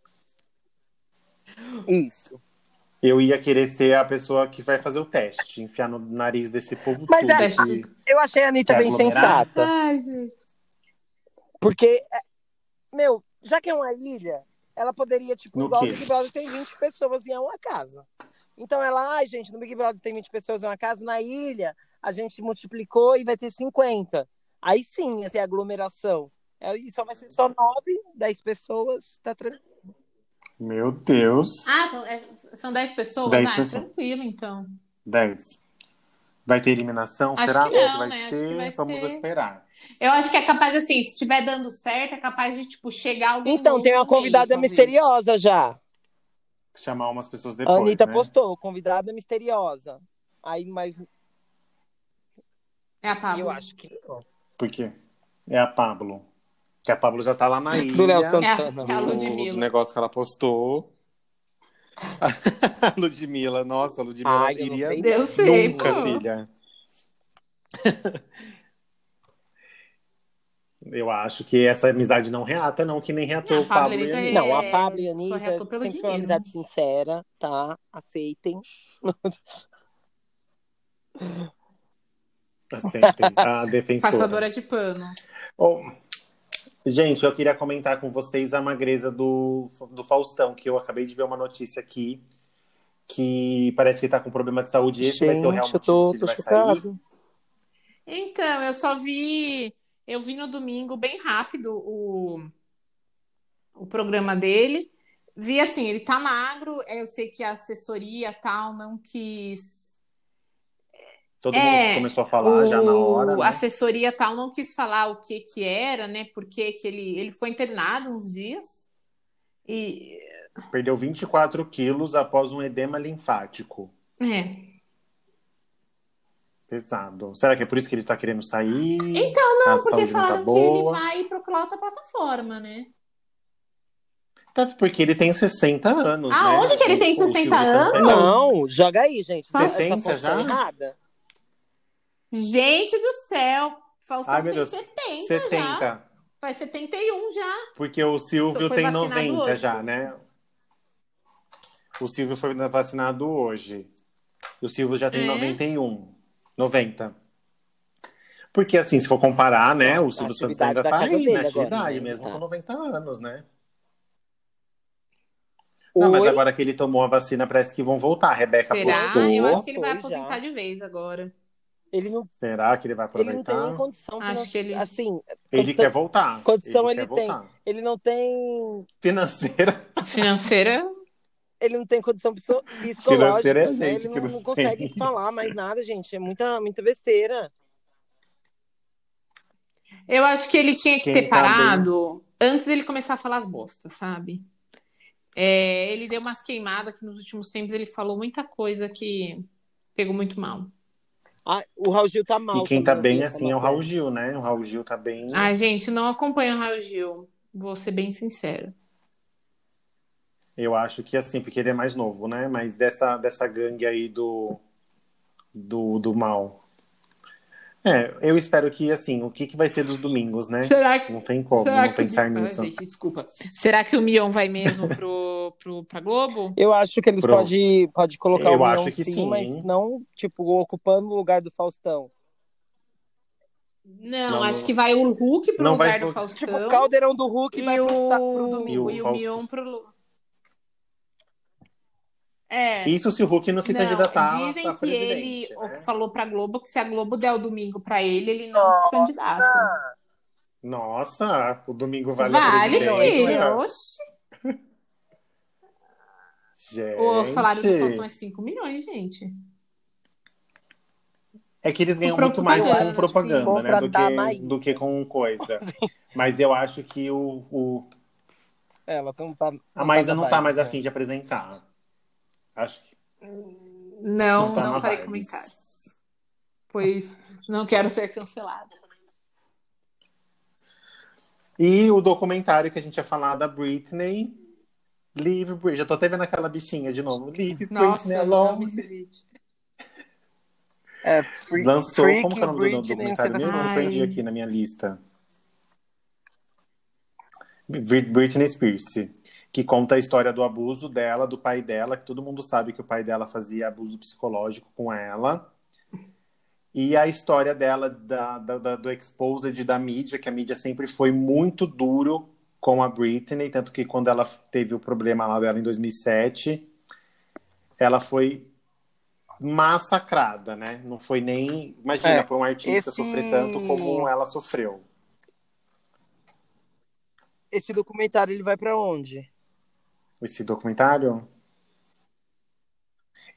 [SPEAKER 1] é- Isso.
[SPEAKER 2] Eu ia querer ser a pessoa que vai fazer o teste, enfiar no nariz desse povo
[SPEAKER 1] Mas
[SPEAKER 2] tudo.
[SPEAKER 1] é-
[SPEAKER 2] que-
[SPEAKER 1] Eu achei a Anitta
[SPEAKER 2] Quer
[SPEAKER 1] bem
[SPEAKER 2] aglomerar?
[SPEAKER 1] sensata.
[SPEAKER 3] Ai, gente.
[SPEAKER 1] Porque, é, meu, já que é uma ilha, ela poderia, tipo,
[SPEAKER 2] No
[SPEAKER 1] igual
[SPEAKER 2] quê?
[SPEAKER 1] o Big Brother tem 20 pessoas e é uma casa. Então ela, ai, gente, no Big Brother tem 20 pessoas e é uma casa, na ilha a gente multiplicou e vai ter 50. Aí sim, ia ser aglomeração. Aí só vai ser só 9, 10 pessoas, tá tranquilo.
[SPEAKER 2] Meu Deus.
[SPEAKER 3] Ah, são, é, são 10 pessoas?
[SPEAKER 2] Dez
[SPEAKER 3] ah,
[SPEAKER 2] pessoas.
[SPEAKER 3] tranquilo, então.
[SPEAKER 2] 10. Vai ter eliminação?
[SPEAKER 3] Acho
[SPEAKER 2] Será
[SPEAKER 3] que não,
[SPEAKER 2] vai
[SPEAKER 3] né? Acho que
[SPEAKER 2] ser?
[SPEAKER 3] vai
[SPEAKER 2] Vamos
[SPEAKER 3] ser.
[SPEAKER 2] esperar.
[SPEAKER 3] Eu acho que é capaz, assim, se estiver dando certo, é capaz de, tipo, chegar alguém
[SPEAKER 1] Então,
[SPEAKER 3] novo
[SPEAKER 1] tem uma
[SPEAKER 3] no meio,
[SPEAKER 1] convidada
[SPEAKER 3] talvez.
[SPEAKER 1] misteriosa já.
[SPEAKER 2] Chamar umas pessoas
[SPEAKER 1] A
[SPEAKER 2] depois.
[SPEAKER 1] Anitta
[SPEAKER 2] né?
[SPEAKER 1] postou, convidada misteriosa. Aí, mas
[SPEAKER 3] É a Pablo.
[SPEAKER 1] eu acho que não.
[SPEAKER 2] Por quê? É a Pablo. Que a Pablo já tá lá na ilha.
[SPEAKER 1] Do Léo Santana.
[SPEAKER 3] É a, é a
[SPEAKER 2] do- do
[SPEAKER 1] Né?
[SPEAKER 3] Ludmilla.
[SPEAKER 2] negócio que ela postou. A Ludmilla, nossa, a Ludmilla
[SPEAKER 1] Ai, eu não
[SPEAKER 2] iria
[SPEAKER 1] sei.
[SPEAKER 3] Eu sei,
[SPEAKER 2] nunca,
[SPEAKER 3] pô.
[SPEAKER 2] filha. Eu acho que essa amizade não reata, não, que nem reatou
[SPEAKER 3] Não,
[SPEAKER 2] o Pablo
[SPEAKER 3] Pablo,
[SPEAKER 2] e a
[SPEAKER 3] ele
[SPEAKER 2] Anitta.
[SPEAKER 1] Não,
[SPEAKER 3] É,
[SPEAKER 1] a Pablo e a
[SPEAKER 3] só
[SPEAKER 1] Anitta
[SPEAKER 3] reatou pelo
[SPEAKER 1] sempre foi uma
[SPEAKER 3] dinheiro. né?
[SPEAKER 1] amizade sincera, tá? Aceitem.
[SPEAKER 2] Sempre. A defensora.
[SPEAKER 3] tá Passadora de pano.
[SPEAKER 2] Oh, Gente, eu queria comentar com vocês a magreza do, do Faustão, que eu acabei de ver uma notícia aqui que parece que tá com problema de saúde. Esse vai ser o real
[SPEAKER 1] eu tô,
[SPEAKER 2] motivo que
[SPEAKER 1] tô
[SPEAKER 2] ele vai sair.
[SPEAKER 1] chocado.
[SPEAKER 3] Então, eu só vi. Eu vi no domingo bem rápido o, o programa dele. Vi assim, ele tá magro, é, eu sei que a assessoria tal não quis.
[SPEAKER 2] Todo
[SPEAKER 3] É,
[SPEAKER 2] mundo começou a falar já na hora.
[SPEAKER 3] o-
[SPEAKER 2] né?
[SPEAKER 3] A assessoria tal não quis falar o que que era, né? Porque que ele, ele foi internado uns dias. E.
[SPEAKER 2] Perdeu 24 quilos após um edema linfático.
[SPEAKER 3] é.
[SPEAKER 2] Pesado. Será que é por isso que ele tá querendo sair?
[SPEAKER 3] Então,
[SPEAKER 2] não, tá
[SPEAKER 3] não, porque falaram que ele vai procurar outra plataforma, né?
[SPEAKER 2] Tanto porque ele tem 60 anos.
[SPEAKER 3] Ah,
[SPEAKER 2] né?
[SPEAKER 3] onde que ele tem
[SPEAKER 2] O Silvio
[SPEAKER 3] 60
[SPEAKER 2] Santos é
[SPEAKER 3] anos?
[SPEAKER 2] novo.
[SPEAKER 1] Não, joga aí, gente. Essa- essa
[SPEAKER 2] 60
[SPEAKER 1] posição
[SPEAKER 2] já?
[SPEAKER 1] errada.
[SPEAKER 3] Gente do céu! Faustão
[SPEAKER 2] Ai, meu
[SPEAKER 3] tem
[SPEAKER 2] Deus.
[SPEAKER 3] 70, já.
[SPEAKER 2] 70.
[SPEAKER 3] Faz 71 já.
[SPEAKER 2] Porque o Silvio
[SPEAKER 3] Foi
[SPEAKER 2] tem
[SPEAKER 3] vacinado
[SPEAKER 2] 90
[SPEAKER 3] hoje.
[SPEAKER 2] já, né? O Silvio foi vacinado hoje. E o Silvio já tem
[SPEAKER 3] É?
[SPEAKER 2] 91. 90. Porque, assim, se for comparar, né? O
[SPEAKER 1] A
[SPEAKER 2] Silvio Santos
[SPEAKER 1] atividade
[SPEAKER 2] ainda
[SPEAKER 1] da
[SPEAKER 2] tá
[SPEAKER 1] casa
[SPEAKER 2] aí
[SPEAKER 1] dele
[SPEAKER 2] na atividade,
[SPEAKER 1] agora, né?
[SPEAKER 2] mesmo
[SPEAKER 1] Tá.
[SPEAKER 2] com 90 anos, né? Não, mas
[SPEAKER 1] Oi?
[SPEAKER 2] agora que ele tomou a vacina, parece que vão voltar. A Rebeca
[SPEAKER 3] Será? Ah,
[SPEAKER 2] postou.
[SPEAKER 3] Eu acho que ele vai
[SPEAKER 1] Foi já.
[SPEAKER 3] aposentar de vez agora.
[SPEAKER 1] Ele não,
[SPEAKER 2] Será que ele vai
[SPEAKER 1] ele não
[SPEAKER 2] aproveitar?
[SPEAKER 1] tem
[SPEAKER 2] Ele,
[SPEAKER 1] nem condição
[SPEAKER 3] Acho
[SPEAKER 1] financeira.
[SPEAKER 3] que ele-
[SPEAKER 1] Assim,
[SPEAKER 2] quer voltar.
[SPEAKER 1] Condição
[SPEAKER 2] quer
[SPEAKER 1] ele tem.
[SPEAKER 2] voltar.
[SPEAKER 1] ele não tem.
[SPEAKER 2] Financeira.
[SPEAKER 3] Financeira?
[SPEAKER 1] Ele não tem condição psico- psicológica.
[SPEAKER 2] é a
[SPEAKER 1] né?
[SPEAKER 2] gente
[SPEAKER 1] Ele
[SPEAKER 2] que
[SPEAKER 1] não,
[SPEAKER 2] não
[SPEAKER 1] não consegue falar mais nada, gente. É muita, muita besteira.
[SPEAKER 3] Eu acho que ele tinha que
[SPEAKER 2] Quem
[SPEAKER 3] ter
[SPEAKER 2] tá bem.
[SPEAKER 3] parado antes dele começar a falar as bostas, sabe? É, ele deu umas queimadas que nos últimos tempos ele falou muita coisa que pegou muito mal.
[SPEAKER 1] Ah, o Raul Gil tá mal.
[SPEAKER 2] E quem tá
[SPEAKER 1] também,
[SPEAKER 2] bem
[SPEAKER 1] né?
[SPEAKER 2] assim é o Raul Gil, né? O Raul Gil tá bem.
[SPEAKER 3] Ai, gente, não acompanho o Raul Gil, vou ser bem sincera.
[SPEAKER 2] Eu acho que assim, porque ele é mais novo, né? Mas dessa, dessa gangue aí do, do, do mal. É, eu espero que, assim, o que, que vai ser dos domingos, né?
[SPEAKER 3] Será que.
[SPEAKER 2] Não tem como
[SPEAKER 3] será
[SPEAKER 2] não
[SPEAKER 3] que o-
[SPEAKER 2] pensar
[SPEAKER 3] Ai,
[SPEAKER 2] nisso.
[SPEAKER 3] gente, desculpa. Será que o Mion vai mesmo pro, pro, pra Globo?
[SPEAKER 1] Eu acho que eles
[SPEAKER 2] Pronto.
[SPEAKER 1] podem pode colocar
[SPEAKER 2] Eu
[SPEAKER 1] o
[SPEAKER 2] acho
[SPEAKER 1] Mion,
[SPEAKER 2] que
[SPEAKER 1] sim,
[SPEAKER 2] sim,
[SPEAKER 1] mas
[SPEAKER 2] hein?
[SPEAKER 1] não, tipo, ocupando o lugar do Faustão.
[SPEAKER 3] Não,
[SPEAKER 2] Não,
[SPEAKER 3] acho
[SPEAKER 2] não.
[SPEAKER 3] que vai o Hulk pro
[SPEAKER 2] Não
[SPEAKER 3] lugar
[SPEAKER 2] vai
[SPEAKER 3] do
[SPEAKER 2] o-
[SPEAKER 3] Faustão.
[SPEAKER 1] Tipo, o caldeirão do Hulk
[SPEAKER 3] Então. e
[SPEAKER 1] vai
[SPEAKER 3] o...
[SPEAKER 1] pro, sa- pro domingo.
[SPEAKER 2] E o
[SPEAKER 3] e o
[SPEAKER 2] Faustão.
[SPEAKER 3] Mion pro. lu- É.
[SPEAKER 2] Isso se o Hulk não se candidatar a-
[SPEAKER 3] dizem
[SPEAKER 2] a
[SPEAKER 3] que ele
[SPEAKER 2] presidente, né?
[SPEAKER 3] falou pra Globo que se a Globo der o domingo pra ele, ele não se candidata.
[SPEAKER 2] Nossa, o domingo vale,
[SPEAKER 3] Vale,
[SPEAKER 2] a presidência.
[SPEAKER 3] filho. Oxi.
[SPEAKER 2] Gente.
[SPEAKER 3] O salário do Faustão é 5 milhões, gente.
[SPEAKER 2] É que eles ganham
[SPEAKER 3] Com
[SPEAKER 2] muito mais
[SPEAKER 3] propaganda,
[SPEAKER 2] com propaganda,
[SPEAKER 1] sim.
[SPEAKER 2] né? Do
[SPEAKER 1] Contratar mais.
[SPEAKER 2] que, do que com coisa. Mas eu acho que o, o...
[SPEAKER 1] Ela não tá. né?
[SPEAKER 2] a Maísa não tá mais
[SPEAKER 1] afim.
[SPEAKER 2] afim de apresentar. Acho que
[SPEAKER 3] Não,
[SPEAKER 2] Não tá
[SPEAKER 3] não
[SPEAKER 2] na
[SPEAKER 3] farei
[SPEAKER 2] vibe.
[SPEAKER 3] comentários. Pois não quero ser cancelada.
[SPEAKER 2] E o documentário que a gente ia falar da Britney. Live Britney. Já tô até vendo aquela bichinha de novo. Live
[SPEAKER 3] Nossa,
[SPEAKER 2] Britney
[SPEAKER 3] eu amo
[SPEAKER 2] alone.
[SPEAKER 3] esse vídeo.
[SPEAKER 1] É, free,
[SPEAKER 2] Lançou.
[SPEAKER 1] Freaky
[SPEAKER 2] como que é o nome do
[SPEAKER 1] Britney, tá
[SPEAKER 2] documentário
[SPEAKER 1] sei
[SPEAKER 2] mesmo?
[SPEAKER 1] lá.
[SPEAKER 2] Eu
[SPEAKER 3] Ai.
[SPEAKER 2] perdi aqui na minha lista. Brit- Britney Spears. Que conta a história do abuso dela, do pai dela, que todo mundo sabe que o pai dela fazia abuso psicológico com ela. E a história dela, da, da- da- do exposed da mídia, que a mídia sempre foi muito duro com a Britney, tanto que quando ela teve o problema lá dela em 2007, ela foi massacrada, né? Não foi nem... Imagina,
[SPEAKER 1] É,
[SPEAKER 2] para um artista
[SPEAKER 1] esse-
[SPEAKER 2] sofrer tanto como ela sofreu.
[SPEAKER 1] Esse documentário ele vai pra onde?
[SPEAKER 2] esse documentário?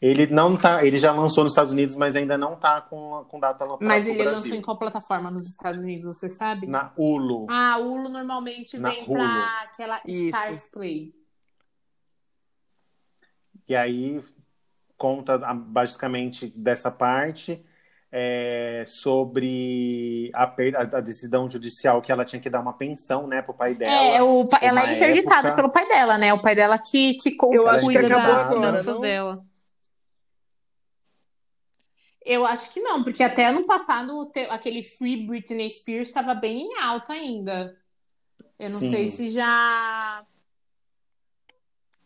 [SPEAKER 2] Ele não tá, ele já lançou nos Estados Unidos, mas ainda não tá com, com data lá
[SPEAKER 3] Mas
[SPEAKER 2] pro
[SPEAKER 3] ele lançou em
[SPEAKER 2] Brasil.
[SPEAKER 3] qual plataforma nos Estados Unidos, você sabe?
[SPEAKER 2] Na Hulu.
[SPEAKER 3] Ah, o Hulu normalmente
[SPEAKER 2] tipo, Na
[SPEAKER 3] vem
[SPEAKER 2] Hulu.
[SPEAKER 3] pra aquela
[SPEAKER 1] Isso.
[SPEAKER 3] Stars Play.
[SPEAKER 2] E aí conta ah, basicamente dessa parte é, sobre a, perda, a decisão judicial que ela tinha que dar uma pensão, né, pro pai dela.
[SPEAKER 3] É, o pa-
[SPEAKER 2] uma
[SPEAKER 3] ela é interditada
[SPEAKER 2] época-
[SPEAKER 3] pelo pai dela, né? O pai dela que, que co-
[SPEAKER 1] Eu acho
[SPEAKER 2] que
[SPEAKER 3] cuida
[SPEAKER 2] acabou
[SPEAKER 3] das
[SPEAKER 2] agora,
[SPEAKER 3] finanças
[SPEAKER 1] não?
[SPEAKER 3] dela. Eu acho que não, porque até ano passado o te- aquele Free Britney Spears estava bem em alta ainda. Eu não
[SPEAKER 2] Sim.
[SPEAKER 3] sei se já.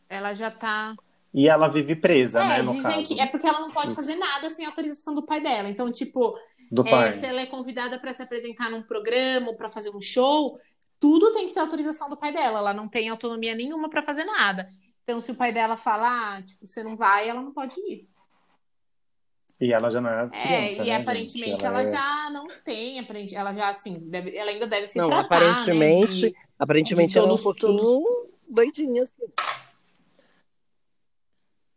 [SPEAKER 3] Ela já tá.
[SPEAKER 2] E ela vive presa,
[SPEAKER 3] é,
[SPEAKER 2] né, no
[SPEAKER 3] dizem
[SPEAKER 2] caso
[SPEAKER 3] que é porque ela não pode fazer nada sem autorização do pai dela. Então, tipo,
[SPEAKER 2] do
[SPEAKER 3] é,
[SPEAKER 2] pai.
[SPEAKER 3] se ela é convidada para se apresentar num programa ou para fazer um show, tudo tem que ter autorização do pai dela. Ela não tem autonomia nenhuma para fazer nada. Então, se o pai dela falar, tipo, você não vai, ela não pode ir.
[SPEAKER 2] E ela já não era
[SPEAKER 3] É,
[SPEAKER 2] criança,
[SPEAKER 3] e
[SPEAKER 2] né,
[SPEAKER 3] aparentemente
[SPEAKER 2] gente?
[SPEAKER 3] ela,
[SPEAKER 2] é-
[SPEAKER 3] já não tem, aparente- ela já assim, deve- ela ainda deve se
[SPEAKER 1] Não,
[SPEAKER 3] tratar,
[SPEAKER 1] aparentemente-
[SPEAKER 3] né, de-
[SPEAKER 1] Aparentemente
[SPEAKER 3] De
[SPEAKER 1] ela é um
[SPEAKER 3] todos-
[SPEAKER 1] pouquinho doidinha. assim.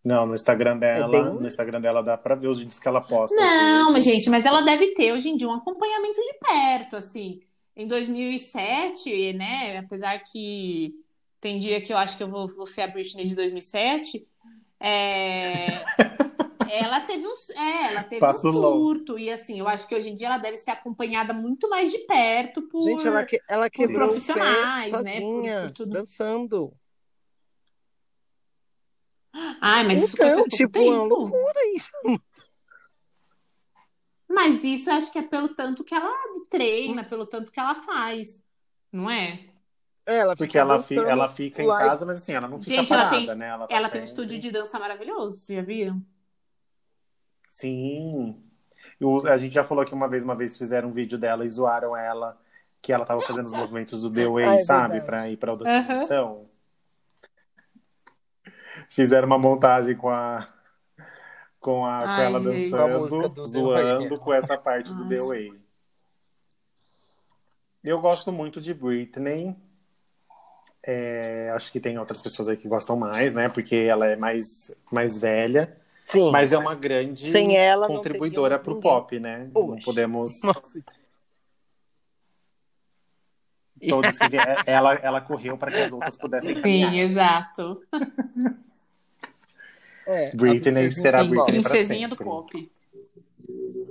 [SPEAKER 2] Não, no Instagram dela,
[SPEAKER 1] bem-
[SPEAKER 2] no Instagram dela dá pra ver os vídeos que ela posta. assim.
[SPEAKER 3] Não, mas
[SPEAKER 2] Às vezes.
[SPEAKER 3] gente, mas ela deve ter hoje em dia um acompanhamento de perto, assim. Em 2007, né, apesar que tem dia que eu acho que eu vou, vou ser a Britney de 2007, é, ela teve um, é, ela teve um
[SPEAKER 2] Passo longo.
[SPEAKER 3] surto e assim, eu acho que hoje em dia ela deve ser acompanhada muito mais de perto por
[SPEAKER 1] Gente, ela, que, ela quebrou o pé
[SPEAKER 3] profissionais, né, por-
[SPEAKER 1] sozinha,
[SPEAKER 3] por tudo.
[SPEAKER 1] dançando.
[SPEAKER 3] Ai, mas isso foi
[SPEAKER 1] Então,
[SPEAKER 3] faz pouco
[SPEAKER 1] tipo, é uma
[SPEAKER 3] tempo.
[SPEAKER 1] loucura isso.
[SPEAKER 3] Mas isso acho que é pelo tanto que ela treina, pelo tanto que ela faz, não é?
[SPEAKER 1] É, Ela
[SPEAKER 2] Porque
[SPEAKER 1] fica
[SPEAKER 2] ela, fi-
[SPEAKER 1] dançando.
[SPEAKER 2] ela fica em
[SPEAKER 1] lá e-
[SPEAKER 2] casa, mas assim, ela não fica
[SPEAKER 3] Gente, ela
[SPEAKER 2] parada,
[SPEAKER 3] tem-
[SPEAKER 2] né? tá
[SPEAKER 3] Ela tem
[SPEAKER 2] sempre-
[SPEAKER 3] um estúdio de dança maravilhoso, vocês já viram?
[SPEAKER 2] Sim. Eu- a gente já falou que uma vez, uma vez fizeram um vídeo dela e zoaram ela, que ela tava fazendo os movimentos do The Way,
[SPEAKER 1] Ah, é
[SPEAKER 2] sabe?
[SPEAKER 1] verdade.
[SPEAKER 2] Pra ir pra outra
[SPEAKER 3] Aham.
[SPEAKER 2] dimensão. Fizeram uma montagem com a. Com, a,
[SPEAKER 3] Ai,
[SPEAKER 2] com ela
[SPEAKER 3] gente.
[SPEAKER 1] Com a música
[SPEAKER 2] dançando,
[SPEAKER 1] do The
[SPEAKER 2] zoando
[SPEAKER 1] Way.
[SPEAKER 2] com essa parte do The
[SPEAKER 3] Nossa.
[SPEAKER 2] Way. Eu gosto muito de Britney. É, acho que tem outras pessoas aí que gostam mais, né? Porque ela é mais, mais velha.
[SPEAKER 1] Sim.
[SPEAKER 2] Mas é uma grande
[SPEAKER 1] Sem ela não
[SPEAKER 2] contribuidora para
[SPEAKER 1] teríamos
[SPEAKER 2] o
[SPEAKER 1] ninguém.
[SPEAKER 2] pop, né? Não
[SPEAKER 1] Oxe.
[SPEAKER 2] podemos.
[SPEAKER 1] Nossa.
[SPEAKER 2] Todos que vieram- ela, ela correu para que as outras pudessem
[SPEAKER 3] Sim,
[SPEAKER 2] caminhar.
[SPEAKER 3] exato.
[SPEAKER 1] É, a
[SPEAKER 2] Britney
[SPEAKER 1] Britney
[SPEAKER 2] será
[SPEAKER 1] sim,
[SPEAKER 3] Sim,
[SPEAKER 2] Britney pra
[SPEAKER 3] princesinha do
[SPEAKER 2] sempre.
[SPEAKER 3] pop.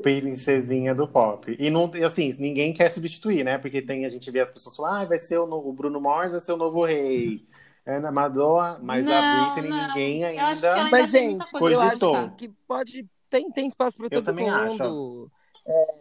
[SPEAKER 2] Princesinha do pop. E não, e assim, ninguém quer substituir, né? Porque tem, a gente vê as pessoas falando, ah, vai ser o, novo, o Bruno Mars, vai ser o novo rei. Ana Madonna, mas a
[SPEAKER 3] Não,
[SPEAKER 2] Britney
[SPEAKER 3] não.
[SPEAKER 2] ninguém
[SPEAKER 3] Eu acho que ela
[SPEAKER 2] ainda.
[SPEAKER 3] ainda
[SPEAKER 1] Mas,
[SPEAKER 3] tem muita
[SPEAKER 1] gente,
[SPEAKER 3] coisa
[SPEAKER 1] eu
[SPEAKER 3] pra
[SPEAKER 2] cogitou.
[SPEAKER 3] lançar.
[SPEAKER 1] acho que pode. Tem, tem espaço para
[SPEAKER 2] Eu
[SPEAKER 1] todo
[SPEAKER 2] também
[SPEAKER 1] mundo. É,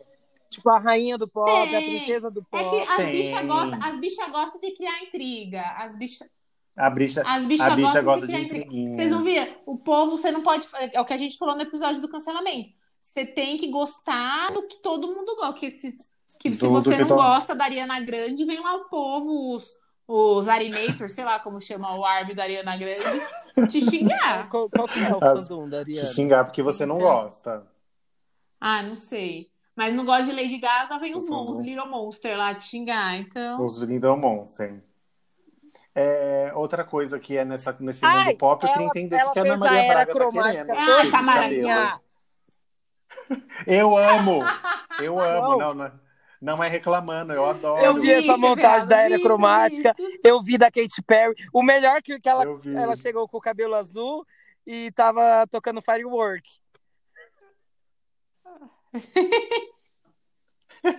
[SPEAKER 1] tipo, a rainha do pop, a
[SPEAKER 3] Tem.
[SPEAKER 1] princesa do
[SPEAKER 3] É
[SPEAKER 1] pop.
[SPEAKER 3] que as
[SPEAKER 2] Tem.
[SPEAKER 3] bichas gostam, as bicha gostam de criar intriga. As bichas
[SPEAKER 2] A bicha,
[SPEAKER 3] as
[SPEAKER 2] a
[SPEAKER 3] bicha
[SPEAKER 2] bicha
[SPEAKER 3] gostam
[SPEAKER 2] gosta de
[SPEAKER 3] de criar intriga.
[SPEAKER 2] intriguinha.
[SPEAKER 3] Vocês não viram? O povo, você não pode. É o que a gente falou no episódio do cancelamento. Você tem que gostar do que todo mundo gosta. Que se, que se
[SPEAKER 2] Do- do
[SPEAKER 3] você
[SPEAKER 2] que
[SPEAKER 3] não
[SPEAKER 2] to-
[SPEAKER 3] gosta da Ariana Grande, vem lá o povo, os, os Arinators, sei lá como chama o árbitro da Ariana Grande, te xingar.
[SPEAKER 1] Qual, qual que é o
[SPEAKER 2] As-
[SPEAKER 1] fandom da
[SPEAKER 2] Te
[SPEAKER 1] Ariana?
[SPEAKER 2] xingar porque você não
[SPEAKER 3] Então.
[SPEAKER 2] gosta.
[SPEAKER 3] Ah, não sei. Mas não gosta de Lady Gaga, vem os,
[SPEAKER 2] Por
[SPEAKER 3] mon- os
[SPEAKER 2] favor.
[SPEAKER 3] Little Monster lá te xingar. Então.
[SPEAKER 2] Os Lindon Monsen. É, outra coisa que é nessa, nesse
[SPEAKER 1] Ai,
[SPEAKER 2] mundo pop, eu queria
[SPEAKER 1] ela-
[SPEAKER 2] entender
[SPEAKER 1] ela
[SPEAKER 2] o que a Ana
[SPEAKER 1] fez a
[SPEAKER 2] Maria
[SPEAKER 1] era
[SPEAKER 2] Braga tá
[SPEAKER 1] cromática
[SPEAKER 2] querendo. com
[SPEAKER 3] toda,
[SPEAKER 2] esses
[SPEAKER 3] Maria.
[SPEAKER 2] cabelos. Eu amo! Eu amo, não, não, não é reclamando, eu adoro.
[SPEAKER 1] Eu vi essa
[SPEAKER 3] isso,
[SPEAKER 1] montagem
[SPEAKER 3] viado,
[SPEAKER 1] da
[SPEAKER 3] eu
[SPEAKER 1] era
[SPEAKER 3] vi isso,
[SPEAKER 1] cromática.
[SPEAKER 3] vi isso.
[SPEAKER 1] Eu vi da Katy Perry. O melhor que que ela,
[SPEAKER 2] Eu vi.
[SPEAKER 1] ela chegou com o cabelo azul e tava tocando firework.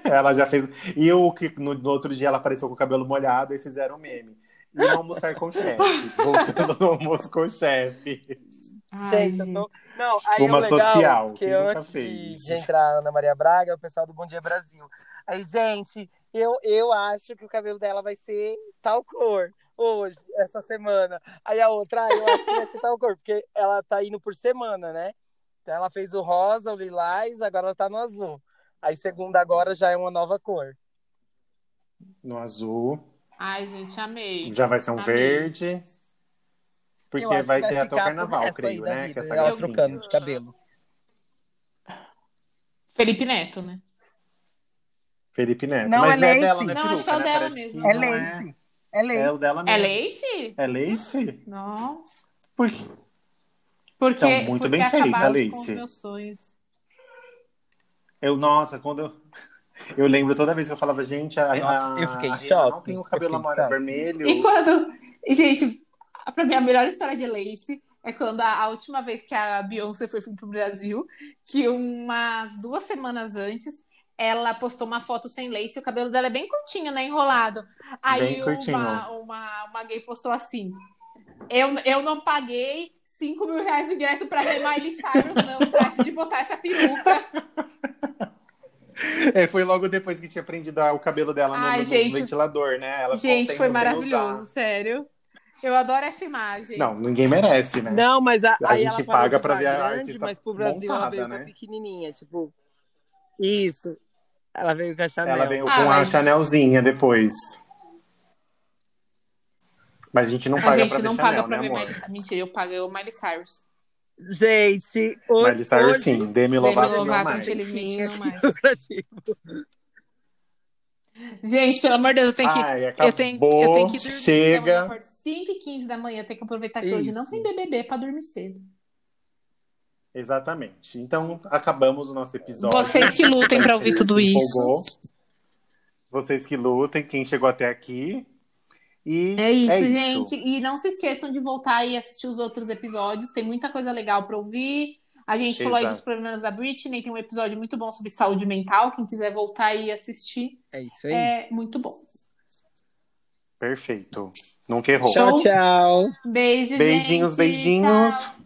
[SPEAKER 2] Ela já fez. E eu, que no, no outro dia ela apareceu com o cabelo molhado e fizeram um meme. E não almoçar com o chefe. Voltando no almoço com o chefe.
[SPEAKER 3] Ai,
[SPEAKER 1] Gente, eu tô- Não, aí
[SPEAKER 2] Uma
[SPEAKER 1] é o legal,
[SPEAKER 2] social,
[SPEAKER 1] porque
[SPEAKER 2] quem nunca
[SPEAKER 1] antes
[SPEAKER 2] fez?
[SPEAKER 1] de entrar a Ana Maria Braga, o pessoal do Bom Dia Brasil. Aí, gente, eu, eu acho que o cabelo dela vai ser tal cor hoje, essa semana. Aí a outra, ah, eu acho que vai ser tal cor, porque ela tá indo por semana, né? Então ela fez o rosa, o lilás, agora ela tá no azul. Aí segunda agora já é uma nova cor.
[SPEAKER 2] No azul.
[SPEAKER 3] Ai, gente, amei.
[SPEAKER 2] Já vai ser um
[SPEAKER 3] Amei.
[SPEAKER 2] verde. Porque
[SPEAKER 1] Eu acho
[SPEAKER 2] vai,
[SPEAKER 1] que
[SPEAKER 2] ter até o
[SPEAKER 1] ficar pro
[SPEAKER 2] carnaval,
[SPEAKER 1] resto aí
[SPEAKER 2] creio,
[SPEAKER 1] da
[SPEAKER 2] né?
[SPEAKER 1] vida,
[SPEAKER 2] que essa
[SPEAKER 1] ela
[SPEAKER 2] gracinha.
[SPEAKER 1] trocando de cabelo.
[SPEAKER 3] Felipe Neto, né?
[SPEAKER 2] Felipe Neto.
[SPEAKER 1] Não,
[SPEAKER 2] Mas
[SPEAKER 1] é
[SPEAKER 2] é dela,
[SPEAKER 1] Lacey.
[SPEAKER 2] né?
[SPEAKER 3] Não,
[SPEAKER 2] peruca,
[SPEAKER 3] acho que é o
[SPEAKER 2] né?
[SPEAKER 3] dela
[SPEAKER 2] Parece
[SPEAKER 3] mesmo.
[SPEAKER 2] que
[SPEAKER 3] É
[SPEAKER 2] não
[SPEAKER 1] Lace. É
[SPEAKER 2] É o dela
[SPEAKER 3] É
[SPEAKER 2] mesmo.
[SPEAKER 3] Lace?
[SPEAKER 2] É Lace?
[SPEAKER 3] Nossa.
[SPEAKER 2] Por quê?
[SPEAKER 3] Porque,
[SPEAKER 2] Então, muito
[SPEAKER 3] porque
[SPEAKER 2] bem feita,
[SPEAKER 3] acabaram com os
[SPEAKER 2] Lace.
[SPEAKER 3] meus sonhos.
[SPEAKER 2] Eu, nossa, quando eu. Eu lembro toda vez que eu falava, gente, a,
[SPEAKER 1] Nossa,
[SPEAKER 2] a-
[SPEAKER 1] eu fiquei
[SPEAKER 2] a
[SPEAKER 1] em
[SPEAKER 2] Rihanna não
[SPEAKER 1] choque.
[SPEAKER 2] tem o
[SPEAKER 1] Eu
[SPEAKER 2] cabelo
[SPEAKER 1] fiquei em
[SPEAKER 2] amarelo
[SPEAKER 1] choque.
[SPEAKER 2] vermelho.
[SPEAKER 3] E quando... e, Gente, pra mim, a melhor história de Lace é quando a, a última vez que a Beyoncé foi pro Brasil, que umas duas semanas antes, ela postou uma foto sem lace e o cabelo dela é bem curtinho, né? Enrolado. Aí
[SPEAKER 2] Bem curtinho.
[SPEAKER 3] Uma, uma, uma gay postou assim... Eu, eu não paguei 5 mil reais no ingresso pra ver Miley Cyrus, não. Trate de botar essa peruca.
[SPEAKER 2] É, foi logo depois que tinha prendido a- o cabelo dela no,
[SPEAKER 3] Ai,
[SPEAKER 2] no
[SPEAKER 3] gente.
[SPEAKER 2] ventilador, né? Ela ficou um
[SPEAKER 3] Gente,
[SPEAKER 2] tempo
[SPEAKER 3] foi
[SPEAKER 2] sem
[SPEAKER 3] maravilhoso,
[SPEAKER 2] usar.
[SPEAKER 3] sério. Eu adoro essa imagem.
[SPEAKER 2] Não, ninguém merece, né?
[SPEAKER 1] Não, mas a,
[SPEAKER 2] A
[SPEAKER 1] aí
[SPEAKER 2] gente
[SPEAKER 1] ela parou
[SPEAKER 2] paga
[SPEAKER 1] de
[SPEAKER 2] pra
[SPEAKER 1] usar
[SPEAKER 2] ver a
[SPEAKER 1] grande,
[SPEAKER 2] artista
[SPEAKER 1] mas pro Brasil ela veio
[SPEAKER 2] montada,
[SPEAKER 1] com
[SPEAKER 2] né?
[SPEAKER 1] a pequenininha, tipo. Isso. Ela veio com a Chanel.
[SPEAKER 2] Ela veio
[SPEAKER 3] Ah,
[SPEAKER 2] com
[SPEAKER 3] mas-
[SPEAKER 2] a Chanelzinha depois. Mas a gente não
[SPEAKER 3] a
[SPEAKER 2] paga
[SPEAKER 3] gente
[SPEAKER 2] pra ver
[SPEAKER 3] não
[SPEAKER 2] Chanel,
[SPEAKER 3] paga pra
[SPEAKER 2] né,
[SPEAKER 3] ver
[SPEAKER 2] amor?
[SPEAKER 3] Miley Cyrus. Mentira, eu paguei o Miley Cyrus.
[SPEAKER 1] Gente, hoje.
[SPEAKER 2] Miley Cyrus
[SPEAKER 1] hoje-
[SPEAKER 2] sim, Demi
[SPEAKER 3] Demi
[SPEAKER 2] Lovato não
[SPEAKER 3] Lovato,
[SPEAKER 2] mais.
[SPEAKER 3] infelizmente, não mais.
[SPEAKER 1] Lucrativo.
[SPEAKER 3] Gente, pelo amor de Deus, eu tenho que...
[SPEAKER 2] Ai,
[SPEAKER 3] Eu
[SPEAKER 2] acabou,
[SPEAKER 3] tenho, eu tenho que dormir. né?
[SPEAKER 2] chega.
[SPEAKER 3] 5 e 15 da manhã, eu tenho que aproveitar que hoje
[SPEAKER 1] Isso.
[SPEAKER 3] não tem BBB pra dormir cedo.
[SPEAKER 2] Exatamente. Então, acabamos o nosso episódio.
[SPEAKER 3] Vocês que lutem pra ouvir tudo
[SPEAKER 2] Quem se
[SPEAKER 3] isso.
[SPEAKER 2] empolgou. Vocês que lutem, quem chegou até aqui. E
[SPEAKER 3] É isso, gente. E não se esqueçam de voltar e assistir os outros episódios. Tem muita coisa legal para ouvir. A gente falou aí
[SPEAKER 2] Exato.
[SPEAKER 3] dos problemas da Britney. Tem um episódio muito bom sobre saúde mental. Quem quiser voltar e assistir,
[SPEAKER 1] É isso aí.
[SPEAKER 3] é muito bom.
[SPEAKER 2] Perfeito. Nunca errou.
[SPEAKER 3] Show.
[SPEAKER 1] Tchau, tchau.
[SPEAKER 3] Beijo, gente.
[SPEAKER 2] Beijinhos, beijinhos.
[SPEAKER 3] Tchau.